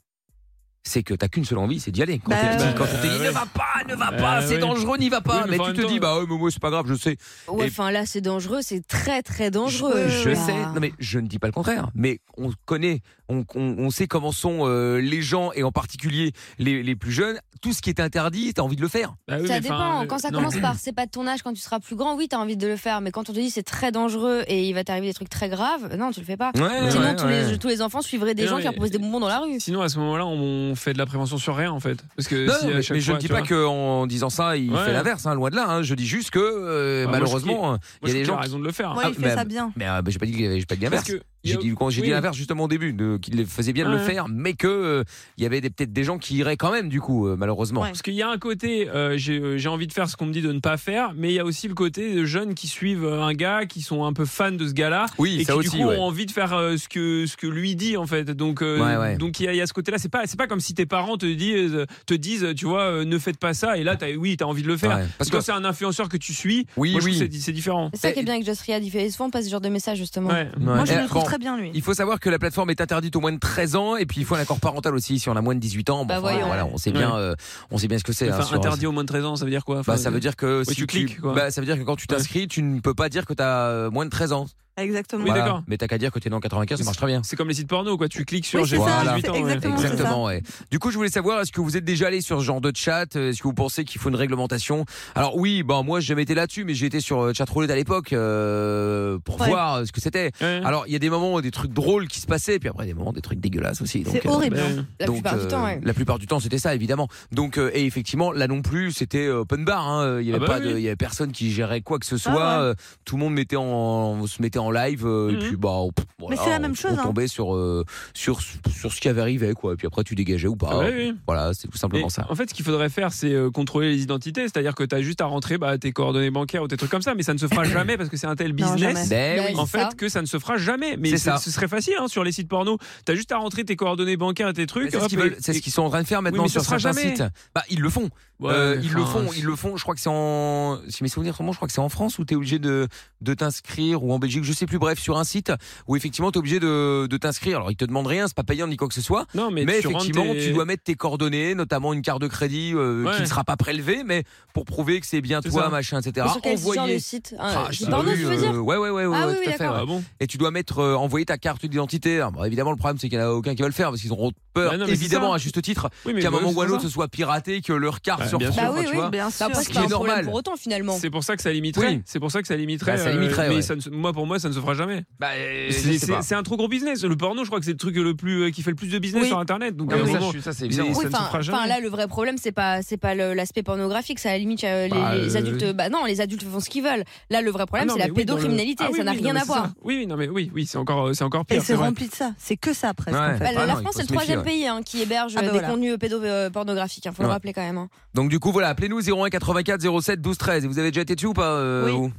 Speaker 1: c'est que t'as qu'une seule envie, c'est d'y aller. Quand
Speaker 6: Bah,
Speaker 1: t'es petit, quand on
Speaker 6: euh,
Speaker 1: te dit
Speaker 6: ouais.
Speaker 1: ne va pas, ne va pas,
Speaker 6: Euh,
Speaker 1: c'est
Speaker 6: oui.
Speaker 1: dangereux, n'y va pas.
Speaker 6: Oui, mais
Speaker 1: mais
Speaker 6: en
Speaker 1: tu
Speaker 6: même
Speaker 1: te
Speaker 6: temps-
Speaker 1: dis, bah ouais, mais moi c'est pas grave, je sais.
Speaker 19: Ouais,
Speaker 1: Et
Speaker 19: enfin là, c'est dangereux, c'est très très dangereux.
Speaker 1: je
Speaker 19: Bah.
Speaker 1: sais, non mais je ne dis pas le contraire, mais on connaît, on, on- on sait comment sont euh, les gens et en particulier les, les plus jeunes. Tout ce qui est interdit, t'as envie de le faire.
Speaker 6: Bah
Speaker 19: Ça
Speaker 3: Ah
Speaker 6: euh,
Speaker 19: dépend. Quand ça commence par c'est pas de ton âge, quand tu seras plus grand, oui, t'as envie de le faire. Mais quand on te dit c'est très dangereux et il va t'arriver des trucs très graves, non, tu le fais pas.
Speaker 4: Ouais,
Speaker 19: Sinon,
Speaker 4: ouais,
Speaker 19: tous,
Speaker 4: ouais.
Speaker 19: Les, tous les enfants suivraient des
Speaker 4: Et
Speaker 19: gens
Speaker 4: non,
Speaker 19: qui
Speaker 4: mais-
Speaker 19: leur posaient des bonbons dans la rue.
Speaker 4: Eh Sinon, à ce moment-là, on, on fait de la prévention sur rien en fait. Parce que
Speaker 1: Non,
Speaker 4: si
Speaker 1: non,
Speaker 4: à
Speaker 1: mais,
Speaker 4: chaque
Speaker 1: mais je
Speaker 4: fois,
Speaker 1: ne dis
Speaker 4: tu
Speaker 1: pas
Speaker 4: vois-
Speaker 1: qu'en disant ça, il
Speaker 4: Ouais.
Speaker 1: fait l'inverse, hein, loin de là. hein. Je dis juste que, euh,
Speaker 4: Ah, moi, je trouve qu'il-
Speaker 1: malheureusement,
Speaker 4: moi,
Speaker 1: il y
Speaker 4: je
Speaker 1: a
Speaker 4: trouve qu'il
Speaker 1: des
Speaker 4: a
Speaker 1: gens. qui- Ah,
Speaker 4: raison de le faire.
Speaker 5: Ouais, il fait
Speaker 1: mais-
Speaker 5: ça bien.
Speaker 1: Mais euh, bah, j'ai pas dit qu'il avait- j'ai pas dit
Speaker 4: Parce
Speaker 1: l'inverse.
Speaker 4: que il y
Speaker 1: J'ai
Speaker 4: a-
Speaker 1: dit, quand j'ai dit
Speaker 4: oui.
Speaker 1: l'inverse justement au début, de- qu'il faisait bien de le
Speaker 4: Ouais.
Speaker 1: faire, mais que euh, il y avait des- peut-être des gens qui iraient quand même, du coup, euh, malheureusement.
Speaker 4: Parce qu'il y a un côté, euh, j'ai euh, j'ai envie de faire ce qu'on me dit de ne pas faire, mais il y a aussi le côté de jeunes qui suivent euh, un gars, qui sont un peu fans de ce gars-là,
Speaker 1: Oui,
Speaker 4: et
Speaker 1: ça
Speaker 4: qui
Speaker 1: aussi,
Speaker 4: du coup
Speaker 1: ouais.
Speaker 4: ont envie de faire euh, ce que ce que lui dit en fait. Donc euh,
Speaker 1: Ouais, ouais.
Speaker 4: donc il y, a- il y a ce côté-là. C'est pas c'est pas comme si tes parents te disent te disent tu vois euh, ne faites pas ça et là t'as oui t'as envie de le faire.
Speaker 1: Ouais.
Speaker 4: Parce
Speaker 1: Parce
Speaker 4: que quand
Speaker 1: que-
Speaker 4: c'est un influenceur que tu suis,
Speaker 1: Oui,
Speaker 4: moi, je
Speaker 1: oui. Eh,
Speaker 4: trouve que c'est c'est différent.
Speaker 19: C'est ça qui est bien avec Just Riyad, il fait souvent pas ce genre de message justement.
Speaker 1: Ouais.
Speaker 5: je
Speaker 1: Eh,
Speaker 5: le trouve
Speaker 1: bon,
Speaker 5: très bien, lui.
Speaker 1: Il faut savoir que la plateforme est interdite au moins de 13 ans et puis il faut un accord parental aussi si on a moins de 18 ans. Bon,
Speaker 4: Bah
Speaker 1: enfin,
Speaker 4: voyons.
Speaker 1: voilà, on sait bien,
Speaker 4: Ouais.
Speaker 1: euh, on sait bien ce que c'est.
Speaker 4: Enfin,
Speaker 1: hein, sur-
Speaker 4: interdit au moins de 13 ans, ça veut dire quoi Enfin,
Speaker 1: Bah, ça veut dire que
Speaker 4: ouais,
Speaker 1: si
Speaker 4: tu cliques. quoi.
Speaker 1: bah, ça veut dire que quand tu t'inscris, tu ne peux pas dire que tu as moins de 13 ans.
Speaker 5: Exactement.
Speaker 1: Voilà. Mais t'as qu'à dire que t'es né en 95, ça marche très bien.
Speaker 4: C'est comme les sites porno, quoi. Tu cliques sur j'ai
Speaker 1: Voilà.
Speaker 4: 18 ans. ouais.
Speaker 1: Exactement, ouais. Du coup, je voulais savoir, est-ce que vous êtes déjà allé sur ce genre de chat Euh, Est-ce que vous pensez qu'il faut une réglementation Alors oui, bon, moi j'ai jamais été là-dessus, mais j'ai été sur euh, Chatroulette à l'époque euh, pour
Speaker 5: Ouais.
Speaker 1: voir euh, ce que c'était. Alors il y a des moments où des trucs drôles qui se passaient, puis après des moments des trucs dégueulasses aussi. Donc, euh,
Speaker 5: C'est horrible.
Speaker 19: La plupart du temps, ouais.
Speaker 1: La plupart du temps, c'était ça, évidemment. Donc euh, et effectivement, là non plus, c'était open bar. hein. Il y
Speaker 4: Ah
Speaker 1: avait
Speaker 4: bah
Speaker 1: pas de,
Speaker 4: oui.
Speaker 1: il y avait personne qui gérait quoi que ce
Speaker 5: Ah
Speaker 1: soit.
Speaker 5: ouais.
Speaker 1: Euh, Tout le monde mettait en, se mettait en live euh,
Speaker 5: Mhm.
Speaker 1: et puis bah. on-
Speaker 5: Mais
Speaker 1: voilà,
Speaker 5: c'est la
Speaker 1: on-
Speaker 5: même chose,
Speaker 1: On
Speaker 5: hein.
Speaker 1: tombait sur euh, sur sur ce qui avait arrivé quoi. Et puis après tu dégageais ou pas.
Speaker 4: Ah ouais, oui.
Speaker 1: Voilà, c'est tout simplement
Speaker 4: Mais
Speaker 1: ça.
Speaker 4: En fait, ce qu'il faudrait faire, c'est euh, contrôler les identités. C'est-à-dire que tu as juste à rentrer bah, tes coordonnées bancaires ou tes trucs comme ça. Mais ça ne se fera jamais parce que c'est un tel business.
Speaker 1: jamais. Ben oui,
Speaker 4: en
Speaker 1: c'est ça.
Speaker 4: fait, que ça ne se fera jamais. Mais
Speaker 1: C'est
Speaker 4: c'est-
Speaker 1: ça.
Speaker 4: ce serait facile hein, sur les sites porno. Tu as juste à rentrer tes coordonnées bancaires et tes
Speaker 1: Mais
Speaker 4: trucs.
Speaker 1: Ben, C'est ce
Speaker 4: hop,
Speaker 1: qu'ils
Speaker 4: et-
Speaker 1: veulent- c'est ce qu'ils sont en train de faire
Speaker 4: Oui,
Speaker 1: maintenant
Speaker 4: mais ce
Speaker 1: sur
Speaker 4: sera
Speaker 1: certains
Speaker 4: jamais.
Speaker 1: sites. Bah ils le font.
Speaker 4: Ouais,
Speaker 1: Euh, ils le
Speaker 4: enfin,
Speaker 1: font,
Speaker 4: c'est-
Speaker 1: ils le font. Je crois que c'est en, si mes souvenirs sont bons, je crois que c'est en France où t'es obligé de de t'inscrire ou en Belgique, je sais plus. Bref, sur un site où effectivement t'es obligé de de t'inscrire. Alors ils te demandent rien, c'est pas payant ni quoi que ce soit.
Speaker 4: Non, mais tu rentres
Speaker 1: effectivement,
Speaker 4: tes-
Speaker 1: tu dois mettre tes coordonnées, notamment une carte de crédit euh,
Speaker 4: Ouais.
Speaker 1: qui ne sera pas prélevée, mais pour prouver que c'est bien toi,
Speaker 4: ça.
Speaker 1: machin, etc.
Speaker 19: Mais sur quel genre
Speaker 1: Envoyer-
Speaker 19: de site Un-
Speaker 1: Ah,
Speaker 19: du
Speaker 1: je sais
Speaker 19: porno, tu
Speaker 1: pas,
Speaker 19: veux
Speaker 1: oui,
Speaker 19: dire
Speaker 1: euh, Ouais, ouais, ouais, ouais,
Speaker 19: Ah
Speaker 1: ouais,
Speaker 19: oui,
Speaker 1: tout
Speaker 19: oui,
Speaker 1: à fait.
Speaker 19: d'accord.
Speaker 1: ouais.
Speaker 19: Ah bon
Speaker 1: Et tu dois mettre, euh, envoyer ta carte d'identité. Alors, bon, évidemment, le problème, c'est qu'il n'y en a aucun qui va le faire parce qu'ils auront peur,
Speaker 4: Bah non, mais c'est
Speaker 1: évidemment,
Speaker 4: ça.
Speaker 1: à juste titre,
Speaker 4: Oui, mais
Speaker 1: qu'à un
Speaker 4: bah
Speaker 1: moment
Speaker 4: oui,
Speaker 1: ou à
Speaker 4: c'est
Speaker 1: l'autre,
Speaker 4: ça.
Speaker 1: ce soit piraté, que leur carte
Speaker 4: Bah,
Speaker 1: se
Speaker 4: bien
Speaker 1: retrouve.
Speaker 4: sûr. Bah
Speaker 1: enfin,
Speaker 4: oui,
Speaker 1: tu
Speaker 4: oui,
Speaker 1: vois.
Speaker 4: bien sûr.
Speaker 19: Après,
Speaker 1: Ce
Speaker 19: c'est
Speaker 1: qui
Speaker 19: pas un
Speaker 1: est
Speaker 19: problème
Speaker 1: normal.
Speaker 19: pour autant finalement.
Speaker 4: C'est pour ça que ça limiterait.
Speaker 1: Oui.
Speaker 4: C'est pour ça que ça limiterait. euh,
Speaker 1: Bah, ça limiterait,
Speaker 4: mais
Speaker 1: ouais.
Speaker 4: ça ne se- moi, pour moi, ça ne se fera jamais.
Speaker 1: Bah, euh, je
Speaker 4: C'est
Speaker 1: sais
Speaker 4: c'est-
Speaker 1: pas.
Speaker 4: c'est un trop gros business. Le porno, je crois que c'est le truc le plus euh, qui fait le plus de business
Speaker 1: Oui.
Speaker 4: sur Internet. Donc
Speaker 1: Ah,
Speaker 4: à
Speaker 1: mais
Speaker 4: un
Speaker 1: ça, je
Speaker 4: moment-
Speaker 1: suis- ça, c'est
Speaker 4: mais
Speaker 1: évident.
Speaker 4: ça ne
Speaker 19: Oui,
Speaker 4: se
Speaker 19: enfin,
Speaker 4: fera jamais.
Speaker 19: enfin, là, le vrai problème, c'est pas, c'est pas le- l'aspect pornographique. Ça, à la limite, euh, les,
Speaker 4: Bah,
Speaker 19: les
Speaker 4: euh,
Speaker 19: adultes, bah non, les adultes font ce qu'ils veulent. Là, le vrai
Speaker 4: Ah
Speaker 19: problème,
Speaker 4: non,
Speaker 19: c'est
Speaker 4: mais
Speaker 19: la
Speaker 4: oui, dans le-
Speaker 19: pédocriminalité.
Speaker 4: Ah oui,
Speaker 19: ça n'a
Speaker 4: oui, non,
Speaker 19: rien
Speaker 4: mais
Speaker 19: à
Speaker 4: c'est
Speaker 19: voir.
Speaker 4: ça. Oui, oui, non, mais oui, oui, c'est encore, euh, c'est encore
Speaker 5: Et
Speaker 4: pire.
Speaker 5: c'est
Speaker 4: vrai.
Speaker 5: rempli de ça. C'est que ça, presque.
Speaker 1: Ouais.
Speaker 5: en
Speaker 1: Ah
Speaker 5: fait.
Speaker 19: Bah, la
Speaker 1: non, il
Speaker 19: France,
Speaker 1: faut
Speaker 19: c'est le
Speaker 1: se méfier,
Speaker 19: troisième
Speaker 1: ouais.
Speaker 19: pays hein, qui héberge
Speaker 5: Ah bah
Speaker 19: euh, des
Speaker 5: voilà.
Speaker 19: contenus pédo- euh, pornographiques. Il faut
Speaker 1: Ouais.
Speaker 19: le rappeler quand même. hein.
Speaker 1: Donc, du coup, voilà, appelez-nous 01 84 07 12 13. Et vous avez déjà été dessus ou pas, euh,
Speaker 5: Oui.
Speaker 1: vous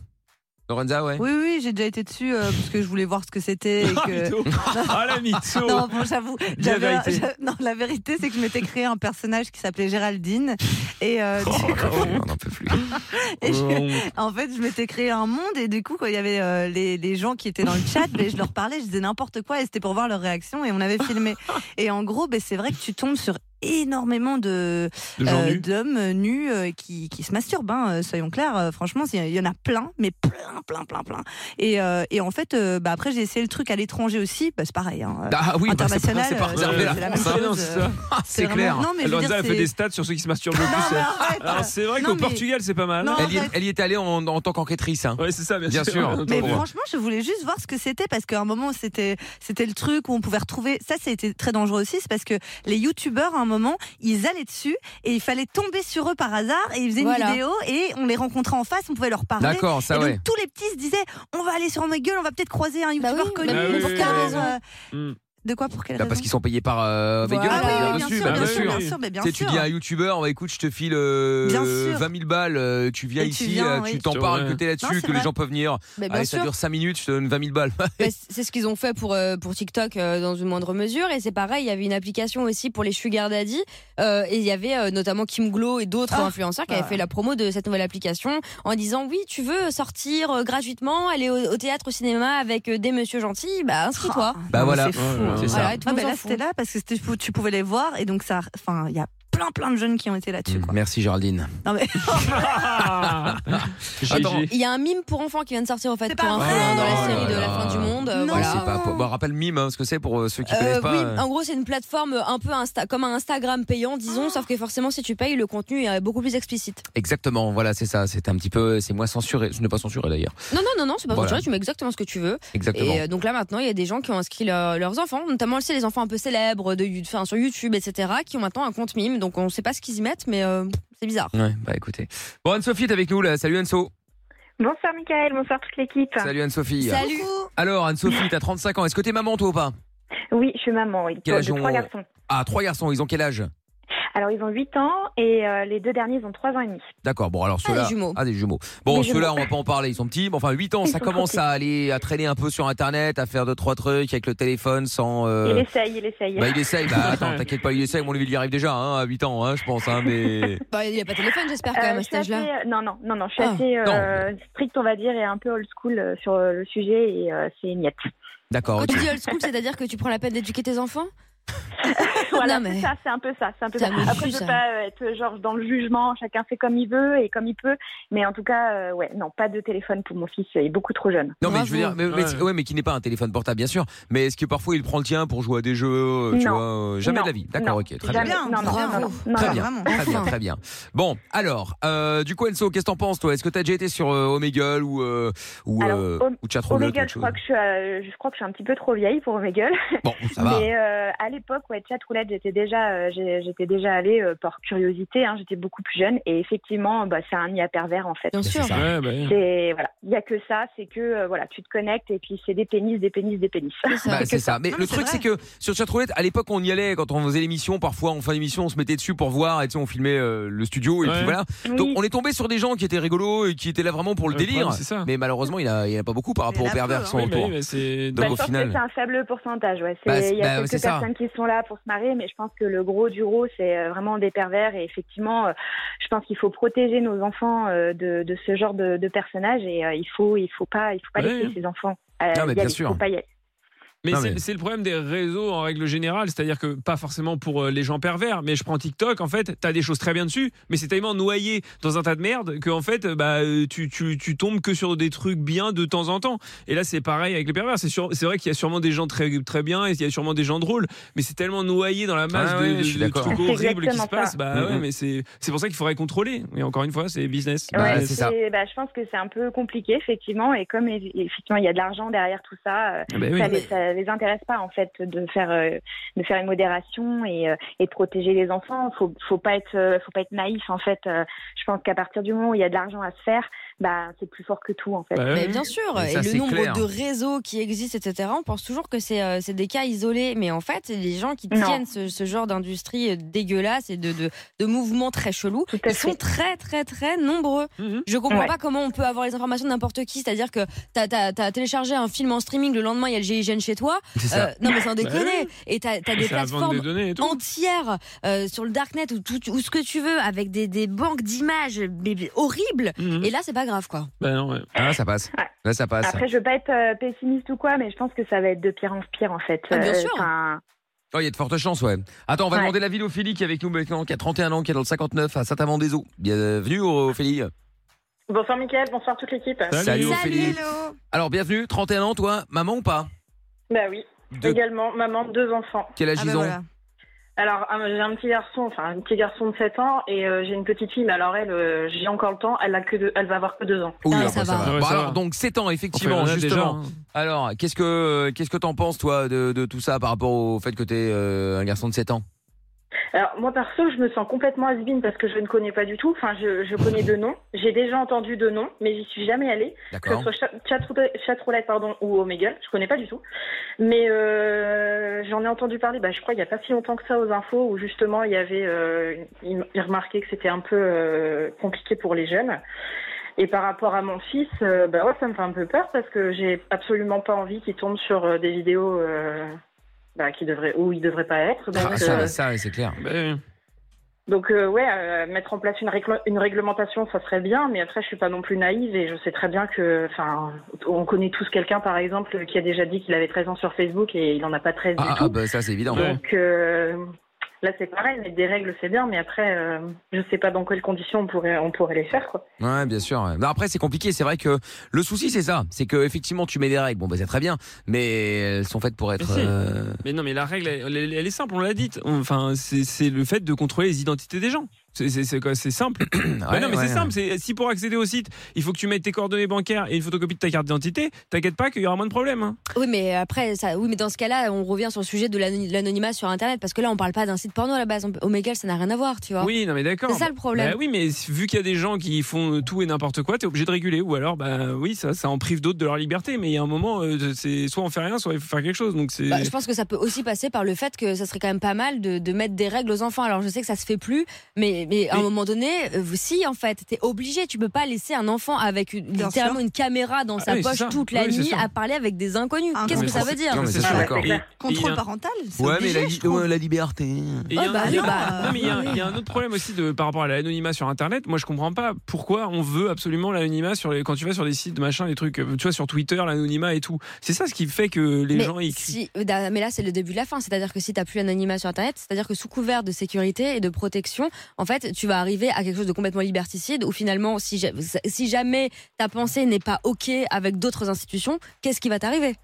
Speaker 1: Lorenza, ouais.
Speaker 5: Oui, oui, j'ai déjà été dessus euh, parce que je voulais voir ce que c'était. et
Speaker 4: Ah,
Speaker 5: que-
Speaker 4: mytho. Ah, la mytho.
Speaker 5: Non, bon, j'avoue.
Speaker 4: Dis la
Speaker 5: j'avais un-
Speaker 4: vérité.
Speaker 5: j'a- Non, la vérité, c'est que je m'étais créé un personnage qui s'appelait Géraldine. Et euh, du coup- Et je-
Speaker 4: Oh.
Speaker 5: en fait, je m'étais créé un monde et du coup, quand il y avait euh, les, les gens qui étaient dans le chat, ben, je leur parlais, je disais n'importe quoi et c'était pour voir leur réaction et on avait filmé. Et en gros, ben, c'est vrai que tu tombes sur énormément de euh,
Speaker 4: De gens nus.
Speaker 5: d'hommes nus euh, qui, qui se masturbent, hein, euh, soyons clairs. euh, franchement, il y- il y en a plein, mais plein, plein, plein, plein. Et, euh, et en fait, euh, bah, après, j'ai essayé le truc à l'étranger aussi, bah, c'est pareil. hein, euh,
Speaker 1: Ah oui, bah, c'est pas-
Speaker 5: international,
Speaker 1: c'est pas
Speaker 5: euh,
Speaker 1: réservé à la
Speaker 5: c'est la
Speaker 1: France,
Speaker 5: même
Speaker 1: hein.
Speaker 5: chose,
Speaker 1: Non, c'est
Speaker 5: euh,
Speaker 1: ça. Ah, c'est
Speaker 5: vraiment-
Speaker 1: clair.
Speaker 5: Non, mais je veux dire,
Speaker 4: Lorenza, elle
Speaker 5: c'est-
Speaker 4: fait des stats sur ceux qui se masturbent le plus. Alors, C'est vrai
Speaker 5: Non,
Speaker 4: qu'au
Speaker 5: mais-
Speaker 4: Portugal, c'est pas mal.
Speaker 5: Non,
Speaker 1: Elle y, est,
Speaker 5: arrête.
Speaker 1: elle y est allée en, en tant qu'enquêtrice. Hein.
Speaker 4: Ouais, c'est ça, bien,
Speaker 1: Bien sûr.
Speaker 5: Mais
Speaker 1: Ouais.
Speaker 5: franchement, je voulais juste voir ce que c'était parce qu'à un moment, c'était c'était le truc où on pouvait retrouver. Ça, c'était très dangereux aussi, c'est parce que les youtubeurs, à un moment, ils allaient dessus et il fallait tomber sur eux par hasard et ils faisaient
Speaker 19: Voilà.
Speaker 5: une vidéo et on les rencontrait en face, on pouvait leur parler.
Speaker 1: D'accord, ça,
Speaker 5: et donc,
Speaker 1: ouais.
Speaker 5: tous les petits se disaient, on va aller sur ma gueule, on va peut-être croiser un youtubeur
Speaker 19: oui,
Speaker 5: connu.
Speaker 4: bah oui,
Speaker 5: une
Speaker 4: pour quelle
Speaker 5: star,
Speaker 4: raison
Speaker 5: euh,
Speaker 4: Mm.
Speaker 5: De quoi pour quelle
Speaker 1: Bah,
Speaker 5: raison
Speaker 1: parce qu'ils sont payés par euh,
Speaker 19: Voilà.
Speaker 1: Vegas,
Speaker 19: Ah oui,
Speaker 1: bien
Speaker 5: oui, bien
Speaker 1: sûr,
Speaker 5: sûr,
Speaker 1: bah,
Speaker 4: bien sûr, bien
Speaker 5: sûr, mais bien
Speaker 1: Tu sais, tu
Speaker 5: sûr.
Speaker 1: dis à un youtubeur, bah, écoute, je te file euh,
Speaker 5: Bien sûr.
Speaker 1: 20 000 balles, euh, tu viens
Speaker 5: Et tu
Speaker 1: ici,
Speaker 5: viens,
Speaker 1: euh,
Speaker 5: oui.
Speaker 1: tu t'en
Speaker 4: C'est
Speaker 1: parles,
Speaker 4: vrai.
Speaker 1: que t'es
Speaker 5: Non,
Speaker 1: là-dessus,
Speaker 5: c'est
Speaker 1: que les
Speaker 5: vrai.
Speaker 1: gens peuvent venir.
Speaker 19: Mais bien
Speaker 1: Allez, ça
Speaker 19: sûr.
Speaker 1: dure 5 minutes, je te donne 20 000 balles.
Speaker 19: Bah, c'est c'est ce qu'ils ont fait pour, euh, pour TikTok euh, dans une moindre mesure. Et c'est pareil, il y avait une application aussi pour les Sugar Daddy. euh, et il y avait euh, notamment Kim Glow et d'autres
Speaker 5: Ah,
Speaker 19: influenceurs qui
Speaker 5: bah
Speaker 19: avaient fait
Speaker 5: ouais.
Speaker 19: la promo de cette nouvelle application en disant Oui, tu veux sortir euh, gratuitement, aller au, au théâtre, au cinéma avec euh, des messieurs gentils Bah inscris-toi.
Speaker 1: bah
Speaker 5: mais
Speaker 1: voilà,
Speaker 5: Ah. c'est fou,
Speaker 1: c'est
Speaker 19: Voilà,
Speaker 1: ça.
Speaker 19: et tout
Speaker 5: Ah,
Speaker 19: le
Speaker 5: bah
Speaker 19: monde
Speaker 5: là,
Speaker 19: s'en
Speaker 5: c'était
Speaker 19: fout.
Speaker 5: là parce que c'était- tu pouvais les voir et donc ça. Enfin, il y a plein plein, plein de jeunes qui ont été là-dessus. quoi.
Speaker 1: Merci Géraldine.
Speaker 5: Non, mais-
Speaker 1: Attends. Oh
Speaker 19: Il y a un mime pour enfants qui vient de sortir, en fait, pour info, hein, dans la série de La fin du monde. euh,
Speaker 1: Non,
Speaker 19: voilà.
Speaker 1: c'est pas. Bon, rappelle mime, hein, ce que c'est pour euh, ceux qui
Speaker 19: Euh,
Speaker 1: connaissent pas.
Speaker 19: oui,
Speaker 1: euh.
Speaker 19: en gros, c'est une plateforme un peu Insta, comme un Instagram payant, disons,
Speaker 5: Ah.
Speaker 19: sauf que forcément, si tu payes, le contenu est beaucoup plus explicite.
Speaker 1: Exactement, voilà, c'est ça. C'est un petit peu, c'est moins censuré. Je n'ai pas censuré d'ailleurs.
Speaker 19: Non, non, non, non, c'est pas
Speaker 1: Voilà.
Speaker 19: censuré, tu mets exactement ce que tu veux.
Speaker 1: Exactement.
Speaker 19: Et euh, donc là, maintenant, il y a des gens qui ont inscrit leur- leurs enfants, notamment aussi les enfants un peu célèbres de, You- enfin, sur YouTube, etc., qui ont maintenant un compte mime, donc on sait pas ce qu'ils y mettent, mais euh, c'est bizarre.
Speaker 1: Ouais, bah écoutez. Bon, Anne-Sophie est avec nous là. Salut Anne-So.
Speaker 20: Bonsoir Michael, bonsoir toute l'équipe.
Speaker 1: Salut Anne-Sophie.
Speaker 20: Salut.
Speaker 1: Alors Anne-Sophie, t'as 35 ans. Est-ce que t'es maman toi ou pas
Speaker 20: Oui, je suis maman, oui.
Speaker 1: Quel
Speaker 20: de-
Speaker 1: âge
Speaker 20: de
Speaker 1: ont-
Speaker 20: trois garçons.
Speaker 1: Ah, trois garçons. Ils ont quel âge
Speaker 20: Alors ils ont 8 ans et euh, les deux derniers ils ont 3 ans et demi.
Speaker 1: D'accord, bon alors
Speaker 20: Ah,
Speaker 1: ceux-là.
Speaker 20: des jumeaux.
Speaker 1: Ah, des jumeaux. Bon,
Speaker 20: Des
Speaker 1: ceux-là, on
Speaker 20: jumeaux.
Speaker 1: va pas en parler, ils sont petits. Mais enfin, 8 ans,
Speaker 20: Ils
Speaker 1: ça
Speaker 20: sont
Speaker 1: commence
Speaker 20: trop
Speaker 1: à aller, à traîner un peu sur Internet, à faire deux, trois trucs avec le téléphone sans. euh,
Speaker 20: Il essaye, il essaye.
Speaker 1: Bah, il essaye, bah attends, t'inquiète pas, il essaye, mon il y arrive déjà, hein, à 8 ans, hein, je pense, hein, mais.
Speaker 19: Bah, il n'y a pas de téléphone, j'espère,
Speaker 20: Euh,
Speaker 19: quand même, à
Speaker 20: je
Speaker 19: cet
Speaker 20: suis
Speaker 19: âge-là.
Speaker 20: assez- Non, non, non, non, je suis
Speaker 19: Ah,
Speaker 20: assez euh, stricte, on va dire, et un peu old school euh, sur euh, le sujet, et euh, c'est niette.
Speaker 1: bah, D'accord,
Speaker 19: Quand
Speaker 1: ok.
Speaker 19: tu dis old school, c'est-à-dire que tu prends la peine d'éduquer tes enfants
Speaker 20: voilà,
Speaker 19: Non, mais-
Speaker 20: c'est ça, c'est un peu ça, c'est un peu ça.
Speaker 19: Putain, mais
Speaker 20: Après, je
Speaker 19: juste,
Speaker 20: veux
Speaker 19: hein.
Speaker 20: pas euh, être genre dans le jugement, chacun fait comme il veut et comme il peut, mais en tout cas, euh, ouais, non, pas de téléphone pour mon fils, il est beaucoup trop jeune.
Speaker 1: Non mais je veux dire, mais, mais- ouais. mais qui n'est pas un téléphone portable bien sûr, mais est-ce que parfois il prend le tien pour jouer à des jeux, euh, tu
Speaker 20: Non.
Speaker 1: vois, euh, jamais
Speaker 20: Non.
Speaker 1: de la vie. D'accord,
Speaker 20: Non.
Speaker 1: ok, très
Speaker 20: Jamais.
Speaker 1: bien.
Speaker 20: Non, non,
Speaker 1: Très
Speaker 20: non, non,
Speaker 1: bien.
Speaker 20: non, non,
Speaker 1: très
Speaker 20: non,
Speaker 1: bien,
Speaker 20: vraiment.
Speaker 1: très bien, très bien. Bon, alors, euh, du coup Enzo, qu'est-ce que t'en penses toi Est-ce que t'as déjà été sur euh, Omegle ou euh, ou, euh,
Speaker 20: Om-
Speaker 1: ou Chatroulette ou
Speaker 20: Omegle,
Speaker 1: autre
Speaker 20: je
Speaker 1: chose
Speaker 20: crois, que je, suis, euh, je crois que je suis un petit peu trop vieille pour Omegle.
Speaker 1: Bon, ça va.
Speaker 20: Mais euh, à l'époque, ouais, Chatroulette, j'étais déjà, euh, j'ai- j'étais déjà allée euh, par curiosité. hein, j'étais beaucoup plus jeune et effectivement, bah, c'est un IA pervers en fait.
Speaker 19: Bien sûr.
Speaker 4: ça. Ouais, bah oui.
Speaker 20: C'est- voilà, il y a que ça, c'est que euh, voilà, tu te connectes et puis c'est des pénis, des pénis, des pénis.
Speaker 1: Bah, c'est ça. Mais le truc, c'est que sur Chatroulette, à l'époque, on y allait quand on faisait l'émission. Parfois, en fin d'émission, on se mettait dessus pour voir. Et tu sais, on filmait euh, le studio. Et
Speaker 4: Ouais.
Speaker 1: puis voilà.
Speaker 4: Oui.
Speaker 1: Donc, on est tombé sur des gens qui étaient rigolos et qui étaient là vraiment pour le
Speaker 4: Le
Speaker 1: délire.
Speaker 4: Euh, problème, c'est ça.
Speaker 1: Mais malheureusement, il n'y en a, il y en a hein. pas beaucoup par rapport aux pervers qui sont
Speaker 4: Oui, mais oui,
Speaker 1: autour.
Speaker 4: mais c'est-
Speaker 1: Donc,
Speaker 20: Bah,
Speaker 1: au
Speaker 20: je pense que
Speaker 1: final.
Speaker 20: c'est un faible pourcentage. Ouais. C'est-
Speaker 1: Bah, c'est-
Speaker 20: il y a
Speaker 1: bah, c'est
Speaker 20: quelques
Speaker 1: ça.
Speaker 20: personnes qui sont là pour se marrer, mais je pense que le gros du gros, c'est euh, vraiment des pervers. Et effectivement, euh, je pense qu'il faut protéger nos enfants euh, de, de ce genre de, de personnages. Et euh, il faut, il faut pas, il faut pas
Speaker 4: Ouais.
Speaker 1: hein.
Speaker 20: laisser ces enfants. euh,
Speaker 4: Non, mais
Speaker 20: y
Speaker 4: bien
Speaker 20: aller.
Speaker 4: sûr.
Speaker 20: Il faut pas y aller.
Speaker 4: Mais
Speaker 1: Non,
Speaker 4: c'est
Speaker 1: mais-
Speaker 4: c'est le problème des réseaux en règle générale, c'est-à-dire que pas forcément pour euh, les gens pervers, mais je prends TikTok, en fait, t'as des choses très bien dessus, mais c'est tellement noyé dans un tas de merde que en fait, euh, bah, euh, tu, tu, tu tombes que sur des trucs bien de temps en temps. Et là, c'est pareil avec les pervers. C'est sûr- c'est vrai qu'il y a sûrement des gens très, très bien et il y a sûrement des gens drôles, mais c'est tellement noyé dans la masse
Speaker 1: Ah
Speaker 4: de,
Speaker 1: ouais,
Speaker 4: de-
Speaker 1: je suis
Speaker 4: de
Speaker 1: d'accord.
Speaker 4: trucs
Speaker 1: C'est
Speaker 4: horribles qui se
Speaker 20: exactement
Speaker 4: passent.
Speaker 20: ça.
Speaker 4: Bah
Speaker 1: Mhm.
Speaker 4: ouais, mais c'est c'est pour ça qu'il faudrait contrôler. Et encore une fois, c'est business.
Speaker 20: Ouais,
Speaker 4: Business.
Speaker 20: c'est- bah, je pense que c'est un peu compliqué, effectivement. Et comme eff- effectivement, il y a de l'argent derrière tout ça, euh,
Speaker 4: Ah bah oui.
Speaker 20: ça, les, ça les intéresse pas, en fait, de faire, euh, de faire une modération et, euh, et de protéger les enfants. Faut, faut pas être, euh, faut pas être naïf, en fait. Euh, je pense qu'à partir du moment où il y a de l'argent à se faire, bah, c'est plus fort que tout, en fait.
Speaker 19: Mais bien sûr, et, le nombre de réseaux qui existent, etc., on pense toujours que c'est euh, c'est des cas isolés, mais en fait, les gens qui
Speaker 20: Non.
Speaker 19: tiennent ce, ce genre d'industrie euh, dégueulasse et de, de, de mouvements très chelous, ils sont très, très, très nombreux. Je comprends
Speaker 20: Mm-hmm. Ouais.
Speaker 19: pas comment on peut avoir les informations de n'importe qui, c'est-à-dire que t'as as, téléchargé un film en streaming, le lendemain, il y a le GIGN chez toi. Euh,
Speaker 6: C'est ça.
Speaker 19: non, mais sans
Speaker 6: Bah
Speaker 19: déconner.
Speaker 6: oui.
Speaker 19: Et t'as t'as
Speaker 6: Mais
Speaker 19: des
Speaker 6: c'est la vente des
Speaker 19: plateformes
Speaker 6: données et tout.
Speaker 19: entières euh, sur le Darknet ou, tout, ou ce que tu veux, avec des, des banques d'images mais- mais horribles.
Speaker 6: Mhm.
Speaker 19: Et là, c'est pas grave, quoi.
Speaker 4: Bah non, ouais.
Speaker 1: Ah, ça passe. Là, ça passe.
Speaker 20: Après, je veux pas être euh, pessimiste ou quoi, mais je pense que ça va être de pire en pire, en fait. Euh,
Speaker 1: Ah, bien sûr.
Speaker 20: enfin,
Speaker 1: Oh, il y a de fortes chances, ouais. Attends, on va
Speaker 20: Ouais.
Speaker 1: demander l'avis d'Ophélie qui est avec nous maintenant, qui a 31 ans, qui est dans le 59 à Saint-Amand-des-Eaux. Bienvenue, Ophélie.
Speaker 12: Bonsoir Mickaël, bonsoir toute l'équipe.
Speaker 1: Ophélie. Alors, bienvenue, 31 ans, toi, maman ou pas
Speaker 12: Bah oui,
Speaker 1: De-
Speaker 12: également maman de deux enfants.
Speaker 1: Quel âge Ah bah ils ont voilà.
Speaker 12: Alors un- j'ai un petit garçon, enfin un petit garçon de 7 ans et euh, j'ai une petite fille, mais alors elle, euh, j'ai encore le temps, elle, a que deux- elle va avoir que deux ans.
Speaker 1: Oui, alors, bah,
Speaker 4: va. Ouais,
Speaker 1: Bon,
Speaker 4: ça
Speaker 1: alors,
Speaker 4: va.
Speaker 1: donc 7 ans, effectivement,
Speaker 4: Enfin, il y en a
Speaker 1: justement.
Speaker 4: déjà, hein.
Speaker 1: Alors, qu'est-ce que qu'est-ce que t'en penses, toi, de, de tout ça par rapport au fait que t'es euh, un garçon de 7 ans
Speaker 12: Alors moi perso, je me sens complètement has parce que je ne connais pas du tout, enfin je, je connais deux noms, j'ai déjà entendu deux noms, mais j'y suis jamais allée, que
Speaker 1: D'accord.
Speaker 12: ce soit Chat- Chatroulette Chatroulette, pardon, ou Omegle, je connais pas du tout. Mais euh, j'en ai entendu parler, bah, je crois, il n'y a pas si longtemps que ça aux infos, où justement il y avait, euh, une- ils remarquaient que c'était un peu euh, compliqué pour les jeunes. Et par rapport à mon fils, euh, bah ouais, ça me fait un peu peur parce que j'ai absolument pas envie qu'il tombe sur euh, des vidéos euh, bah, qui devraient, où il devrait pas être. Donc,
Speaker 1: Ah, ça,
Speaker 12: euh,
Speaker 1: ça, c'est clair.
Speaker 4: bah,
Speaker 12: donc euh, ouais, euh, mettre en place une, régl- une réglementation, ça serait bien, mais après je suis pas non plus naïve et je sais très bien que, enfin, on connaît tous quelqu'un par exemple qui a déjà dit qu'il avait 13 ans sur Facebook et il en a pas 13
Speaker 1: Ah,
Speaker 12: du
Speaker 1: ah,
Speaker 12: tout.
Speaker 1: bah, ça, c'est évident.
Speaker 12: Donc euh, Là, c'est pareil, mais des règles, c'est bien, mais après, euh, je sais pas dans quelles conditions on pourrait, on pourrait les faire, quoi.
Speaker 1: Ouais, bien sûr. ouais. Non, Après, c'est compliqué. C'est vrai que le souci, c'est ça. C'est que effectivement, tu mets des règles. Bon, bah, c'est très bien, mais elles sont faites pour être.
Speaker 4: si.
Speaker 1: euh,
Speaker 4: Mais non, mais la règle, elle, elle- elle est simple, on l'a dite. Enfin, c'est c'est le fait de contrôler les identités des gens. C'est- C'est c'est quoi C'est simple. Mais non, mais c'est
Speaker 1: ouais, ouais.
Speaker 4: simple. c'est- Si pour accéder au site, il faut que tu mettes tes coordonnées bancaires et une photocopie de ta carte d'identité, t'inquiète pas qu'il y aura moins de problèmes. hein.
Speaker 19: Oui, mais après, ça, oui, mais dans ce cas-là, on revient sur le sujet de l'ano- l'anonymat sur Internet, parce que là, on parle pas d'un site porno à la base. On- Omegle, ça n'a rien à voir, tu vois.
Speaker 4: Oui, non, mais d'accord.
Speaker 19: C'est ça le problème.
Speaker 4: Bah oui, mais vu qu'il y a des gens qui font tout et n'importe quoi, t'es obligé de réguler. Ou alors, bah oui, ça, ça en prive d'autres de leur liberté. Mais il y a un moment, euh, c'est soit on fait rien, soit il faut faire quelque chose. Donc c'est.
Speaker 19: Bah, je pense que ça peut aussi passer par le fait que ça serait quand même pas mal de, de mettre des règles aux enfants. Alors je sais que ça se fait plus, mais, mais à un moment donné, euh, si en fait, t'es obligé, tu peux pas laisser un enfant avec une-
Speaker 5: Bien
Speaker 19: littéralement
Speaker 5: sûr.
Speaker 19: une caméra dans
Speaker 5: Ah
Speaker 19: sa
Speaker 5: oui, c'est
Speaker 19: poche
Speaker 5: ça.
Speaker 19: toute la
Speaker 5: Oui, c'est
Speaker 19: nuit
Speaker 5: ça.
Speaker 19: à parler avec des inconnus.
Speaker 5: Ah,
Speaker 19: Qu'est-ce
Speaker 5: mais
Speaker 19: que ça
Speaker 5: c'est-
Speaker 19: veut dire
Speaker 1: Non, mais ça, je suis d'accord.
Speaker 5: Contrôle
Speaker 4: un-
Speaker 5: parental, c'est
Speaker 1: Ouais, mais
Speaker 5: obligé,
Speaker 1: la,
Speaker 5: je
Speaker 1: li-
Speaker 5: trouve.
Speaker 1: ouais, la liberté.
Speaker 4: Et il
Speaker 19: Oh,
Speaker 4: y a
Speaker 5: Ah
Speaker 4: un-
Speaker 5: bah
Speaker 4: il y a-
Speaker 5: non.
Speaker 4: non, mais il y, a- il y a un autre problème aussi de, par rapport à l'anonymat sur Internet. Moi, je comprends pas pourquoi on veut absolument l'anonymat sur les, quand tu vas sur des sites, machin, les trucs, euh, tu vois, sur Twitter, l'anonymat et tout. C'est ça ce qui fait que les
Speaker 19: mais
Speaker 4: gens ils crient.
Speaker 19: si- da- mais là, c'est le début de la fin. C'est-à-dire que si t'as plus l'anonymat sur Internet, c'est-à-dire que sous couvert de sécurité et de protection, en fait, tu vas arriver à quelque chose de complètement liberticide où finalement, si, ja- si jamais ta pensée n'est pas OK avec d'autres institutions, qu'est-ce qui va t'arriver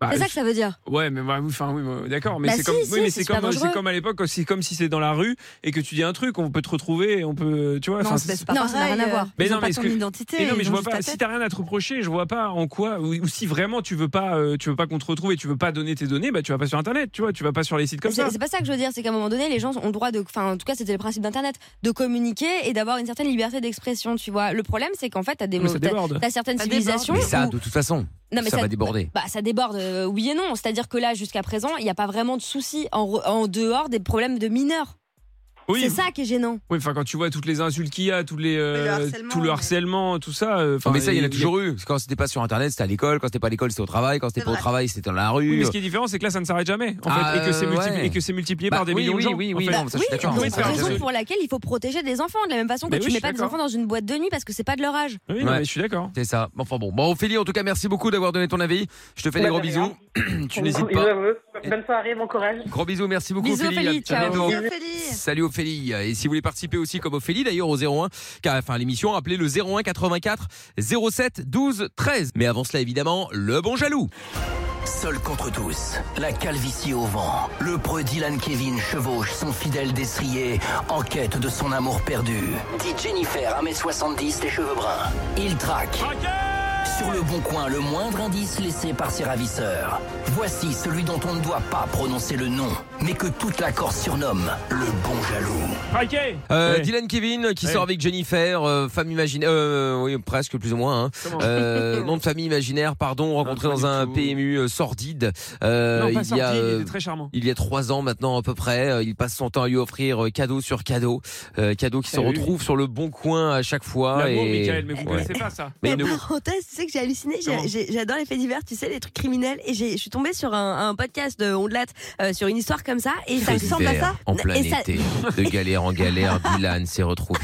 Speaker 4: Bah,
Speaker 19: C'est ça que ça veut dire.
Speaker 4: Ouais, mais bah, enfin, oui, bah, d'accord, mais
Speaker 19: Bah
Speaker 4: c'est
Speaker 19: si,
Speaker 4: comme,
Speaker 19: si,
Speaker 4: oui,
Speaker 19: c'est
Speaker 4: mais c'est
Speaker 19: super
Speaker 4: comme,
Speaker 19: dangereux.
Speaker 4: c'est comme à l'époque, c'est comme si c'est dans la rue et que tu dis un truc, on peut te retrouver, et on peut, tu vois.
Speaker 5: Non,
Speaker 4: enfin,
Speaker 5: on se baisse
Speaker 4: c'est-
Speaker 5: pas
Speaker 19: Non, ça n'a
Speaker 5: pareil,
Speaker 19: rien à
Speaker 5: euh,
Speaker 19: voir.
Speaker 5: ils ont pas ton identité,
Speaker 4: mais non, mais
Speaker 5: ils
Speaker 4: je
Speaker 5: ont
Speaker 4: vois
Speaker 5: juste
Speaker 4: pas.
Speaker 5: ta
Speaker 4: Si
Speaker 5: tête.
Speaker 4: t'as rien à te reprocher, je vois pas en quoi. Ou, ou si vraiment tu veux pas, euh, tu veux pas qu'on te retrouve et tu veux pas donner tes données, bah tu vas pas sur internet, tu vois, tu vas pas sur les sites comme
Speaker 19: C'est
Speaker 4: ça.
Speaker 19: c'est pas ça que je veux dire, c'est qu'à un moment donné, les gens ont le droit de, enfin, en tout cas, c'était le principe d'Internet, de communiquer et d'avoir une certaine liberté d'expression, tu vois. Le problème, c'est qu'en fait, t'as des,
Speaker 1: Mais ça
Speaker 19: t'as-
Speaker 1: déborde.
Speaker 19: t'as certaines civilisations.
Speaker 1: Mais ça,
Speaker 19: où-
Speaker 1: de toute façon,
Speaker 19: Non, mais
Speaker 1: ça, va déborder.
Speaker 19: Bah, ça déborde, euh, oui et non. C'est-à-dire que là, jusqu'à présent, il n'y a pas vraiment de souci en, re- en dehors des problèmes de mineurs.
Speaker 4: Oui.
Speaker 19: C'est ça qui est gênant.
Speaker 4: Oui, enfin quand tu vois toutes les insultes qu'il y a, toutes les, euh,
Speaker 19: harcèlement,
Speaker 4: tout le harcèlement, tout ça. euh, enfin,
Speaker 1: mais ça, il y en a toujours eu. Parce que Quand c'était pas sur Internet, c'était à l'école. Quand c'était pas à l'école, c'était au travail. Quand c'était pas au travail, c'était dans la
Speaker 4: Oui,
Speaker 1: rue.
Speaker 4: mais ce qui est différent, c'est que là, ça ne s'arrête jamais, en
Speaker 1: euh. Ah,
Speaker 4: fait, et que c'est
Speaker 1: euh,
Speaker 4: multipli-
Speaker 1: ouais.
Speaker 4: et que c'est multiplié
Speaker 1: Bah,
Speaker 4: par des
Speaker 1: oui,
Speaker 4: millions
Speaker 1: oui,
Speaker 4: de gens.
Speaker 1: oui,
Speaker 4: en
Speaker 1: oui,
Speaker 4: fait.
Speaker 1: non, mais ça, je suis d'accord.
Speaker 19: Donc,
Speaker 1: Oui,
Speaker 4: Ah,
Speaker 1: ça,
Speaker 19: raison
Speaker 1: bien sûr.
Speaker 19: pour laquelle il faut protéger des enfants, de la même façon que
Speaker 4: Bah
Speaker 1: Mais
Speaker 19: tu
Speaker 1: oui, je
Speaker 19: mets
Speaker 1: suis
Speaker 19: pas des
Speaker 1: d'accord.
Speaker 19: enfants dans une boîte de nuit parce que c'est pas de leur âge.
Speaker 4: Oui, non, mais je suis d'accord.
Speaker 1: C'est ça. Enfin bon. Bon, Ophélie, en tout cas, merci beaucoup d'avoir donné ton avis. Je te fais des
Speaker 12: Ouais,
Speaker 1: gros
Speaker 12: de
Speaker 1: bisous. tu n'hésites
Speaker 12: Beaucoup-
Speaker 1: pas.
Speaker 12: je- Bonne soirée, bon courage.
Speaker 1: Gros bisous, merci beaucoup
Speaker 12: Bisous,
Speaker 1: Ophélie.
Speaker 12: Ophélie,
Speaker 1: À- à bientôt.
Speaker 12: ciao. Bisous,
Speaker 1: Salut Ophélie. Et si vous voulez participer aussi comme Ophélie d'ailleurs au 01, car enfin l'émission, appelez le 01 84 07 12 13. Mais avant cela évidemment, le bon jaloux.
Speaker 7: Seul contre tous, la calvitie au vent, le preux Dylan Kevin chevauche son fidèle destrier en quête de son amour perdu. Dit Jennifer, 1m70, les cheveux bruns. Il traque. Sur le bon coin, le moindre indice laissé par ses ravisseurs. Voici celui dont on ne doit pas prononcer le nom, mais que toute la Corse surnomme le bon jaloux.
Speaker 1: Euh,
Speaker 7: Ouais.
Speaker 1: Dylan Kevin qui sort avec Jennifer, euh, femme imaginaire, euh, oui presque plus ou moins, hein. Euh, nom de famille imaginaire, pardon, rencontré dans un PMU euh, sordide. Euh,
Speaker 4: Non, pas
Speaker 1: il y a,
Speaker 4: sorti, il
Speaker 1: euh,
Speaker 4: était très charmant.
Speaker 1: il y a trois ans maintenant à peu près, euh, il passe son temps à lui offrir euh, cadeau sur cadeau, euh, cadeau qui se
Speaker 4: Eh oui.
Speaker 1: retrouve sur le bon coin à chaque fois.
Speaker 4: L'amour,
Speaker 1: et...
Speaker 4: Michael, mais vous
Speaker 1: Ouais.
Speaker 4: connaissez pas ça.
Speaker 1: Mais
Speaker 4: Mais
Speaker 1: ne-
Speaker 3: Parenthèse, tu sais que j'ai halluciné, j'ai-
Speaker 4: Comment
Speaker 3: j'ai- j'adore les faits divers, tu sais, les trucs criminels, et j'ai- je suis tombée sur un, un podcast de Ondelat euh, sur une histoire comme ça, et ça
Speaker 1: Faits
Speaker 3: ressemble à
Speaker 1: divers,
Speaker 3: ça.
Speaker 1: En plein
Speaker 3: et, ça
Speaker 1: été, de galère en galère, Dylan s'est retrouvé.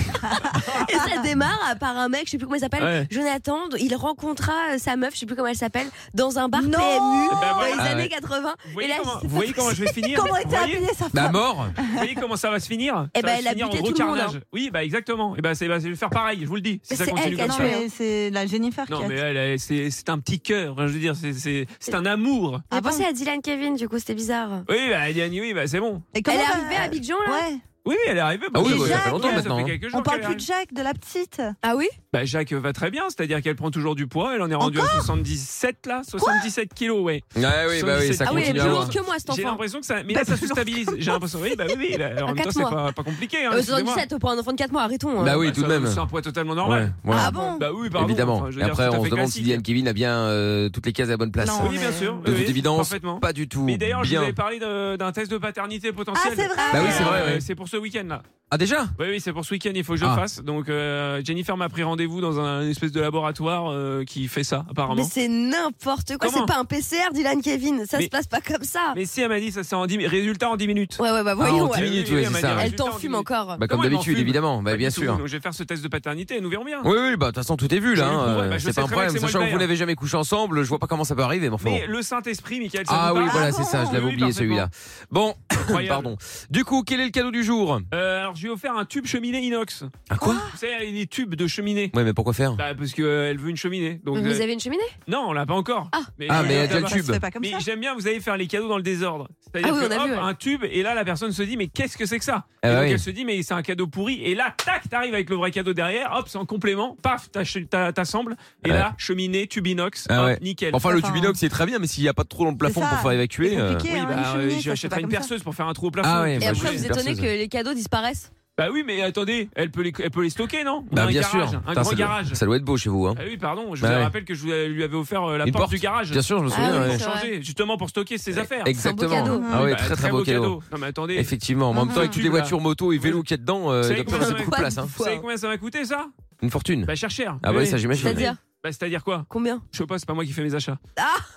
Speaker 3: et ça démarre par un mec, je sais plus comment il s'appelle,
Speaker 1: Ouais.
Speaker 3: Jonathan, il rencontrera euh, sa meuf, je sais plus comment elle s'appelle, dans un bar PMU
Speaker 21: Eh
Speaker 4: Ben
Speaker 3: dans
Speaker 4: voilà.
Speaker 3: les
Speaker 4: Ah
Speaker 3: années
Speaker 4: ouais.
Speaker 3: 80.
Speaker 4: Vous
Speaker 3: et
Speaker 4: voyez,
Speaker 3: là,
Speaker 4: comment, vous voyez comment je vais finir
Speaker 3: Comment était
Speaker 4: Vous voyez
Speaker 3: appelée sa
Speaker 1: Bah
Speaker 3: femme
Speaker 1: mort
Speaker 4: Vous voyez comment ça va se finir
Speaker 5: Eh
Speaker 4: Ça
Speaker 5: ben,
Speaker 4: va se
Speaker 5: elle a
Speaker 4: finir
Speaker 5: buté
Speaker 4: en
Speaker 5: tout
Speaker 4: gros
Speaker 5: le monde, hein.
Speaker 4: carnage. Oui, bah exactement. Et ben c'est bah, je vais faire pareil, je vous le dis. Si ça
Speaker 5: C'est
Speaker 4: continue
Speaker 5: elle qui a
Speaker 4: comme ça.
Speaker 5: tué, hein. c'est la Jennifer
Speaker 4: Non
Speaker 5: qui a
Speaker 4: mais
Speaker 5: tué.
Speaker 4: elle, elle, c'est c'est un petit cœur, hein, je veux dire, c'est- c'est c'est un amour.
Speaker 5: Ah
Speaker 3: J'ai pensé Ah, à Dylan Kevin, du coup, c'était bizarre.
Speaker 4: Oui, bah, Diane, oui, bah, c'est bon.
Speaker 5: Et
Speaker 3: Elle est arrivée à Abidjan, là
Speaker 5: Ouais.
Speaker 4: Oui, elle est arrivée.
Speaker 1: Ah oui,
Speaker 4: bah,
Speaker 1: bah, ça fait
Speaker 4: Jacques,
Speaker 1: longtemps
Speaker 4: ouais,
Speaker 1: maintenant,
Speaker 4: fait
Speaker 1: hein.
Speaker 4: quelques jours
Speaker 5: On parle
Speaker 4: qu'elle
Speaker 5: plus
Speaker 4: arrive.
Speaker 5: de Jacques, de la petite.
Speaker 3: Ah oui
Speaker 4: Bah, Jacques va très bien, c'est-à-dire qu'elle prend toujours du poids, elle en est rendue à 77 là, 77 kilos, ouais.
Speaker 1: Ouais, oui, bah oui, ça
Speaker 4: 77
Speaker 1: continue Ah oui, elle est
Speaker 4: kilos.
Speaker 1: plus lourde
Speaker 3: que moi, cet
Speaker 4: J'ai
Speaker 3: enfant.
Speaker 4: l'impression que ça, mais là, ça se stabilise. J'ai l'impression, oui, bah oui, oui, là, en
Speaker 3: À
Speaker 4: même temps,
Speaker 3: quatre
Speaker 4: c'est
Speaker 3: mois.
Speaker 4: pas, pas compliqué. Hein,
Speaker 3: Euh,
Speaker 4: excusez-moi.
Speaker 3: 77 pour un enfant de 4 mois, arrêtons. hein.
Speaker 1: Bah oui,
Speaker 4: Bah,
Speaker 1: tout de
Speaker 4: ça-
Speaker 1: même.
Speaker 4: C'est un poids totalement normal.
Speaker 1: Ouais, voilà. Ah
Speaker 3: bon
Speaker 4: Bah oui, pardon.
Speaker 1: Évidemment.
Speaker 4: Enfin, je veux
Speaker 1: Et
Speaker 4: dire,
Speaker 1: Après,
Speaker 4: tout à
Speaker 1: on
Speaker 4: fait
Speaker 1: se demande si
Speaker 4: classique.
Speaker 1: Dylan Kevin a bien euh, toutes les cases à la bonne place.
Speaker 5: Non,
Speaker 4: Oui, bien sûr.
Speaker 1: De
Speaker 4: oui,
Speaker 1: toute évidence,
Speaker 4: parfaitement.
Speaker 1: pas du tout.
Speaker 4: Mais d'ailleurs, je vous
Speaker 1: bien.
Speaker 4: avais parlé de- d'un test de paternité potentiel.
Speaker 5: Ah, c'est vrai
Speaker 1: Bah oui, c'est vrai, ouais.
Speaker 4: C'est pour ce week-end là.
Speaker 1: Ah déjà
Speaker 4: Oui, oui, c'est pour ce week-end, il faut que je le
Speaker 1: Ah.
Speaker 4: fasse. Donc euh, Jennifer m'a pris rendez-vous dans un espèce de laboratoire euh, qui fait ça, apparemment.
Speaker 21: Mais c'est n'importe quoi, c'est pas un PCR, Dylan Kevin, ça
Speaker 4: Mais-
Speaker 21: se passe pas comme ça.
Speaker 4: Mais si, elle m'a dit, ça c'est en 10 Résultat en 10 minutes.
Speaker 21: Ouais, ouais, bah
Speaker 1: Ah,
Speaker 21: voyons. ouais.
Speaker 1: oui, c'est ça.
Speaker 21: Elle t'en fume encore.
Speaker 1: Bah, comme
Speaker 4: Comment elle m'en
Speaker 1: d'habitude,
Speaker 4: fume
Speaker 1: évidemment. Bah,
Speaker 4: Pas
Speaker 1: bien
Speaker 4: du tout.
Speaker 1: sûr.
Speaker 4: Donc, je vais faire ce test de paternité et nous verrons bien.
Speaker 1: Oui, oui, bah de toute façon tout est vu
Speaker 4: Je le
Speaker 1: là. hein.
Speaker 4: prouverai, bah, je
Speaker 1: c'est
Speaker 4: sais
Speaker 1: pas
Speaker 4: très bien
Speaker 1: un problème.
Speaker 4: que c'est moi
Speaker 1: Sachant
Speaker 4: le
Speaker 1: que vous
Speaker 4: père.
Speaker 1: n'avez jamais couché ensemble, je vois pas comment ça peut arriver. Mais enfin.
Speaker 4: Mais
Speaker 1: bon.
Speaker 4: le Saint-Esprit, Michael, ça
Speaker 1: Ah
Speaker 4: vous
Speaker 1: oui,
Speaker 4: parle
Speaker 1: voilà, c'est ça. Je l'avais
Speaker 4: Oui,
Speaker 1: oublié celui-là. Bon, pardon. Du coup, quel est le cadeau du jour
Speaker 4: Euh, alors, je lui ai offert un tube cheminée inox.
Speaker 1: Un quoi
Speaker 4: Vous savez, les tubes de cheminée.
Speaker 1: Ouais, mais pourquoi faire
Speaker 4: Bah, parce qu'elle veut une cheminée. Donc,
Speaker 19: Vous
Speaker 4: euh,
Speaker 19: avez une cheminée
Speaker 4: Non, on l'a pas encore.
Speaker 1: Ah, mais elle a
Speaker 4: euh,
Speaker 1: déjà le Ça se tube. fait pas comme
Speaker 4: Mais j'aime bien, vous allez faire les cadeaux dans le désordre.
Speaker 19: Ah
Speaker 4: C'est-à-dire
Speaker 19: oui,
Speaker 4: que,
Speaker 19: on a vu,
Speaker 4: hop,
Speaker 19: ouais.
Speaker 4: un tube, et là, la personne se dit, mais qu'est-ce que c'est que ça
Speaker 1: Ah
Speaker 4: Et
Speaker 1: bah
Speaker 4: donc,
Speaker 1: oui.
Speaker 4: elle se dit, mais c'est un cadeau pourri. Et là, tac, t'arrives avec le vrai cadeau derrière, hop, c'est en complément, paf, t'ach- t'a- t'assembles. Et
Speaker 1: Ouais.
Speaker 4: là, cheminée, tube inox,
Speaker 1: Ah
Speaker 4: hop,
Speaker 1: ouais.
Speaker 4: nickel.
Speaker 1: Enfin, le tubinox c'est très bien, mais s'il n'y a pas de trou dans le plafond
Speaker 4: ça,
Speaker 1: pour faire évacuer. euh,
Speaker 4: Oui,
Speaker 19: hein,
Speaker 4: bah, euh, j'achèterai une perceuse pour faire un trou au plafond.
Speaker 1: Ah ouais,
Speaker 19: Et
Speaker 1: bah,
Speaker 19: après,
Speaker 1: je-
Speaker 19: vous étonnez
Speaker 1: perceuse.
Speaker 19: que les cadeaux disparaissent
Speaker 4: Bah oui, mais attendez, elle peut les, elle peut les stocker, non On a
Speaker 1: Bah
Speaker 4: un
Speaker 1: bien
Speaker 4: garage,
Speaker 1: sûr.
Speaker 4: Un
Speaker 1: Putain,
Speaker 4: grand
Speaker 1: ça doit-
Speaker 4: garage.
Speaker 1: Ça doit être beau chez vous. hein.
Speaker 4: Ah oui, pardon, je
Speaker 1: Bah
Speaker 4: vous
Speaker 1: ouais.
Speaker 4: rappelle que je vous- lui avais offert euh, la
Speaker 1: Une
Speaker 4: porte,
Speaker 1: porte,
Speaker 4: du garage.
Speaker 1: bien sûr, je me souviens, Ah oui, ouais.
Speaker 4: Pour changer, justement pour stocker ses affaires.
Speaker 1: Exactement. Ah ouais,
Speaker 4: Bah,
Speaker 1: très très beau cadeau.
Speaker 4: Non mais attendez.
Speaker 1: Effectivement, en même temps, avec toutes les
Speaker 4: Tube, là.
Speaker 1: voitures, motos et vélos qu'il y a dedans, euh,
Speaker 4: Vous
Speaker 1: il
Speaker 4: savez
Speaker 1: doit pas
Speaker 4: combien
Speaker 1: rester
Speaker 4: ça
Speaker 1: beaucoup de
Speaker 4: va-
Speaker 1: place. hein.
Speaker 4: Vous savez combien ça m'a coûté ça
Speaker 1: Une fortune.
Speaker 4: Bah cher cher.
Speaker 1: Ah
Speaker 4: Oui,
Speaker 1: ouais,
Speaker 4: oui.
Speaker 1: ça, j'imagine. C'est-à-dire
Speaker 4: Bah c'est-à-dire quoi
Speaker 21: Combien
Speaker 4: Je sais pas, c'est pas moi qui fais mes achats.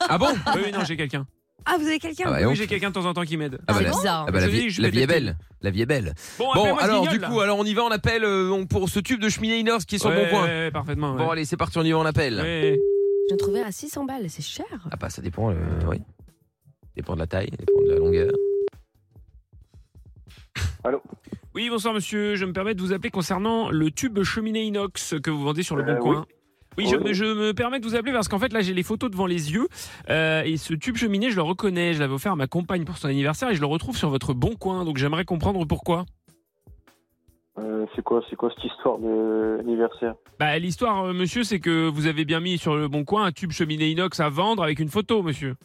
Speaker 1: Ah bon
Speaker 4: Oui, oui, non, j'ai quelqu'un.
Speaker 21: Ah, vous avez quelqu'un
Speaker 1: Ah bah,
Speaker 4: oui,
Speaker 1: donc.
Speaker 4: j'ai quelqu'un de temps en temps qui m'aide.
Speaker 1: Ah bah, la, ah bah, la
Speaker 4: Je
Speaker 1: vie,
Speaker 4: dis, je
Speaker 1: la
Speaker 4: pète
Speaker 1: vie est
Speaker 4: les
Speaker 1: belle. La vie est belle.
Speaker 4: Bon,
Speaker 1: Bon,
Speaker 4: appelle-moi ce
Speaker 1: alors du
Speaker 4: guignol, là.
Speaker 1: coup, alors on y va, on appelle euh, on pour ce tube de cheminée inox qui est sur
Speaker 4: Ouais,
Speaker 1: le bon coin.
Speaker 4: ouais, ouais, parfaitement.
Speaker 1: Bon allez, c'est parti, on y va, on appelle.
Speaker 19: Je l'ai trouvé à 600 balles, c'est cher.
Speaker 1: Ah bah ça dépend, euh, oui. Dépend de la taille, dépend de la longueur.
Speaker 4: Oui, bonsoir monsieur, je me permets de vous appeler concernant le tube cheminée inox que vous vendez sur le
Speaker 14: Euh,
Speaker 4: bon coin.
Speaker 14: oui.
Speaker 4: Oui, je,
Speaker 14: Oui.
Speaker 4: je me permets de vous appeler parce qu'en fait là j'ai les photos devant les yeux Euh, et ce tube cheminée je le reconnais, je l'avais offert à ma compagne pour son anniversaire et je le retrouve sur votre bon coin donc j'aimerais comprendre pourquoi.
Speaker 13: Euh, c'est quoi, c'est quoi cette histoire de anniversaire
Speaker 4: Bah l'histoire euh, monsieur c'est que vous avez bien mis sur le bon coin un tube cheminée inox à vendre avec une photo monsieur.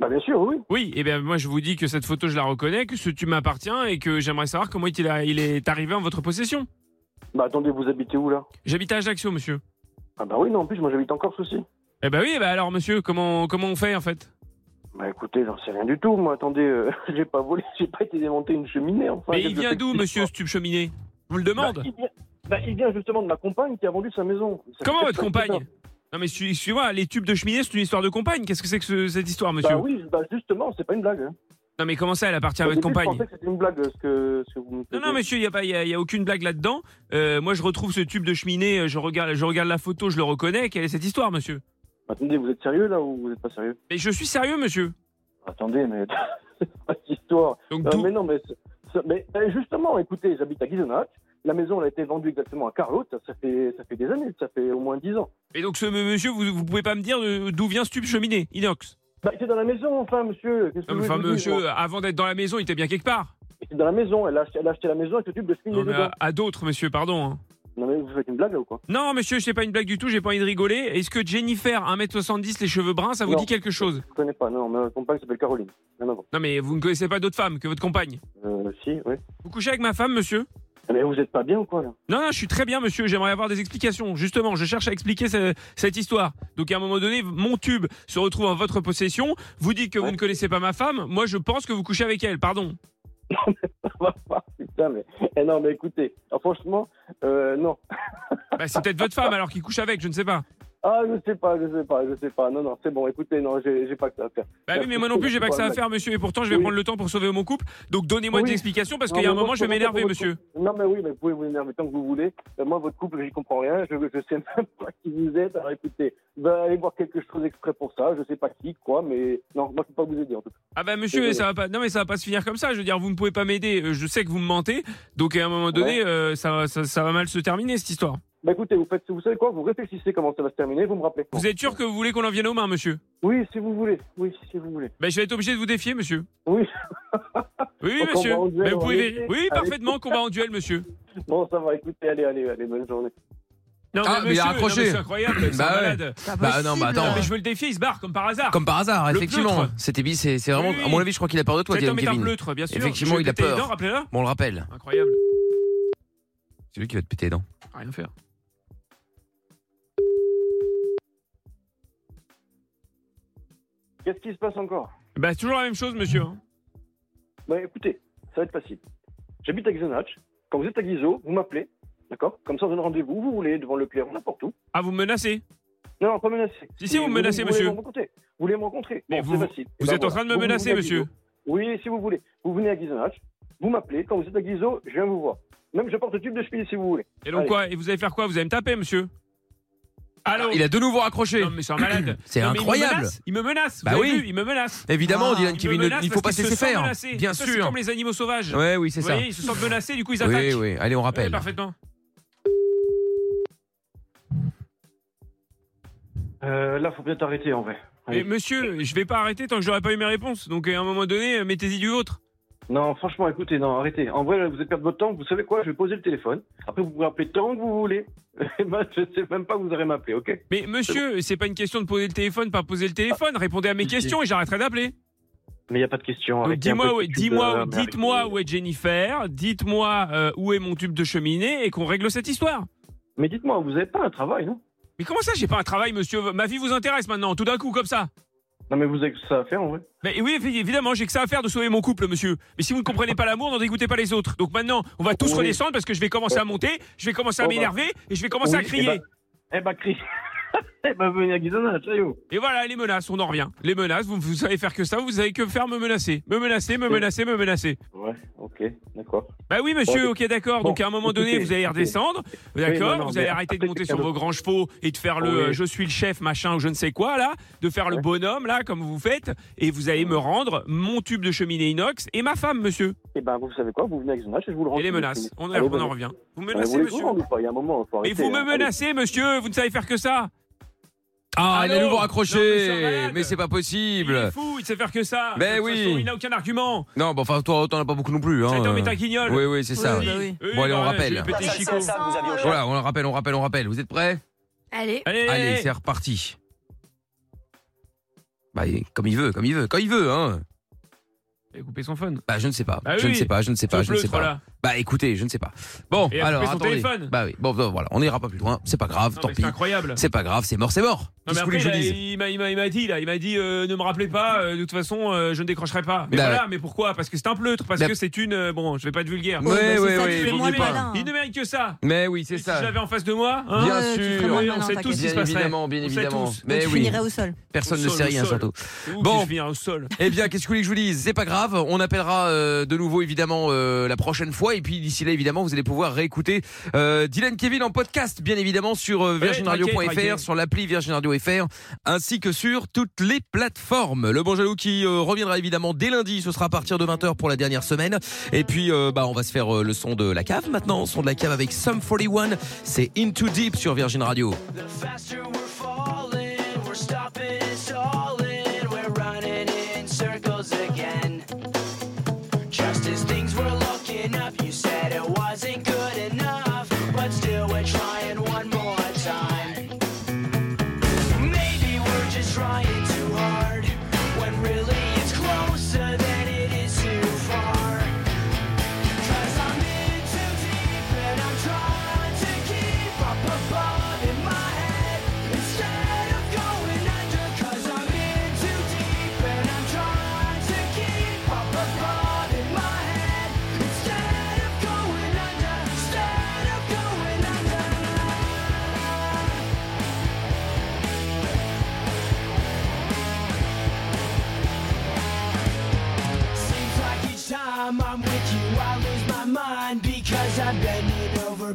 Speaker 13: Bah bien sûr oui.
Speaker 4: Oui, et bien moi je vous dis que cette photo je la reconnais, que ce tube m'appartient et que j'aimerais savoir comment il est- il est arrivé en votre possession.
Speaker 13: Bah attendez, vous habitez où là
Speaker 4: J'habite à Ajaccio monsieur.
Speaker 13: Ah bah oui, non, en plus moi j'habite en Corse aussi.
Speaker 4: Eh ben oui, eh ben alors monsieur, comment comment on fait en fait
Speaker 13: Bah écoutez, j'en sais rien du tout. Moi, attendez, euh, j'ai pas volé, j'ai pas été démonter une cheminée. Enfin,
Speaker 4: Mais
Speaker 13: qu'est-ce
Speaker 4: il
Speaker 13: que
Speaker 4: vient
Speaker 13: c'est
Speaker 4: d'où
Speaker 13: que-
Speaker 4: monsieur ce tube cheminée Je vous le demande.
Speaker 13: Bah, il vient- bah, il vient justement de ma compagne qui a vendu sa maison. Ça fait
Speaker 4: Comment
Speaker 13: quatre
Speaker 4: votre
Speaker 13: ans que c'est
Speaker 4: compagne Non mais su- suivez-moi, les tubes de cheminée c'est une histoire de compagne. Qu'est-ce que c'est que ce- cette histoire
Speaker 13: ça.
Speaker 4: monsieur
Speaker 13: Bah oui, bah justement, c'est pas une blague. hein.
Speaker 4: Non mais comment ça elle appartient à
Speaker 13: Au
Speaker 4: votre
Speaker 13: début, Je
Speaker 4: compagne
Speaker 13: pensais que c'était une blague euh, ce que, ce que vous me
Speaker 4: non, non, monsieur, il n'y a, pas- y a, y a aucune blague là-dedans. Euh, moi, je retrouve ce tube de cheminée, euh, je regarde, je regarde la photo, je le reconnais. Quelle est cette histoire, monsieur
Speaker 13: Attendez, vous êtes sérieux là ou vous êtes pas sérieux
Speaker 4: Mais je suis sérieux, monsieur.
Speaker 13: Attendez, mais c'est pas cette histoire.
Speaker 4: Donc,
Speaker 13: Euh, mais non, mais, c'est- c'est- mais euh, justement, écoutez, j'habite à Guisenac. La maison, elle a été vendue exactement à Carlotte. Ça fait, ça fait des années, ça fait au moins 10 ans.
Speaker 4: Et donc, ce m- monsieur, vous ne pouvez pas me dire de- d'où vient ce tube cheminée, Inox
Speaker 13: Bah, il était dans la maison, enfin, monsieur. Qu'est-ce que
Speaker 4: Non,
Speaker 13: vous
Speaker 4: mais
Speaker 13: voulez
Speaker 4: Enfin,
Speaker 13: que je vous dise,
Speaker 4: monsieur,
Speaker 13: moi
Speaker 4: avant d'être dans la maison, il était bien quelque part.
Speaker 13: Il était dans la maison. Elle a acheté, elle a acheté la maison avec le tube de cheminée
Speaker 4: Non, mais
Speaker 13: dedans.
Speaker 4: à, à d'autres, monsieur, pardon. hein.
Speaker 13: Non, mais vous faites une blague là ou quoi
Speaker 4: Non, monsieur, c'est pas une blague du tout, j'ai pas envie de rigoler. Est-ce que Jennifer, 1m70, les cheveux bruns, ça vous
Speaker 13: Non.
Speaker 4: dit quelque chose
Speaker 13: Je connais pas. Non, ma compagne s'appelle Caroline. Rien à voir.
Speaker 4: Non, mais vous ne connaissez pas d'autres femmes que votre compagne
Speaker 13: Euh, si, oui. Ah,
Speaker 4: Vous couchez avec ma femme, monsieur
Speaker 13: Mais vous êtes pas bien ou quoi là
Speaker 4: Non, non, je suis très bien, monsieur. J'aimerais avoir des explications. Justement, je cherche à expliquer ce- cette histoire. Donc, à un moment donné, mon tube se retrouve en votre possession. Vous dites que vous ne connaissez pas ma femme. Moi, je pense que vous couchez avec elle. Pardon.
Speaker 13: Putain, mais. Eh non, mais écoutez, ah, franchement, euh, non.
Speaker 4: Bah, c'est peut-être votre femme alors qui couche avec. Je ne sais pas.
Speaker 13: Ah, je sais pas, je sais pas, je sais pas. Non, non, c'est bon, écoutez, non, j'ai j'ai pas que ça à faire.
Speaker 4: Bah oui, mais moi non plus, j'ai pas que ça à faire, monsieur. Et pourtant, je vais
Speaker 13: Oui.
Speaker 4: prendre le temps pour sauver mon couple. Donc, donnez-moi
Speaker 13: Oui.
Speaker 4: des explications parce
Speaker 13: Non,
Speaker 4: qu'il y a un
Speaker 13: mais
Speaker 4: moment,
Speaker 13: votre-
Speaker 4: je vais m'énerver,
Speaker 13: votre-
Speaker 4: monsieur.
Speaker 13: Non, mais oui, mais vous pouvez vous énerver tant que vous voulez. Euh, moi, votre couple, j'y comprends rien. Je, je sais même pas qui vous êtes. Alors écoutez, bah, allez voir quelque chose exprès pour ça. Je sais pas qui, quoi, mais non, moi, je peux pas vous aider en tout cas.
Speaker 4: Ah bah monsieur,
Speaker 13: Désolé.
Speaker 4: ça va pas. Non mais ça va pas se finir comme ça. Je veux dire, vous ne pouvez pas m'aider. Euh, Je sais que vous me mentez. Donc à un moment donné, euh, ça, ça, ça va mal se terminer cette histoire.
Speaker 13: Bah écoutez, vous faites, vous savez quoi Vous réfléchissez comment ça va se terminer, vous me rappelez.
Speaker 4: Vous êtes sûr que vous voulez qu'on en vienne aux mains, monsieur
Speaker 13: Oui, si vous voulez. Oui, si vous voulez.
Speaker 4: Bah je vais être obligé de vous défier, monsieur.
Speaker 13: Oui.
Speaker 4: Oui,
Speaker 13: Au
Speaker 4: monsieur.
Speaker 13: combat en duel,
Speaker 4: Mais vous
Speaker 13: on
Speaker 4: pouvez
Speaker 13: va
Speaker 4: vér-
Speaker 13: essayer.
Speaker 4: Oui,
Speaker 13: Allez.
Speaker 4: parfaitement. Combat en duel, monsieur.
Speaker 13: Bon, ça va. Écoutez, allez, allez, allez, bonne journée.
Speaker 4: Non,
Speaker 1: Ah, mais il a
Speaker 4: monsieur,
Speaker 1: raccroché.
Speaker 4: non, mais C'est incroyable. c'est
Speaker 1: Bah
Speaker 4: un
Speaker 1: ouais.
Speaker 4: malade.
Speaker 1: Pas Bah non, bah possible. attends.
Speaker 4: Mais je veux le défier. Il se barre comme par hasard.
Speaker 1: Comme par hasard,
Speaker 4: Le
Speaker 1: effectivement.
Speaker 4: pleutre.
Speaker 1: C'était bi- c'est c'est vraiment
Speaker 4: Oui, oui.
Speaker 1: à mon avis, je crois qu'il a peur de toi,
Speaker 4: Cet
Speaker 1: Dylan
Speaker 4: homme est un
Speaker 1: Kevin.
Speaker 4: pleutre, bien sûr.
Speaker 1: Effectivement,
Speaker 4: Je vais
Speaker 1: il a
Speaker 4: péter les dents,
Speaker 1: peur.
Speaker 4: rappelez-le.
Speaker 1: Bon, on le rappelle.
Speaker 4: Incroyable.
Speaker 1: C'est lui qui va te péter les dents.
Speaker 4: Rien faire.
Speaker 13: Qu'est-ce qui se passe encore
Speaker 4: Bah c'est toujours la même chose, monsieur. hein.
Speaker 13: Bah écoutez, ça va être facile. J'habite à Xenach. Quand vous êtes à Guizot, vous m'appelez, d'accord Comme ça, on donne rendez-vous où vous voulez, devant le clairon, n'importe où.
Speaker 4: Ah, vous me menacez
Speaker 13: Non, non, pas menacé.
Speaker 4: Si, si, vous me
Speaker 13: voulez-
Speaker 4: menacez,
Speaker 13: voulez
Speaker 4: monsieur.
Speaker 13: me rencontrer. Vous voulez me rencontrer
Speaker 4: Mais
Speaker 13: Bon,
Speaker 4: vous-
Speaker 13: c'est facile.
Speaker 4: vous
Speaker 13: Eh ben
Speaker 4: êtes en train de me
Speaker 13: Vous- vous
Speaker 4: menacer,
Speaker 13: venez à
Speaker 4: monsieur.
Speaker 13: Guizot. Oui, si vous voulez. Vous venez à Guizonage, vous m'appelez. Quand vous êtes à Guizot, je viens vous voir. Même je porte le tube de chemise si vous voulez.
Speaker 4: Et donc
Speaker 13: Allez.
Speaker 4: quoi Et vous allez faire quoi Vous allez me taper, monsieur Allô
Speaker 1: Il a de nouveau raccroché.
Speaker 4: Non, mais c'est un malade.
Speaker 1: C'est
Speaker 4: Non, mais il me
Speaker 1: incroyable.
Speaker 4: menace, Il me menace.
Speaker 1: Bah
Speaker 4: vous avez
Speaker 1: oui.
Speaker 4: vu, il me menace. Ah,
Speaker 1: Évidemment, Dylan
Speaker 4: me
Speaker 1: Kevin,
Speaker 4: menace
Speaker 1: il faut
Speaker 4: parce
Speaker 1: pas
Speaker 4: qu'il
Speaker 1: se laisser
Speaker 4: sent
Speaker 1: faire.
Speaker 4: menacé.
Speaker 1: Bien
Speaker 4: Ça, C'est
Speaker 1: sûr.
Speaker 4: comme les animaux sauvages.
Speaker 1: Ouais, oui, c'est
Speaker 4: Vous
Speaker 1: ça.
Speaker 4: voyez, ils se sentent menacés, du coup ils attaquent.
Speaker 1: Oui, oui. Allez, on
Speaker 4: Oui,
Speaker 1: rappelle.
Speaker 4: parfaitement.
Speaker 13: Euh, là, faut bien t'arrêter en vrai.
Speaker 4: Mais monsieur, je vais pas arrêter tant que j'aurai pas eu mes réponses. Donc à un moment donné, euh, mettez-y du autre.
Speaker 13: Non, franchement, écoutez, non, arrêtez. En vrai, là, vous allez perdre votre temps. Vous savez quoi Je vais poser le téléphone. Après, vous pouvez appeler tant que vous voulez. Eh ben, je sais même pas que vous aurez m'appeler, ok
Speaker 4: Mais monsieur, c'est pas une question de poser le téléphone, pas poser le téléphone. Répondez à mes questions et j'arrêterai d'appeler.
Speaker 13: Mais il n'y a pas de question.
Speaker 4: Donc,
Speaker 13: arrêtez un
Speaker 4: Euh, Dis-moi,
Speaker 13: peu
Speaker 4: où-
Speaker 13: de
Speaker 4: dis-moi,
Speaker 13: pudeur, mais
Speaker 4: dites-moi où est Jennifer, dites-moi euh, où est mon tube de cheminée et qu'on règle cette histoire.
Speaker 13: Mais dites-moi, vous n'avez pas un travail, non
Speaker 4: Mais comment ça, j'ai pas un travail, monsieur Ma vie vous intéresse maintenant, tout d'un coup, comme ça
Speaker 13: Non, mais vous avez que ça à faire, en vrai.
Speaker 4: mais oui, évidemment, j'ai que ça à faire de sauver mon couple, monsieur. Mais si vous ne comprenez pas l'amour, n'en dégoûtez pas les autres. Donc maintenant, on va tous
Speaker 13: Oui.
Speaker 4: redescendre parce que je vais commencer à monter, je vais commencer à
Speaker 13: Oh bah.
Speaker 4: m'énerver et je vais commencer à
Speaker 13: Oui,
Speaker 4: crier.
Speaker 13: eh ben- Eh ben, crie. eh ben, venez à Guizona, ça y est.
Speaker 4: Et voilà, les menaces, on en revient. Les menaces, vous, vous savez faire que ça, vous savez que faire me menacer. Me menacer, me menacer, me menacer.
Speaker 13: Ouais, ok, d'accord.
Speaker 4: Bah oui, monsieur,
Speaker 13: Bon,
Speaker 4: ok, d'accord. Donc à un moment donné,
Speaker 13: écoutez,
Speaker 4: vous allez
Speaker 13: écoutez.
Speaker 4: redescendre,
Speaker 13: Oui,
Speaker 4: d'accord
Speaker 13: non, non,
Speaker 4: Vous allez
Speaker 13: mais
Speaker 4: arrêter de
Speaker 13: après,
Speaker 4: monter
Speaker 13: c'est
Speaker 4: sur
Speaker 13: qu'un
Speaker 4: vos
Speaker 13: autre.
Speaker 4: grands chevaux et de faire le euh,
Speaker 13: Oui.
Speaker 4: je suis le chef, machin, ou je ne sais quoi, là, de faire le bonhomme, là, comme vous faites, et vous allez me rendre mon tube de cheminée inox et ma femme, monsieur.
Speaker 13: Eh ben, vous savez quoi Vous venez à Guizona, je vous le rends.
Speaker 4: Et les menaces, on,
Speaker 13: Allez,
Speaker 4: on en
Speaker 13: venez.
Speaker 4: revient. Vous me
Speaker 13: Ah,
Speaker 4: menacez,
Speaker 13: voulez
Speaker 4: monsieur
Speaker 13: vous rendre ou pas Il y a un moment, faut
Speaker 4: Mais
Speaker 13: arrêter,
Speaker 4: vous me
Speaker 13: hein.
Speaker 4: menacez, monsieur Vous ne savez faire que ça
Speaker 1: Ah, il a de
Speaker 4: Allô
Speaker 1: nouveau
Speaker 4: Non, mais
Speaker 1: raccroché.
Speaker 4: c'est un malade.
Speaker 1: mais c'est pas
Speaker 4: Il est
Speaker 1: possible.
Speaker 4: fou, il sait faire que ça.
Speaker 1: Ben
Speaker 4: De toute
Speaker 1: oui.
Speaker 4: façon, il n'a aucun argument.
Speaker 1: Non, bon, enfin, toi, t'en as pas beaucoup non plus. Hein.
Speaker 4: Cet homme est un guignol.
Speaker 1: Oui, oui, c'est ça.
Speaker 4: Oui, bah oui.
Speaker 1: Bon, allez, on
Speaker 4: Oui, bah,
Speaker 1: rappelle.
Speaker 4: je vais péter Chico.
Speaker 1: Voilà, on le rappelle, on rappelle, on rappelle. Vous êtes prêts
Speaker 18: Allez.
Speaker 1: Allez, c'est reparti. Bah, il- comme il veut, comme il veut, quand il veut, hein.
Speaker 4: Il a coupé son phone.
Speaker 1: Bah, je ne sais pas.
Speaker 4: Bah
Speaker 1: je
Speaker 4: oui.
Speaker 1: ne sais pas, je ne sais pas,
Speaker 4: Sauf
Speaker 1: je ne sais
Speaker 4: l'autre,
Speaker 1: pas.
Speaker 4: là.
Speaker 1: Bah, écoutez, je ne sais pas. Bon,
Speaker 4: Et il a
Speaker 1: alors,
Speaker 4: coupé son
Speaker 1: attendez.
Speaker 4: téléphone.
Speaker 1: Bah oui, bon, bon, voilà, on n'ira pas plus loin. C'est pas grave, tant pis.
Speaker 4: C'est incroyable.
Speaker 1: C'est pas grave, c'est mort, c'est mort.
Speaker 4: Non, mais
Speaker 1: Qu'est-ce que vous
Speaker 4: après,
Speaker 1: voulez
Speaker 4: il
Speaker 1: que je
Speaker 4: a-
Speaker 1: dise
Speaker 4: il m'a- il m'a il m'a dit, là, il m'a dit, euh, ne me rappelez pas, euh, de toute façon, euh, je ne décrocherai pas. Mais
Speaker 1: Bah,
Speaker 4: voilà,
Speaker 1: ouais.
Speaker 4: mais pourquoi Parce que c'est un pleutre, parce
Speaker 1: Bah,
Speaker 4: que c'est une. euh, bon, je vais pas être vulgaire.
Speaker 1: Ouais, Ouais, bah, c'est ouais, ça, tu ouais, fais
Speaker 4: il,
Speaker 1: moins le malin.
Speaker 4: il ne mérite que ça.
Speaker 1: Mais oui, c'est
Speaker 4: Et
Speaker 1: ça.
Speaker 4: Si je l'avais en face de moi, hein,
Speaker 1: Bien Ouais, tu sûr. ferais moins le
Speaker 4: on
Speaker 1: malin,
Speaker 4: sait
Speaker 1: t'inquiète.
Speaker 4: tous ce qui
Speaker 1: Bien
Speaker 4: se passerait.
Speaker 1: évidemment, bien
Speaker 4: On sait
Speaker 1: évidemment.
Speaker 4: tous.
Speaker 1: Mais
Speaker 22: Tu
Speaker 1: oui.
Speaker 22: finirais au sol.
Speaker 1: Personne
Speaker 4: Au
Speaker 1: ne
Speaker 4: sol,
Speaker 1: sait
Speaker 4: au
Speaker 1: rien
Speaker 4: sol.
Speaker 1: surtout.
Speaker 4: C'est où
Speaker 1: Bon.
Speaker 4: que je viens au sol.
Speaker 1: Eh bien, qu'est-ce que vous voulez que je vous dise C'est pas grave, on appellera euh, de nouveau évidemment euh, la prochaine fois et puis d'ici là évidemment vous allez pouvoir réécouter euh, Dylan Kevin en podcast bien évidemment sur euh,
Speaker 4: Ouais, t'inquiète,
Speaker 1: virginradio.fr,
Speaker 4: t'inquiète.
Speaker 1: sur l'appli virginradio.fr ainsi que sur toutes les plateformes. Le bon jaloux qui euh, reviendra évidemment dès lundi, ce sera à partir de 20h pour la dernière semaine et puis euh, bah on va se faire euh, le son de la cave maintenant, son de la cave avec Sum 41, c'est Into Deep sur Virgin Radio.
Speaker 14: We're stopping, stalling, we're running in circles again. Just as things were looking up, you said it wasn't good enough, but still we're trying one more time. Maybe we're just trying too hard, when really it's closer than it is too far. Cause I'm in too deep and I'm trying to keep up above in my head instead of going under. Cause I'm in too deep and I'm trying to keep up above in my head instead of going under. Instead of going under. Seems like each time I'm with you, I lose my mind because I'm bending over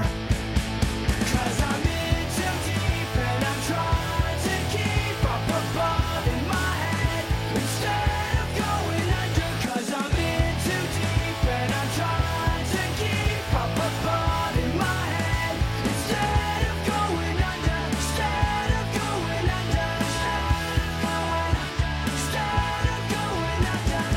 Speaker 14: Cause I'm in too deep and I'm trying to keep up above in my head instead of going under. Cause I'm in too deep and I'm trying to keep up above in my head instead of going under. Instead of going under. Instead of going under.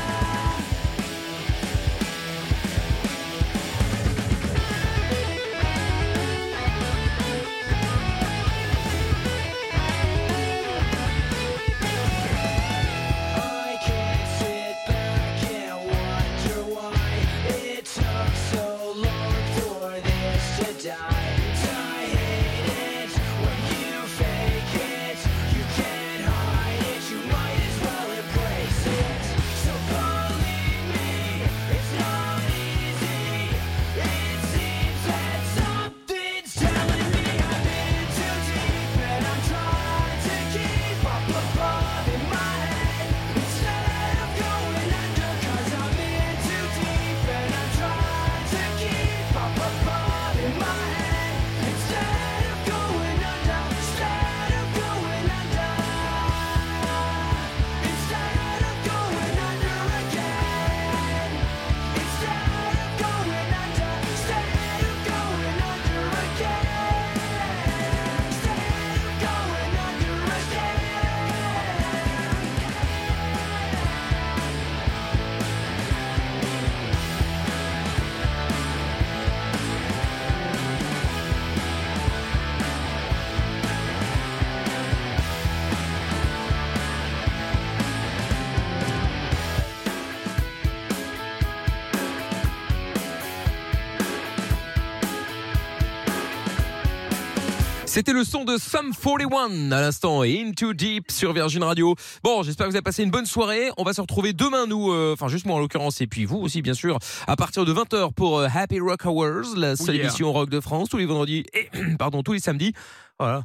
Speaker 1: C'était le son de Sum 41 à l'instant et Into Deep sur Virgin Radio. Bon, j'espère que vous avez passé une bonne soirée. On va se retrouver demain, nous, euh, enfin juste moi en l'occurrence, et puis vous aussi bien sûr, à partir de 20h pour euh, Happy Rock Hours,
Speaker 5: Oh,
Speaker 1: la seule
Speaker 4: Oui, yeah.
Speaker 1: émission rock de France, tous les vendredis, et, pardon, tous les samedis. Voilà.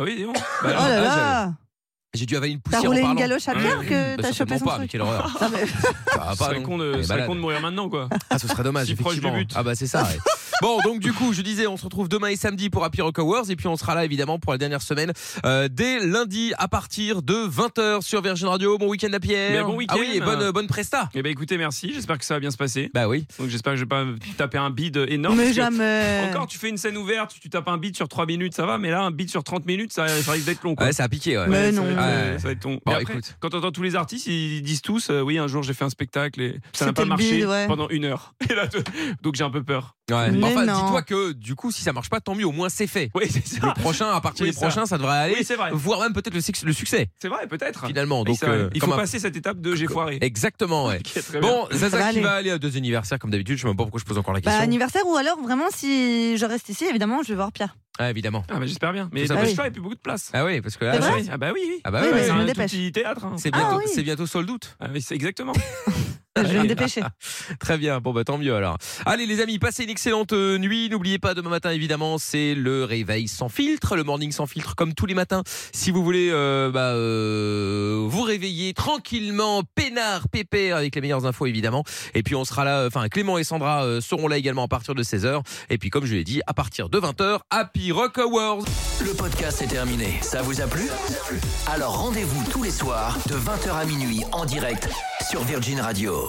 Speaker 4: oui, dis donc.
Speaker 1: Bah,
Speaker 5: oh là
Speaker 1: ah,
Speaker 5: là
Speaker 1: j'ai- J'ai dû avaler une
Speaker 5: T'as
Speaker 1: poussière
Speaker 5: roulé
Speaker 1: en
Speaker 5: une
Speaker 1: parlant.
Speaker 5: galoche à Pierre que
Speaker 1: Bah,
Speaker 5: t'as
Speaker 1: certainement
Speaker 5: chopé son
Speaker 1: pas, mais
Speaker 5: truc
Speaker 1: quelle horreur.
Speaker 5: Non, mais-
Speaker 1: Ça va
Speaker 4: Ce
Speaker 1: pas,
Speaker 4: serait
Speaker 1: non.
Speaker 4: con de,
Speaker 1: Ah, Elle est
Speaker 4: ce serait
Speaker 1: malade.
Speaker 4: con de mourir maintenant, quoi.
Speaker 1: Ah, ce serait dommage,
Speaker 4: Si proche du
Speaker 1: effectivement.
Speaker 4: but.
Speaker 1: Ah bah c'est ça. ouais. Bon, donc du coup, je disais, on se retrouve demain et samedi pour Happy Rock Hours et puis on sera là évidemment pour la dernière semaine euh, dès lundi à partir de 20h sur Virgin Radio. Bon week-end à
Speaker 4: Mais
Speaker 1: Pierre.
Speaker 4: bon week-end.
Speaker 1: Ah oui, et bonne, euh, bonne presta.
Speaker 4: Eh ben écoutez, merci. J'espère que ça va bien se passer.
Speaker 1: Bah oui.
Speaker 4: Donc j'espère que je vais pas me taper un bid énorme.
Speaker 5: Mais
Speaker 4: parce que-
Speaker 5: jamais.
Speaker 4: Encore, tu fais une scène ouverte, tu tapes un bid sur 3 minutes, ça va. Mais là, un bid sur 30 minutes, ça, ça risque d'être long. Quoi.
Speaker 1: Ouais, ça a piqué, ouais.
Speaker 4: Ouais,
Speaker 1: Mais
Speaker 4: ça va
Speaker 1: non.
Speaker 4: être, euh,
Speaker 1: Ouais.
Speaker 4: ça va être long.
Speaker 1: Bon,
Speaker 4: Mais après,
Speaker 1: écoute.
Speaker 4: Quand t'entends tous les artistes, ils disent tous, euh, oui, un jour j'ai fait un spectacle et ça n'a
Speaker 1: C'était
Speaker 4: pas
Speaker 1: le
Speaker 4: marché
Speaker 1: bid, ouais.
Speaker 4: pendant une heure. Et là, tu- donc j'ai un peu peur.
Speaker 1: Ouais. enfin, dis-toi que du coup, si ça marche pas, tant mieux. Au moins, c'est fait.
Speaker 4: Oui, c'est ça.
Speaker 1: Le prochain, à partir
Speaker 4: Oui,
Speaker 1: des
Speaker 4: ça.
Speaker 1: prochains, ça devrait aller.
Speaker 4: Oui, c'est vrai.
Speaker 1: Voire même peut-être le, suc- le succès.
Speaker 4: C'est vrai, peut-être.
Speaker 1: Finalement,
Speaker 4: Oui,
Speaker 1: donc
Speaker 4: c'est vrai.
Speaker 1: euh,
Speaker 4: il faut
Speaker 1: comme un-
Speaker 4: passer cette étape de j'ai foiré.
Speaker 1: Exactement, ouais.
Speaker 4: Ok, très bien.
Speaker 1: bon, Zaza
Speaker 4: Ça va
Speaker 1: qui
Speaker 4: aller.
Speaker 1: va aller à deux anniversaires comme d'habitude. Je sais même pas pourquoi je pose encore la
Speaker 5: Bah,
Speaker 1: question.
Speaker 5: anniversaire ou alors vraiment si je reste ici évidemment je vais voir Pierre.
Speaker 1: Ah, évidemment.
Speaker 4: Ah, bah, j'espère bien. Mais
Speaker 1: Tout ça
Speaker 4: dépêche-toi,
Speaker 1: pour-
Speaker 4: il y a plus beaucoup de place.
Speaker 1: Ah oui, parce que là,
Speaker 4: Ah, bah
Speaker 1: c'est-
Speaker 4: oui. Ah bah oui, oui.
Speaker 1: Ah bah oui, mais
Speaker 4: c'est
Speaker 1: je me
Speaker 4: un
Speaker 1: dépêche. Ah
Speaker 4: tout petit théâtre. hein.
Speaker 1: C'est bientôt, c'est bientôt sold out.
Speaker 4: Ah oui, c'est exactement.
Speaker 5: Je vais me dépêcher.
Speaker 1: Très bien, bon bah tant mieux alors. Allez les amis, passez une excellente euh, nuit. N'oubliez pas demain matin évidemment, c'est le réveil sans filtre, le morning sans filtre comme tous les matins. Si vous voulez euh, bah, euh, vous réveiller tranquillement, peinard, pépère avec les meilleures infos évidemment. Et puis on sera là, euh, enfin Clément et Sandra euh, seront là également à partir de 16h. Et puis comme je l'ai dit, à partir de 20h, Happy Rock Awards.
Speaker 7: Le podcast est terminé. Ça vous a plu Alors rendez-vous tous les soirs de 20h à minuit en direct sur Virgin Radio.